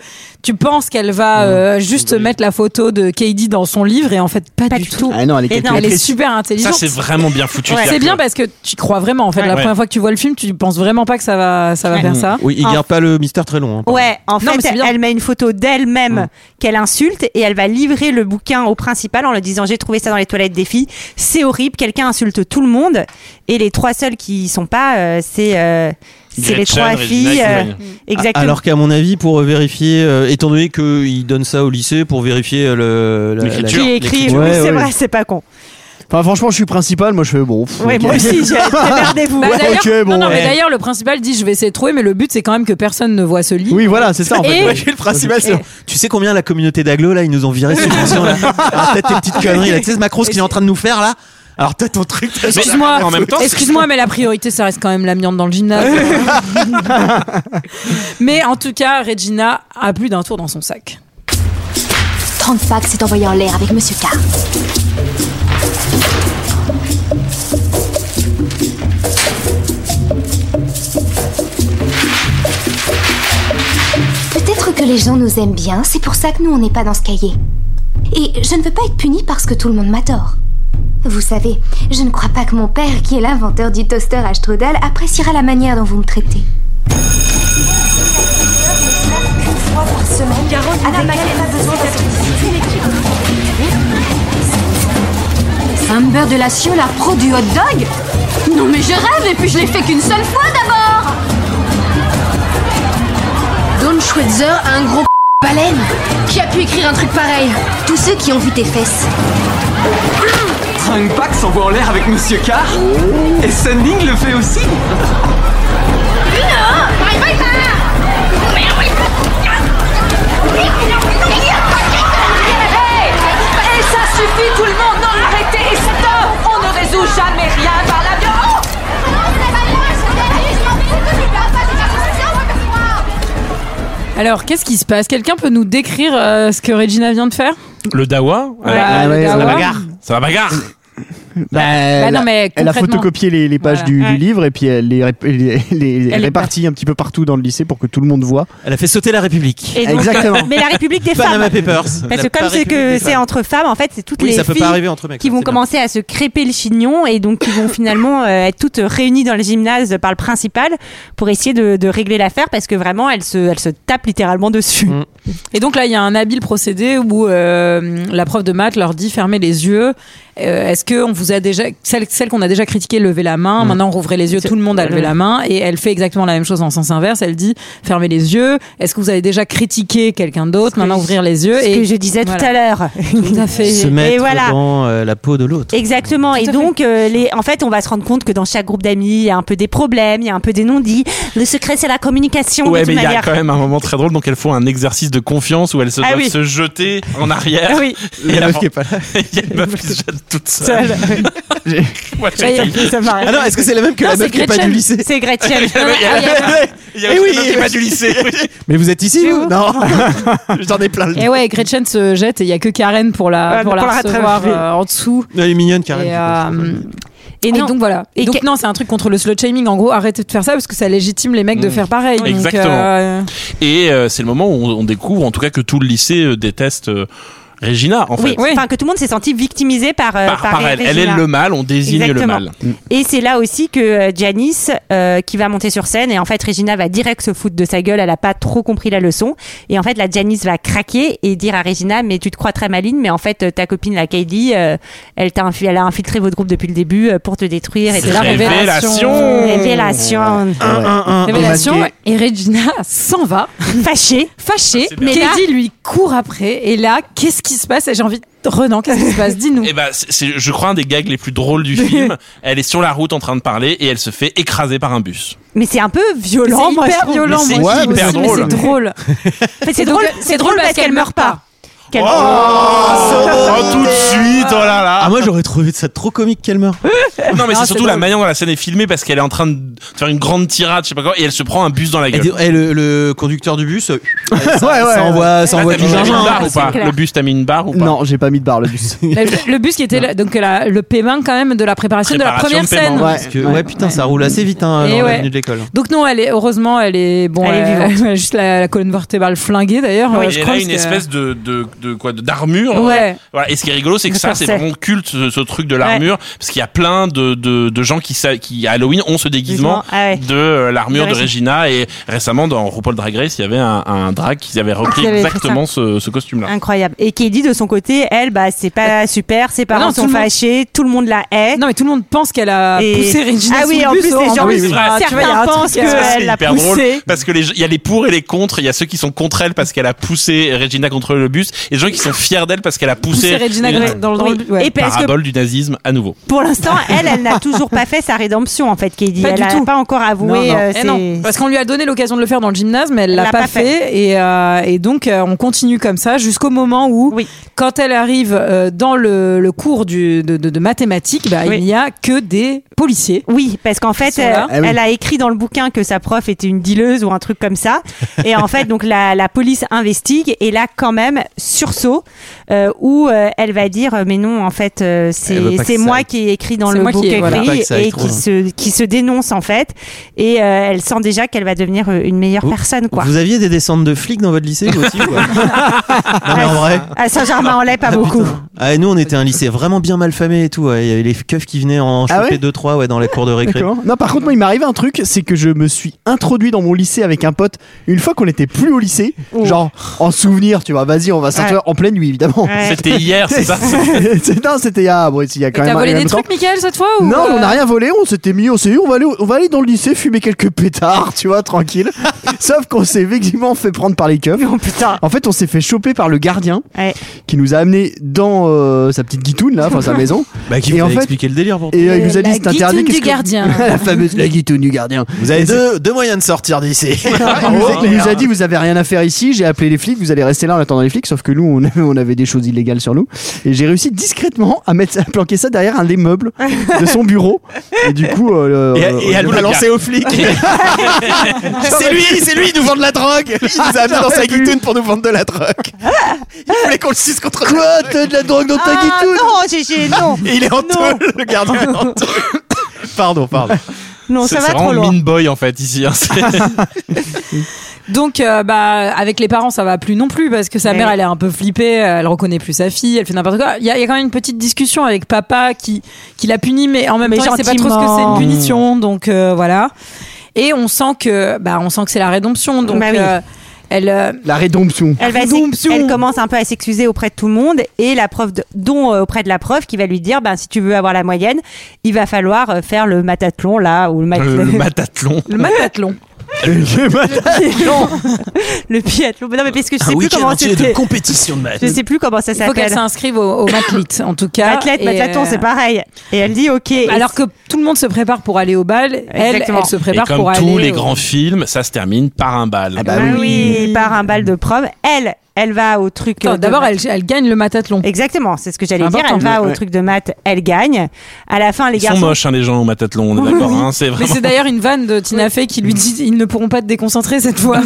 tu penses qu'elle va euh, juste mettre la photo de Katie dans son livre, et en fait, pas, du, tout.
Ah non, elle est
Et non, elle est
calculatrice.
super
Ça,
intelligente.
c'est vraiment bien foutu.
Ouais.
c'est-à-dire
C'est bien
que-
parce que tu crois vraiment. En fait, la
Ouais.
première fois que tu vois le film, tu penses vraiment pas que ça va, ça va faire ça.
Ah Oui,
Ah.
il garde pas le mystère très long. hein.
Ouais, en
Non, mais
fait,
c'est bien.
elle met une photo d'elle-même qu'elle insulte et elle va livrer le bouquin au principal en lui disant j'ai trouvé ça dans les toilettes des filles, c'est horrible, quelqu'un insulte tout le monde et les trois seuls qui y sont pas, euh, c'est euh, c'est les
Gretchen,
trois
Regina et
filles. euh,
compagnie.
exactement.
Ah, Alors qu'à mon avis, pour vérifier, euh, étant donné qu'il donne ça au lycée pour vérifier le, la- la-
qui écrit,
l'écriture.
oui, c'est
Ouais,
vrai,
ouais.
c'est pas con.
Enfin, franchement, je suis principal. Moi, je fais bon. pff,
Ouais,
ok.
moi aussi, j'ai- démerdez-vous.
Bah,
Ouais,
d'ailleurs-
ok, bon,
non, non, mais
ouais.
d'ailleurs, le principal dit je vais essayer de trouver, mais le but c'est quand même que personne ne voit ce livre.
Oui, voilà, c'est ça en fait.
Et-
ouais.
Ouais, le principal, c'est- Tu sais combien la communauté d'Aglo là, ils nous ont viré cette émission là. Ah, peut-être tes petites conneries là. Tu sais ce Macron ce qu'il est en train de nous faire là. Alors peut-être ton truc. t'as-
Excuse-moi,
Mais en même temps, c'est-
excuse-moi, mais la priorité, ça reste quand même l'amiante dans le gymnase. mais en tout cas, Regina a plus d'un tour dans son sac.
30 packs s'est envoyé en l'air avec Monsieur K. Peut-être que les gens nous aiment bien, c'est pour ça que nous on n'est pas dans ce cahier. Et je ne veux pas être punie parce que tout le monde m'adore. Vous savez, je ne crois pas que mon père, qui est l'inventeur du toaster à Strudel, appréciera la manière dont vous me traitez.
Amber de la Ciola pro du hot dog Non mais je rêve et puis je l'ai fait qu'une seule fois d'abord Don Schweitzer a un gros baleine Qui a pu écrire un truc pareil Tous ceux qui ont vu tes fesses.
5 packs s'envoie en l'air avec Monsieur Carr. Et Sending le fait aussi.
Et ça suffit tout le monde, non arrêtez Et c'est top On ne résout jamais rien par la violence
Alors, qu'est-ce qui se passe Quelqu'un peut nous décrire euh, ce que Regina vient de faire
Le dawa
Ouais, Ah le ouais, dawa.
C'est la
la
bagarre.
bagarre.
C'est la bagarre.
Bah, elle
non,
a-
mais
elle a
concrètement.
photocopié les, les pages
Voilà.
du, du
Ouais.
livre et puis elle les, rép- les- les
Elle est
répartit un petit peu partout dans le lycée pour que tout le monde voit.
Elle a fait sauter la République.
Et donc,
Exactement.
Mais la République des
Panama
femmes.
Papers.
Parce
La
que comme c'est
République
que
des
c'est
femmes.
entre femmes, en fait, c'est toutes
Oui,
les
ça peut
filles
pas arriver entre mecs,
qui
ouais,
vont
c'est bien.
commencer à se crêper le chignon et donc qui vont finalement euh, être toutes réunies dans le gymnase par le principal pour essayer de, de régler l'affaire parce que vraiment elles se, elles se tapent littéralement dessus.
Mm.
Et donc là, il y a un habile procédé où euh, la prof de maths leur dit fermez les yeux. Euh, Est-ce que on vous a déjà celle, celle qu'on a déjà critiquée levez la main. Maintenant, rouvrez les yeux. Tout le monde a levé la main et elle fait exactement la même chose en sens inverse. Elle dit fermez les yeux. Est-ce que vous avez déjà critiqué quelqu'un d'autre Maintenant, ouvrir les yeux.
ce
et
que je disais tout à l'heure.
Tout à fait.
Se
et
mettre
voilà.
dans euh, la peau de l'autre.
Exactement. Et donc, euh, les, en fait, on va se rendre compte que dans chaque groupe d'amis, il y a un peu des problèmes, il y a un peu des non-dits. Le secret, c'est la communication.
Ouais,
de toute
mais il y a
manière.
quand même un moment très drôle. Donc elles font un exercice de confiance où elles se
Ah
doivent
oui.
se jeter en arrière.
Ah oui.
Et
La
la
meuf
fran-
qui est pas là.
Il y a une meuf qui se jette toute seule.
Seule.
Moi,
Ça y
j'ai-
est, ça m'arrête.
Ah non, est-ce que c'est la même que
Non,
la meuf
c'est
qui est pas
Gretchen.
du lycée
C'est Gretchen.
Il y a- il y a-
Ah, il y a-
Il y a
Eh
aussi
oui.
la meuf qui est pas du lycée.
Mais vous êtes ici vous Non. J'en ai plein le
Et ouais, Gretchen se jette et il y a que Karen pour la
Ouais,
pour,
pour
la
la
recevoir
rattraper.
euh, en dessous.
Elle est mignonne, Karen.
Et,
du coup.
euh, et
non.
donc voilà. Et
Et
donc
que-
non, c'est un truc contre le slut shaming. En gros, arrêtez de faire ça parce que ça légitime les mecs de
Mm.
faire pareil. Donc,
Exactement.
euh,
Et euh, c'est le moment où on, on découvre, en tout cas, que tout le lycée euh, déteste euh, Regina, en fait.
Oui, enfin que tout le monde s'est senti victimisé par, euh,
Par, par elle. Elle est
Regina.
le mal, on désigne
Exactement.
le mal.
Et c'est là aussi que euh, Janice, euh, qui va monter sur scène, et en fait Regina va direct se foutre de sa gueule, elle a pas trop compris la leçon. Et en fait, la Janice va craquer et dire à Regina, mais tu te crois très maligne, mais en fait, euh, ta copine, la Kylie, euh, elle, t'a infi- elle a infiltré votre groupe depuis le début euh, pour te détruire. Et
C'est la
révélation.
Révélation.
Révélation et Regina s'en va,
Fâchée.
fâchée.
Ah, bien.
Mais
C'est bien.
Katie lui court après et là, qu'est-ce qui se passe Et j'ai envie de Renan, qu'est-ce qui se passe Dis-nous.
Et bah, c'est- c'est, je crois, un des gags les plus drôles du film. Elle est sur la route en train de parler et elle se fait écraser par un bus.
Mais c'est un peu
C'est
violent, moi, je
hyper
trouve.
violent,
Mais
moi.
c'est
je trouve
hyper
aussi, mais
drôle.
C'est drôle.
En fait, c'est
Et donc,
drôle,
euh, c'est drôle parce qu'elle meurt pas.
Qu'elle-
Oh, tout de suite, oh là là.
Ah moi j'aurais trouvé ça trop comique qu'elle meurt.
Non, mais
Ah,
c'est
c'est
surtout la
drôle.
manière dont la scène est filmée parce qu'elle est en train de faire une grande tirade, je sais pas quoi, et elle se prend un bus dans la
Et,
gueule.
dis- eh, le, le conducteur du bus, euh, ça,
Ouais, ouais,
ça envoie, ça
Là,
envoie
Ah, t'as
du
mis une
gingembre.
barre
hein,
ou
c'est
pas
clair.
Le bus, t'as mis une barre ou pas
Non, j'ai pas mis de barre le bus.
La- Le, bus qui était là, donc la- le paiement quand même de la préparation, de la
Préparation
première
de paiement.
scène.
Ouais,
Parce que,
ouais.
ouais, putain, ça roule assez vite hein,
Et
dans
ouais.
l'avenue de l'école.
Donc non, elle est heureusement, elle est bon,
Elle est
elle- elle a juste la, la colonne vertébrale flinguée d'ailleurs.
Et
euh, je
elle
crois,
a
parce
une
que-
espèce de, de, de quoi de- d'armure
Ouais.
voilà et ce qui est rigolo c'est que
De
ça c'est
corset.
vraiment culte ce, ce truc de l'armure parce qu'il y a plein de, de, de gens qui sa- qui à Halloween ont ce déguisement
Ah ouais.
de euh, l'armure
De
de
Regina.
Regina et récemment dans RuPaul Drag Race il y avait un, un drag qui avait repris
Qui avait fait
exactement ce, ce costume là
Incroyable. Et Katie, de son côté, elle, bah, c'est pas super, ses parents
Euh, non, tout
sont
le monde-
fâchés, tout le monde la hait.
Non mais tout le monde pense qu'elle a
Et-
poussé Regina
Ah
sous
oui,
le
en
bus,
plus,
oh,
les gens,
ah oui,
ils-
oui.
ah,
Tu vois, il y a un
certains
truc,
pensent
euh,
que-
Ça,
elle
c'est
l'a
hyper drôle
poussée.
parce que les gens- il y a les pour et les contre il y a ceux qui sont contre elle parce qu'elle a poussé Regina contre le bus et les gens qui sont fiers d'elle parce qu'elle a poussé,
poussé Regina
une
dans le dans le
Oui.
bus. ouais.
Et parce que
parabole du nazisme à nouveau
pour l'instant, elle, elle n'a toujours pas fait sa rédemption, en fait, Katie.
Pas
elle
du
n'a
tout.
pas encore avoué.
Non, non.
euh,
Eh
ses-
non, parce qu'on lui a donné l'occasion de le faire dans le gymnase, mais elle l'a pas, fait. Et, euh, et donc, euh, on continue comme ça jusqu'au moment où,
Oui.
quand elle arrive euh, dans le, le cours du, de, de- de mathématiques, bah,
Oui.
il n'y a que des policiers.
Oui, parce qu'en fait,
sont
euh,
là.
Ah oui.
elle a écrit dans le bouquin que sa prof était une dealeuse ou un truc comme ça. Et en fait, donc la, la police investigue et là, quand même, sursaut euh, où euh, elle va dire euh, mais non, en fait, euh,
Elle veut
c'est
pas que
c'est
ça
moi
aille.
qui ai écrit dans
C'est
le
moi qui ai-
bouquin
voilà.
Elle veut pas que ça aille
et
trop
qui
loin.
se qui se dénonce en fait. Et euh, elle sent déjà qu'elle va devenir euh, une meilleure
Vous-
personne quoi.
Vous aviez des descentes de flics dans votre lycée vous aussi ou quoi Non mais en vrai.
À Saint-Germain-en-Laye, pas
Ah,
beaucoup.
putain. Ah, et nous on était un lycée vraiment bien mal famé et tout. ouais. Il y avait les keufs qui venaient en
Ah
choper
ouais
deux trois ouais dans la cour de récré.
D'accord. Non, par contre, moi, il m'est arrivé un truc, c'est que je me suis introduit dans mon lycée avec un pote une fois qu'on était plus au lycée, genre en souvenir, tu vois. Vas-y, on va sortir
Ouais.
en pleine nuit, évidemment.
Ouais.
c'était hier c'est ça
C'est- non, c'était il y a, bon, il y a
Et
quand
t'as
même un-
volé
un
des
temps.
trucs, Michael, cette fois ou
Non,
euh,
on n'a rien volé, on s'était mis, on s'est dit, on va, aller, on va aller dans le lycée fumer quelques pétards, tu vois, tranquille. Sauf qu'on s'est effectivement fait prendre par les keufs.
Oh, putain.
En fait, on s'est fait choper par le gardien
Ouais.
qui nous a amené dans euh, sa petite guitoune, là, enfin sa maison.
Bah qui
Et
vous
en
avait
fait-
expliqué le délire pour
Et euh, il
Le-
nous a dit
la
c'est interdit.
guitoune
qu'est-ce
du gardien.
la fameuse la guitoune du gardien.
Vous avez deux, deux moyens de sortir d'ici.
Ah, Il nous a- il nous a dit vous avez rien à faire ici. J'ai appelé les flics. Vous allez rester là en attendant les flics. Sauf que nous, on avait, on avait des choses illégales sur nous. Et j'ai réussi discrètement à, mettre, à planquer ça derrière un des meubles de son bureau. Et du coup, euh,
Et-
euh,
et elle
on-
l'a lancé aux flics.
Ah,
c'est lui, c'est lui, il nous vend de la drogue. Il nous a amené dans sa guitoune pour nous vendre de la drogue. Il voulait qu'on le suce contre
Quoi T'as de la drogue dans ta
Ah.
guitoune
Ah, Non, GG, non.
Et il est en taule, le gardien est en taule. Pardon, pardon.
Non,
ça va trop loin.
Mean Boy en fait ici. hein, c'est-
Donc, euh, bah, avec les parents, ça va plus non plus parce que sa
Ouais.
mère, elle est un peu flippée, euh, elle reconnaît plus sa fille, elle fait n'importe quoi. Il y, a- il y a quand même une petite discussion avec papa qui, qui la punit, mais en même
Mais
temps, il sait pas trop ce que c'est une
gentiment.
punition, donc euh, voilà. Et on sent que, bah, on sent que c'est la rédemption, donc
Bah oui.
euh, elle. euh,
La rédemption.
Elle, va s'ex- elle commence un peu à s'excuser auprès de tout le monde et la prof, de- dont euh, auprès de la prof, qui va lui dire, ben si tu veux avoir la moyenne, il va falloir euh, faire le matathlon là ou le, mat-
Euh, le matathlon.
Le matathlon.
matathlon.
le
le biathlon. Mais Non mais parce que je sais plus comment c'était.
compétition de maths.
Je sais plus comment ça
Il faut qu'elle
s'appelle.
s'inscrive au, au mathlete, en tout cas.
Athlète,
Et,
matathlon,
euh, Bah,
c'est pareil. Et elle dit ok. Et
Alors que tout le monde se prépare pour aller au bal, elle,
Exactement.
elle se
Et
prépare
comme
pour aller.
tous les
au-
grands films, ça se termine par un bal.
Ah oui, par un bal de prom. Elle, elle va au truc.
Attends,
euh, de
D'abord,
maths.
elle, elle gagne le matathlon.
Exactement, c'est ce que j'allais dire. Elle
Important.
va au
Ouais.
truc de maths, elle gagne. À la fin, les
Ils
garçons.
sont moches hein, les gens au matathlon, on est d'accord. hein, c'est
Mais
vraiment.
c'est d'ailleurs une vanne de Tina Fey qui lui dit ils ne pourront pas te déconcentrer cette fois.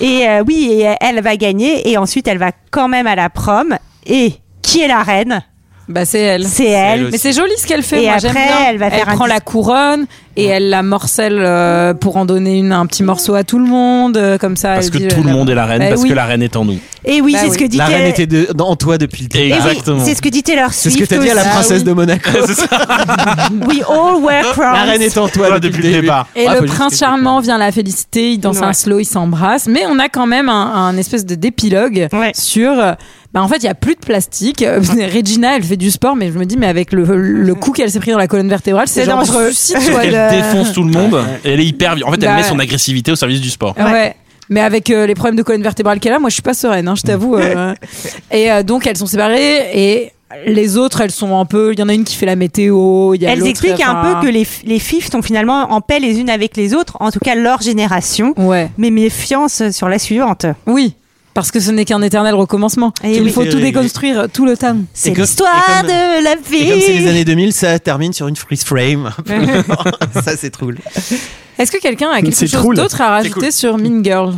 Et euh, oui, et elle va gagner. Et ensuite, elle va quand même à la prom. Et qui est la reine
bah c'est elle.
C'est elle.
Mais c'est joli ce qu'elle fait.
Et
moi,
après,
j'aime bien.
elle va faire un
prend
dis-
la couronne et elle la morcelle euh, pour en donner une, un petit morceau à tout le monde, euh, comme ça.
Parce
elle
que
dit,
tout le
euh,
monde est la reine,
Eh
parce
oui.
que la reine est en nous.
Et oui,
Bah
c'est
oui.
ce que dit.
La
Taylor-
reine était de- dans toi depuis le
Eh oui,
début.
c'est ce que dit Taylor
C'est
Swift.
ce que t'as dit à la
aussi.
princesse de Monaco.
We all wear crowns.
La reine est en toi depuis le départ.
Et
Ah, faut
le
juste
prince charmant vient la féliciter, il danse
Ouais.
un slow, il s'embrasse, mais on a quand même un, un espèce de d'épilogue sur. euh, Bah en fait, il y a plus de plastique. Euh, Regina, elle fait du sport, mais je me dis, mais avec le, le coup qu'elle s'est pris dans la colonne vertébrale, c'est
C'est
genre,
dangereux.
suicide,
Parce
soit
qu'elle
le-
défonce tout le monde. et Elle est hyper. En fait, elle
Bah,
met son agressivité au service du sport.
Ah Ouais. Mais avec euh, les problèmes de colonne vertébrale qu'elle a, moi je suis pas sereine, hein, je t'avoue. euh. et euh, donc elles sont séparées et les autres elles sont un peu. Il y en a une qui fait la météo. il Y a
Elles
l'autre,
expliquent un
enfin,
peu que les, f- les fifs sont finalement en paix les unes avec les autres, en tout cas leur génération,
Ouais.
mais méfiance sur la suivante.
Oui, parce que ce n'est qu'un éternel recommencement.
Et
il
Eh oui.
faut tout
Et-
déconstruire tout le temps.
C'est
Et comme-
l'histoire
et comme-
de la
Et comme c'est les
vie.
années 2000, ça termine sur une freeze frame. ça, c'est cool.
Est-ce que quelqu'un a quelque
C'est
chose
cool.
d'autre à
C'est
rajouter
cool.
sur Mean Girl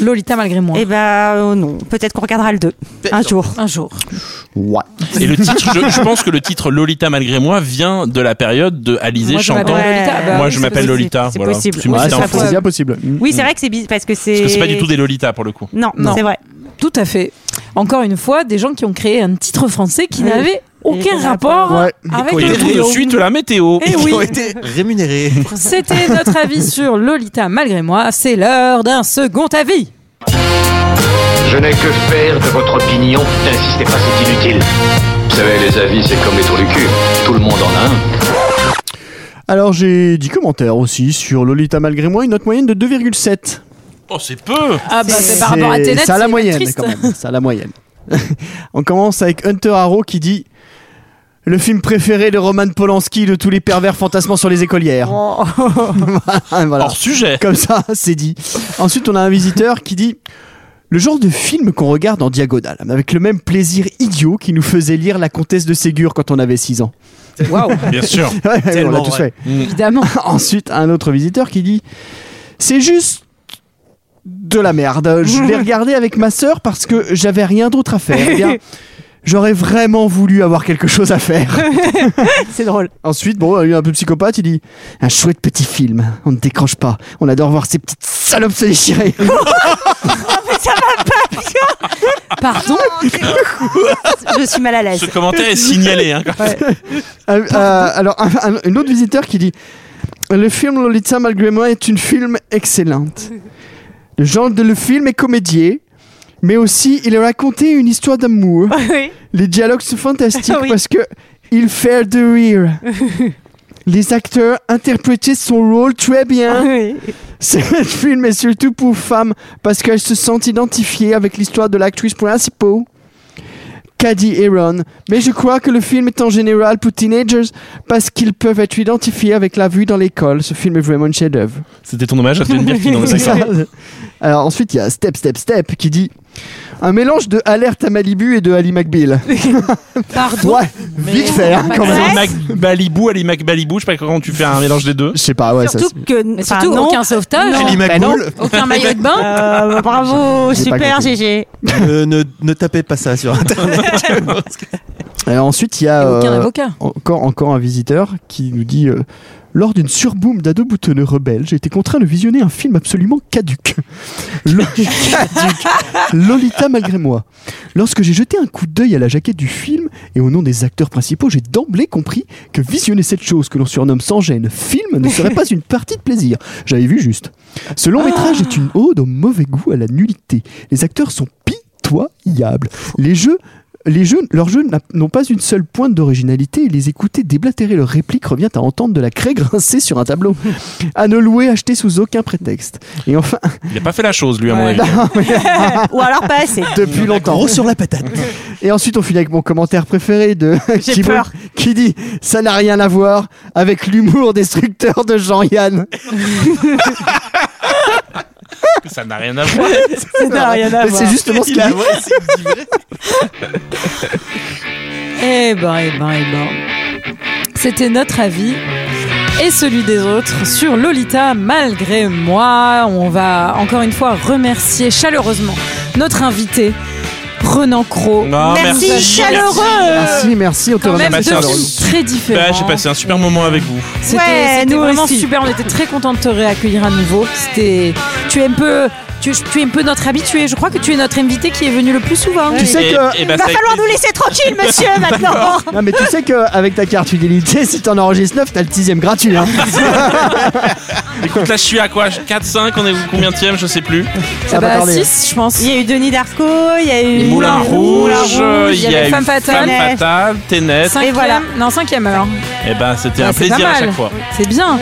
Lolita malgré moi.
Eh ben euh, non, peut-être qu'on regardera le 2 un jour.
Un jour.
Ouais.
Et le titre, je, je pense que le titre Lolita malgré moi vient de la période de Alizé
Moi, je
chantant.
m'appelle Lolita. Bah
moi,
oui,
je
c'est
m'appelle
possible.
Lolita.
C'est
voilà.
possible.
C'est une
Ouais,
petite
ça
info.
pourrait-
C'est bien possible.
Oui, c'est vrai que c'est bizarre parce que c'est.
Parce que c'est pas du tout des Lolita pour le coup.
Non,
Non.
c'est vrai.
Tout à fait. Encore une fois, des gens qui ont créé un titre français qui
Eh Oui.
n'avait aucun
aucun
rapport
rapport. Ouais.
avec
Tout
le
de
boulot.
suite la météo.
Eh
Ils ont
oui,
été rémunérés.
c'était notre avis sur Lolita malgré moi. C'est l'heure d'un second avis.
Je n'ai que faire de votre opinion. N'insistez pas, c'est inutile. Vous savez, les avis, c'est comme les trous du cul. Tout le monde en a un.
Alors j'ai 10 commentaires aussi sur Lolita malgré moi, une note moyenne de 2,7.
Oh, c'est peu.
Ah bah c'est par rapport à Tenet,
ça a
c'est
la
même
moyenne
triste.
quand même. Ça a la moyenne. On commence avec Hunter Harrow qui dit le film préféré de Roman Polanski de tous les pervers fantasmant sur les écolières. voilà.
Hors sujet.
Comme ça, c'est dit. Ensuite, on a un visiteur qui dit le genre de film qu'on regarde en diagonale, avec le même plaisir idiot qui nous faisait lire La Comtesse de Ségur quand on avait 6 ans.
Waouh,
Bien sûr.
Ouais, ouais, on l'a
Tellement
tous
vrai.
fait.
évidemment.
Ensuite, un autre visiteur qui dit C'est juste de la merde. Je l'ai regardé avec ma sœur parce que j'avais rien d'autre à faire. Eh bien, j'aurais vraiment voulu avoir quelque chose à faire.
C'est drôle.
Ensuite, bon, lui, un peu psychopathe, il dit Un chouette petit film. On ne décroche pas. On adore voir ces petites salopes se déchirer.
Pardon
Ah, Je suis mal à l'aise.
Ce commentaire est signalé. hein.
Euh, euh, alors, un, un- une autre visiteur qui dit Le film Lolita malgré moi est une film excellente. Le genre de le film est comédié, mais aussi il racontait une histoire d'amour.
Oui.
Les dialogues sont
Ah
fantastiques
Oui.
parce que il fait de rire. Les acteurs interprétaient son rôle très bien.
Oui.
Ce film est surtout pour femmes parce qu'elles se sentent identifiées avec l'histoire de l'actrice principale, Caddy Aaron. Mais je crois que le film est en général pour teenagers parce qu'ils peuvent être identifiés avec la vue dans l'école. Ce film est vraiment un chef-d'œuvre.
C'était ton hommage à Jane Birkin. non, mais c'est ça.
Alors ensuite, il y a Step Step Step qui dit Un mélange de Alerte à Malibu et de Ali McBeal.
Pardon.
Ouais, vite fait, hein, quand même.
Mac Balibou, Ali Mac Balibou, je sais pas comment tu fais un mélange des deux. Je
sais pas, ouais,
ça
que
Mais
enfin,
surtout,
non.
aucun sauvetage.
Non.
Ali
Bah non.
McBoul.
Aucun maillot de bain.
Euh, bravo,
J'ai pas
super
compris.
GG.
ne, ne- ne tapez pas ça sur internet.
Et ensuite, il y a
Et aucun
euh,
avocat.
encore, encore un visiteur qui nous dit euh, Lors d'une surboom d'ado boutonneux rebelle, j'ai été contraint de visionner un film absolument caduque. Lo- Caduque. Lolita malgré moi. Lorsque j'ai jeté un coup d'œil à la jaquette du film et au nom des acteurs principaux, j'ai d'emblée compris que visionner cette chose que l'on surnomme sans gêne film ne serait pas une partie de plaisir. J'avais vu juste. Ce long métrage est une ode au mauvais goût, à la nullité. Les acteurs sont pitoyables. Les jeux les jeux, leurs jeux n'a- n'ont pas une seule pointe d'originalité et les écouter déblatérer leurs répliques revient à entendre de la craie grincer sur un tableau. À ne louer, acheter sous aucun prétexte. Et enfin,
Il a pas fait la chose, lui, à mon avis.
Ou alors pas assez.
depuis longtemps.
Gros sur la patate.
Et ensuite, on finit avec mon commentaire préféré de
J'ai
qui,
peur.
qui dit Ça n'a rien à voir avec l'humour destructeur de Jean-Yann.
Ça n'a rien à voir.
Ça n'a rien à
Mais
voir.
C'est justement ce qu'il dit.
Eh ben, eh ben, eh ben. C'était notre avis et celui des autres sur Lolita malgré moi. On va encore une fois remercier chaleureusement notre invité, Renan Cro.
Non, merci.
Merci chaleureux.
Merci, merci, on te
Quand même deux
remercie.
passé un
films très différents.
Bah, j'ai passé un super moment avec vous.
C'était
Ouais,
c'était
nous
vraiment
aussi.
super. On était très contents de te réaccueillir à nouveau. C'était, tu es un peu, tu, tu es un peu notre habitué. Je crois que tu es notre invité qui est venu le plus souvent.
Tu sais que.
et bah,
Il va falloir nous laisser tranquille, monsieur, maintenant.
Non, mais tu sais qu'avec ta carte fidélité, si t'en enregistres 9, t'as le dixième gratuit. Hein.
Ah, bah,
Écoute, là, je suis à quoi 4, 5, on est au combien tième Je sais plus.
Ça va
bah,
tarder.
6 je pense.
Il y a eu Denis Darko, il y a eu
Moulin Rouge,
Rouge,
il y, a eu Femme Fatale,
Ténet.
Ténet.
Cinquième,
Et voilà.
Non, cinquième alors.
Eh ben, c'était
Bah,
un
c'est pas
plaisir à
mal.
chaque fois.
C'est bien.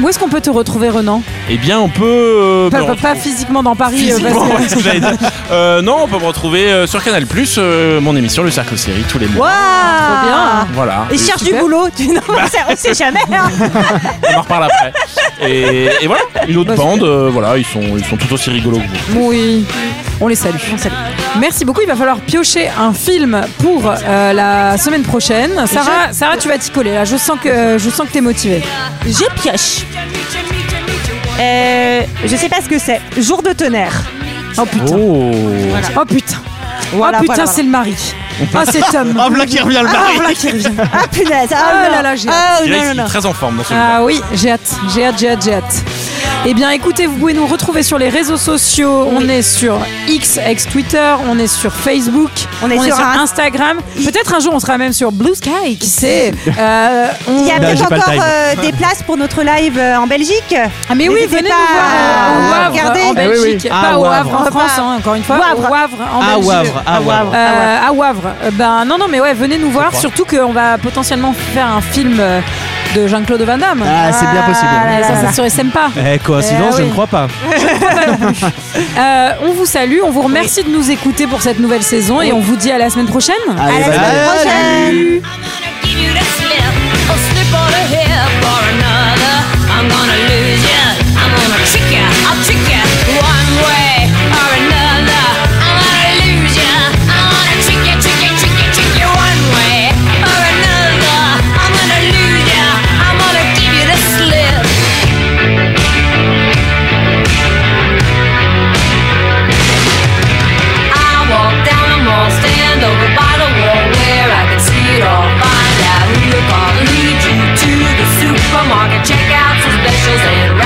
Où est-ce qu'on peut te retrouver, Renan
Eh bien, on peut. euh,
pas,
me
pas- pas
retrouver-
physiquement dans Paris. euh,
Physiquement,
parce que-
ouais, c'est ce que j'allais dire. Euh, non, on peut me retrouver euh, sur Canal Plus, euh, mon émission Le Cercle Série tous les mois.
Waouh
bien. Bah.
Voilà.
Et cherche du boulot, tu non, ça, on sait jamais. hein.
On en reparle après. Et, et voilà, une autre bande. euh, voilà, ils sont, ils sont tout aussi rigolos que vous.
Oui, on les salue. Merci beaucoup. Il va falloir piocher un film pour euh, la semaine prochaine. Sarah, Sarah, tu vas t'y coller. Là, je sens que je sens que t'es motivée.
Je pioche. Euh, je sais pas ce que c'est. Jour de tonnerre.
Oh putain.
Oh.
Oh putain.
Voilà,
oh putain,
voilà,
c'est le mari. Ah, cet homme.
Ah, voilà qui revient le
Ah,
mari.
voilà qui revient.
Ah punaise. Ah
Ah
non.
là là, j'ai
Ah
Il
non,
est
non, non.
très en forme dans ce
Ah oui, j'ai hâte, j'ai hâte, j'ai hâte, j'ai hâte. Eh bien, écoutez, vous pouvez nous retrouver sur les réseaux sociaux. On est sur X, ex Twitter, on est sur Facebook,
On est sur un-
Instagram. Peut-être un jour, on sera même sur Blue Sky, qui sait. Euh, on-
Il y a
Non,
peut-être
j'ai pas le
encore
time.
euh, des places pour notre live euh, en Belgique.
Ah, mais oui,
N'hésitez
venez nous
pas
voir
à
euh, au Havre,
regarder.
en
Eh oui,
Belgique.
oui.
Pas
Ah,
au
Havre.
Havre, en
Pas-
France, hein, encore une fois.
Au Havre.
Au Havre, en
Ah,
Belgique.
Wavre, ah, Wavre.
Euh, à Wavre. Euh, Ben non, non, mais ouais, venez nous voir. Surtout qu'on va potentiellement faire un film euh, de Jean-Claude Van Damme.
Ah, c'est bien possible.
Ah là
Et
là
ça,
là là.
ça serait sympa.
Eh, coïncidence,
Eh
je
oui.
ne crois pas.
Euh, on vous salue, on vous remercie de nous écouter pour cette nouvelle saison et on vous dit à la semaine prochaine.
À
Eh
la
bye
semaine
ben,
bye.
prochaine.
give you that slip Or slip on a hip or another I'm gonna lose ya I'm gonna trick ya I'll trick ya One way or another I'm gonna lose ya I'm gonna trick ya, trick ya, trick ya, trick ya One way or another I'm gonna lose ya I'm gonna give you the slip I walk down a mall, stand over by the wall where I can see it all. Find out who you're gonna lead you to the supermarket, check out some specials and